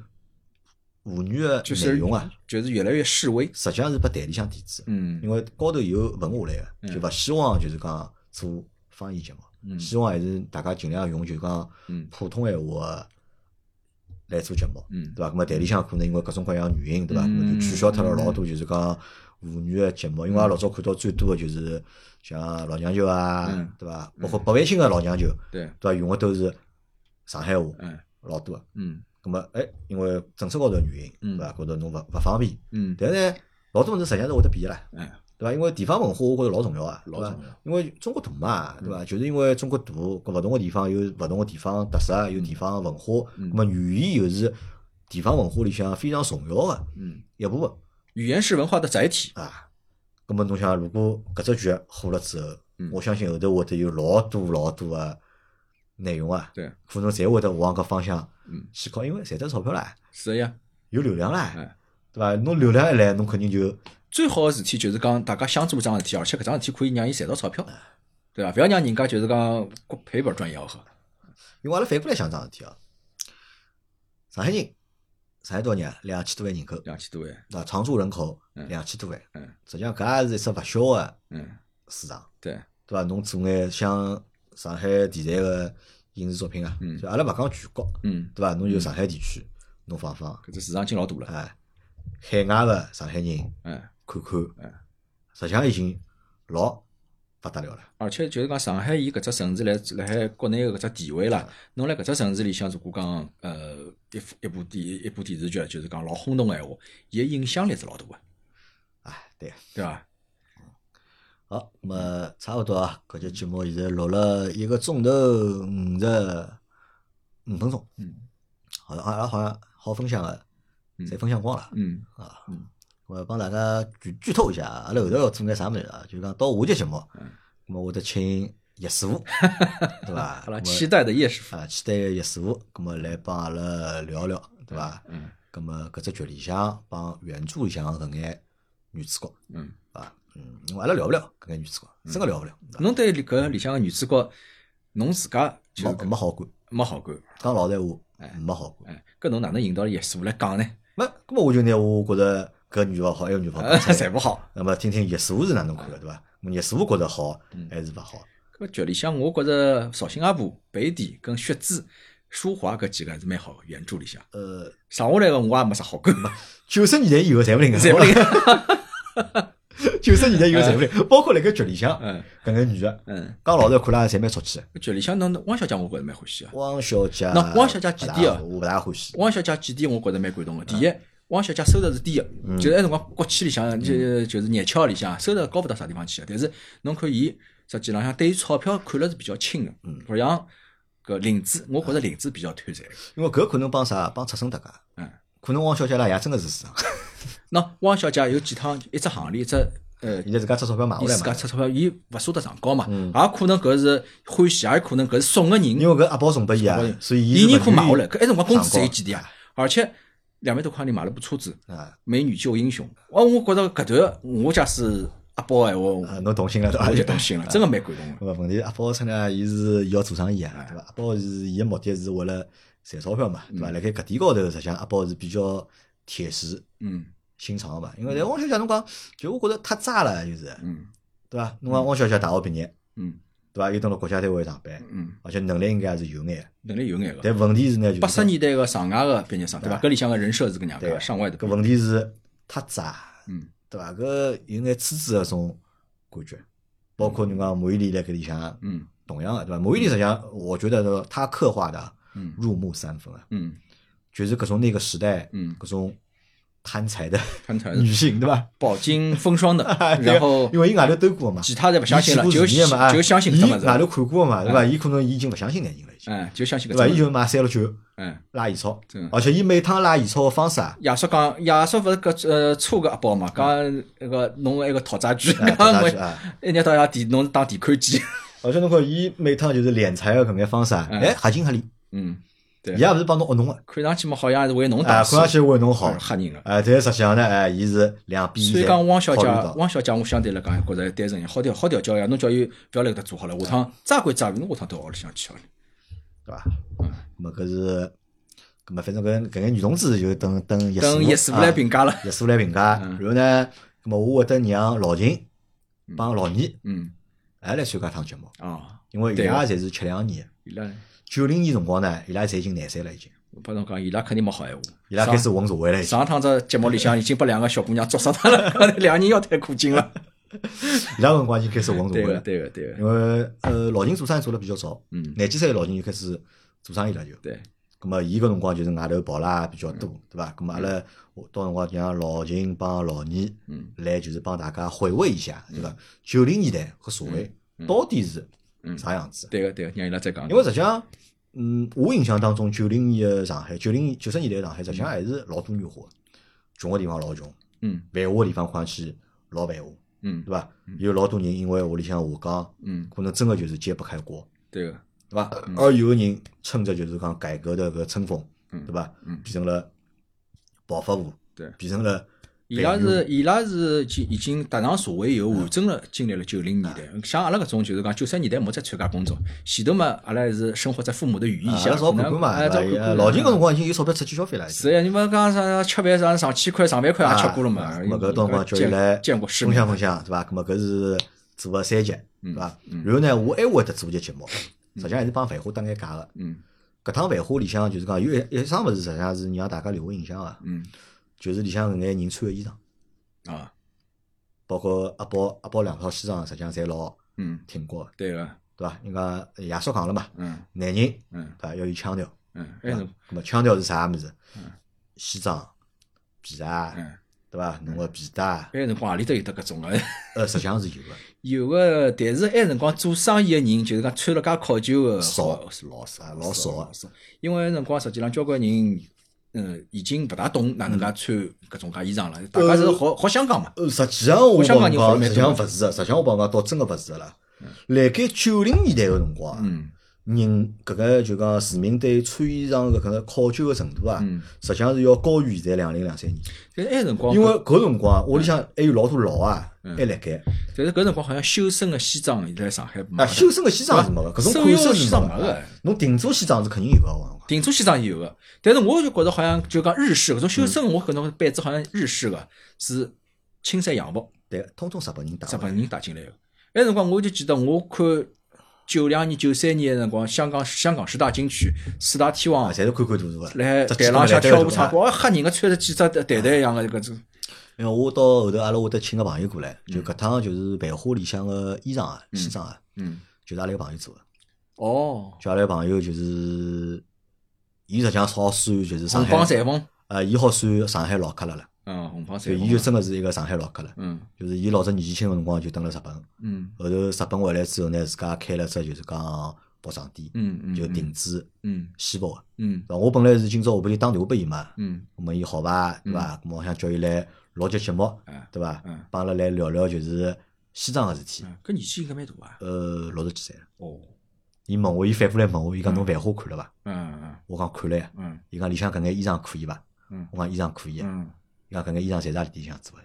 妇女个就是内容啊，，就是越来越示威，实际上是拨代理商底子的，嗯因为高头有文下来个，嗯就勿希望就是讲做方言节目，希望还是大家尽量用就讲嗯普通闲话来做节目，嗯对伐？那啊么台里向可能因为各种各样的原因，对伐？那么就取消脱了嗯老多就是讲妇女的节目，因为阿拉老早看到最多的就是像老娘舅啊嗯，对伐？包括北万新的老娘舅，对，对伐？用的都是上海话，嗯老多的。嗯那么，哎，因为政策高头的原因，嗯对伐？觉得侬勿勿方便，嗯，但是呢，老多物事实际上是会得变个啦。哎，对伐？因为地方文化，我觉着老重要啊，对老伐重要？嗯因为中国大嘛，对伐？就是因为中国大，搿勿同个地方有勿同个地方特色，有地方文化，嗯那么语言又是地方文化里向非常重要个嗯，一部分语言是文化的载体，啊。那么侬想，如果搿只剧火了之后嗯，我相信后头会得有老多老多个内容啊，对，可能侪会得往搿方向嗯，去靠，因为赚得钞票啦，是的呀。有流量啦哎，对伐？侬流量一来，侬肯定就最好的事体就是讲大家相做一桩事体，而且搿桩事体可以让伊赚到钞票，对伐？勿要让人家就是讲赔本赚吆喝。因为阿拉反过来想桩事体啊，上海人，上海多少人啊？两千多万人口，两千多万，那常住人口嗯两千多万，嗯实际上搿也是一只勿小个嗯，市场，对，对伐？侬做眼像上海电台个影视作品啊，嗯就阿拉勿讲全国，嗯，对伐？侬就上海地区，侬放放，搿只市场已经老大了，哎，海外个上海人嗯，看看嗯，实际上已经老不得了了。而且就是讲上海伊搿只城市来辣海国内个搿只地位啦，侬辣搿只城市里向如果讲呃一部一部电一部电视剧，就是讲老轰动个闲话，伊个影响力是老大个，哎，对，对伐？好，那么差勿多啊，搿节节目现在录了一个钟头五十五分钟，嗯好像阿拉好像好分享的，嗯侪分享光了嗯啊嗯。我帮大家剧剧透一下啊，阿拉后头要做眼啥物事啊？就讲到下节节目，嗯那么会得请叶师 傅，对伐？阿拉那么期待的叶师傅，啊，期待叶师傅，那么来帮阿拉聊聊，对伐？嗯那么搿只剧里向帮原著里向搿眼女主角，嗯，对伐？嗯，因为阿拉聊勿了搿眼女主角，真个聊勿了，对伐侬对里搿里向个女主角，侬自家就没是没好管。没好感，讲老实闲哎话，没好管。哎，搿侬哪能引导叶师傅来讲呢？没，咁么我就拿我觉着搿女的好，埃个女的 好呃，讲出来，侪勿好。那么听听叶师傅是哪能看的，对伐？咁叶师傅觉着好嗯还是勿好？搿剧里向，我觉着绍兴阿婆、北地跟薛之、舒华搿几个还是蛮好的，原著里向呃，剩下来个我也没啥好感，九十年代以后侪勿灵个，侪勿灵。 哎九十年代以后侪勿灵，包括辣盖剧里向 嗯搿眼女的，嗯，讲老实话看了也侪蛮出气的。搿剧里向侬侬汪小姐我觉着蛮欢喜个。汪小姐，喏汪小姐几不大点啊我勿大欢喜。汪小姐几点我觉着蛮感动嗯个。第一，汪小姐收入是低个，就是那辰光国企里嗯向就就是廿七号里向收入高勿到啥地方去个。啊但是侬看伊实际浪向对于钞票看了是比较轻个，嗯勿像搿林子，我觉着林子比较贪财。因为搿可能帮啥？帮出身搭界。嗯。可能汪小姐啦，也真个是市场，喏，汪小姐有几趟一只行里一只呃现在自家出钞票买伊下来自家嘛。出钞票，伊勿舍得上交嘛，嗯也可能搿是欢喜，也可能搿是送个人，因为搿阿宝送拨伊啊送拨伊，所以伊伊宁是可勿买下愿来。意搿一辰光工资上只交有几钿啊？而且两万多块钿买了部车子，啊，美女救英雄。哦，我觉着搿段我假使阿宝闲啊话，侬动心 了对伐？我就动心哎了，真个蛮感动个。那么问题阿宝出呢，伊是要做生意啊，对伐？阿宝是伊个目的是为了赚钞票嘛，对伐？辣盖搿点高头，实际上阿宝是比较铁石嗯心肠个嘛。因为在汪小姐侬讲，就我觉着太渣了，就是嗯对伐？侬讲汪小姐大学毕业，嗯对伐？又蹲辣国家单位上班，嗯，而且能力应该还是有眼。能力有眼个。但问题是呢，就是八十年代个上海个毕业生，对伐？搿里向个人设是搿能样对介，上外搿头。问题是太渣，嗯对伐？搿有眼痴痴个种感觉，包括侬讲马伊琍辣搿里向嗯同样个对伐？马伊琍实际上我觉得呢她刻画的嗯入木三分啊。嗯就是各种那个时代，嗯哎各种贪财的看出来女是性，对吧？，饱经风霜的 然后哎因为伊外头兜过嘛，其他侪勿哦相信了，伊去就过实验嘛，哎就相信搿伊只物事外头了。看过哎嘛，对吧？伊可能已经勿相信眼人了，已经，嗯，就相信搿对吧？哦伊只物事。就买三六九嗯，拉现钞真，而且伊每趟拉现钞的方式啊，亚叔讲，亚叔勿是搿呃搓个阿宝嘛，讲那个弄了一个讨债局，哎讲到哪我去啊？一日到夜地侬是当地看机。而且侬看伊每趟就是敛财的搿眼方式啊，嗯哎，合情合理，嗯，对伊，也勿是帮侬恶弄的，哎看上去嘛好像也是为侬啊，打看上去为侬好，吓人个。哎，但实际上呢，哎，伊是两边所以侪讲汪小姐，啊考虑到汪小姐我相对来讲觉着单纯一点，好调好调教呀，侬叫伊勿要来搿搭做好了，下啊趟再归再，侬下趟到屋里向去好了。对伐？嗯咁么搿是，咁么反正搿搿眼女同志就等等叶等叶师傅来嗯评价了。叶师傅来评价。然后呢，咁么我会得让老秦帮老倪嗯也来参加趟节目，啊，因为伊对拉侪是七两年的，伊拉九零年辰光呢，伊拉侪已经廿岁了，已经，帮侬讲，伊拉肯定没好闲话。伊拉开始混社会了，已经。上上趟子节目里向已经把两个小姑娘捉杀 脱了，两个人腰带苦劲了。伊拉搿辰光已经开始混社对会个，了，对个，对因个，为呃老人做生意做了比较早，嗯，廿几岁的老人就开始做生意了就。对，咁么伊搿辰光就是外头跑啦比较多，嗯对伐？咁么阿拉到辰光让老秦帮老二嗯来，就是帮大家回味一下，对伐？九零年代和社会嗯到底是嗯啥样子？对个，对个，让伊拉再讲。因为实际上，嗯，我印象当中，九零年的上海，九零九十年代的上海，实际上还是老多元化，穷个地方老穷，嗯繁华个地方欢喜老繁华，嗯对伐？有老多人因为屋里向下岗，嗯，可能真个就是揭不开锅，对个，对伐？而有个人趁着就是讲改革的搿春风，嗯对伐？嗯，变成了暴发户，对变成了伊拉是以拉是已经已经踏上社会以后，完整嗯了经历了九零年代。像阿拉搿种就是讲九十年代没再参加工作，前头嘛阿拉是生活在父母的羽翼啊阿下，拉少可看能看嘛，哎，对伐早看呃看老金搿辰光已经有钞票出去消费了，已是经呀，你们讲啥吃饭啥上千块上万块也吃啊过了嘛？咁么搿辰光叫伊来见过世分面享，分享，对伐？咁么搿是做个三级，对伐？嗯然后呢，我还会得做一节节目，实际上还是帮繁花搭眼界个。嗯搿趟繁花里向就是讲有一一桩物事，实际上是让大家留下印象个，嗯就是里向搿眼人穿个衣裳，啊包括阿宝阿宝两套西装，实际上侪老嗯，挺觉个，对个，对伐？人家爷叔讲了嘛，嗯男人对嗯伐要有腔调。嗯，对哎伐侬，那么腔调是啥物事嗯？西装、皮鞋，啊嗯，对伐？侬个皮带，埃辰光何里搭有得搿种个？呃，实际上是有个， 有个，但是埃辰光做生意个人，就是讲穿了介考究个少是呃老少啊老少少老少。因为埃辰光实际上交关人，嗯，已经勿大懂哪能嗯介穿搿种介衣裳了。大家是学学香港嘛？呃，实际上我香帮港人侬好像讲，蛮实际上勿是多个，实际上我帮侬讲，倒真个勿是个啦。辣盖九零年代个辰光啊，嗯人搿个就讲市民对穿衣裳个搿个考究个程度啊，嗯，实际上是要高于现在两零两三年。但是埃辰光，因为搿辰光屋里向还有老多老啊，嗯还辣盖但是搿辰光好像修身个西装现在上海啊，买修身个西装是没个，搿种收款用式的是西装没没个个。侬定做西装是肯定有个，我讲。定做西装也有个，但是我就觉着好像就讲日式搿种修身，我搿种板子好像日式个是青山洋服，对，通通日本人打日扮。本人带进来个。埃辰光我就记得，我看九两年、九三年的辰光，香港香港十大金曲、四大天啊，王侪是宽宽大大的。来这台几个浪人向来跳都舞是唱吧歌，哇吓人家穿着几只袋袋一样个搿种，因为我到后头，阿拉会得请个朋友过来，就搿趟就是繁花里向个衣裳啊、西装啊，嗯，就是阿拉个朋友做个。哦，就阿拉个朋友就是，伊实际上好算就是上红哦帮海，裁缝，呃，伊好算上海老客了了，嗯，红帮裁所缝，以伊就真个是一个上海老客了。嗯就是伊老早年纪轻个辰光就蹲辣日本，嗯后头日本回来之后呢，自家开了只就是讲服装店，嗯嗯，就定制嗯西服个。嗯对伐我本来是今朝下半天打电话拨伊嘛，嗯咁么伊好伐？对伐？咁么我想叫伊来录节节目啊，对伐嗯？帮阿拉来聊聊就是西藏个事体。嗯，搿年纪应该蛮大啊，呃，六十几岁了，哦，伊问我，伊反复来问我，伊讲侬繁花看了伐？嗯我讲看了呀。嗯伊讲里向搿眼衣裳可以伐嗯？我讲衣裳可以。伊嗯。讲搿眼衣裳侪是阿里里向做的。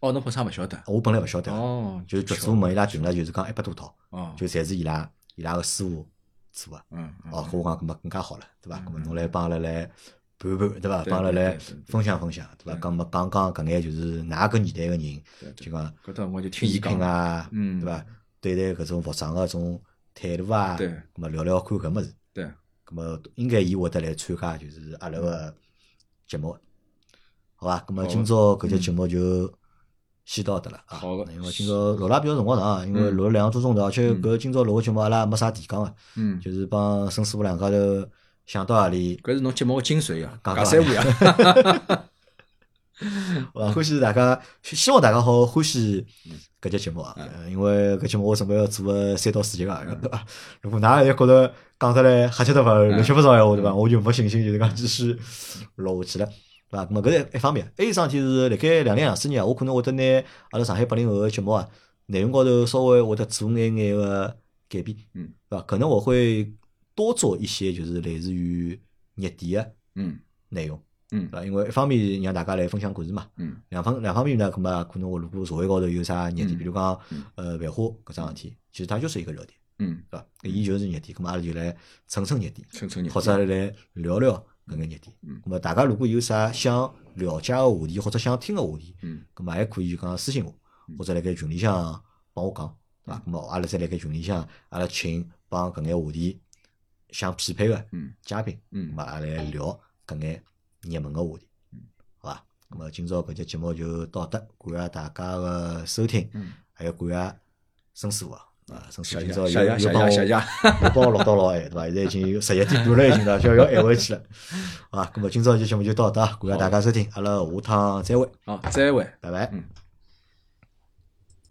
哦，侬平常勿晓得？我本来勿晓得个，哦，啊就是剧组问伊拉订了，就是讲一百多套，哦，就侪是伊拉伊拉个师傅做个。嗯，嗯哦，，搿我讲搿么更加好了，对伐？嗯搿么侬来帮阿拉来盘盘，对伐？对帮阿拉对来对对对分享分享，对伐？嗯搿么讲讲搿眼就是㑚搿年代个人，对对就讲搿段我就听衣伊品讲，啊，嗯对伐？对待搿种服装个种态度啊，对搿么聊聊看搿物事，对，搿么应该伊会得来参加就是阿拉个节目，好伐？搿么好今朝搿节节目就先到搿搭了啊，好个因为今朝录了也比较辰光长啊，因为嗯录了两个多钟头，而且嗯搿今朝录个节目阿拉也没啥提纲个。嗯，就是帮孙师傅两家头想到何里，搿是侬节目个精髓呀，讲尬三胡呀， 好吧？欢喜大家，希希望大家好欢喜搿节节目啊，呃因为�搿节目我准备要做个三到四集个， 对伐？如果㑚也觉着讲出来瞎七搭八乱七八糟闲话，对伐？我就没信心，就是讲继续录下去了。对伐？咁么搿是一方面，还有一桩事体是，辣盖两零两四年啊，我可能会得拿阿拉上海八零后个节目啊，内容高头稍微会得做眼眼个改变，嗯，对伐？可能我会多做一些，就是类似于热点个嗯内容，嗯对伐？因为一方面让大家来分享故事嘛，嗯两方两方面呢，咁么可能我如果社会高头有啥热点，嗯比如讲嗯呃繁花搿桩事体，其实它就是一个热点，嗯，对伐？搿伊就是热点，咁么阿拉就来蹭蹭热点，蹭蹭热或者阿拉来聊聊搿眼热点。嗯咁么大家如果有啥想了解个话题，或者想听个话题，嗯咁么还可以就讲私信我，或者辣盖群里向帮我讲，对嗯伐？咾么阿拉再辣盖群里向，阿拉请帮搿眼话题相匹配个嗯嘉宾，嗯咾么阿拉来聊搿眼热门个话题，好伐？咾么今朝搿节节目就到得，感谢大家个收听，嗯还有感谢孙师傅啊，啊，孙师傅谢今谢朝谢又谢又谢帮我谢谢谢，又帮我录到老晚，对伐？现在已经有十一点半了，已经了，就要晚回去了，好伐？咾么今朝这节节目就到得，感谢大家收听，阿拉下趟再会，好，再会。拜拜。嗯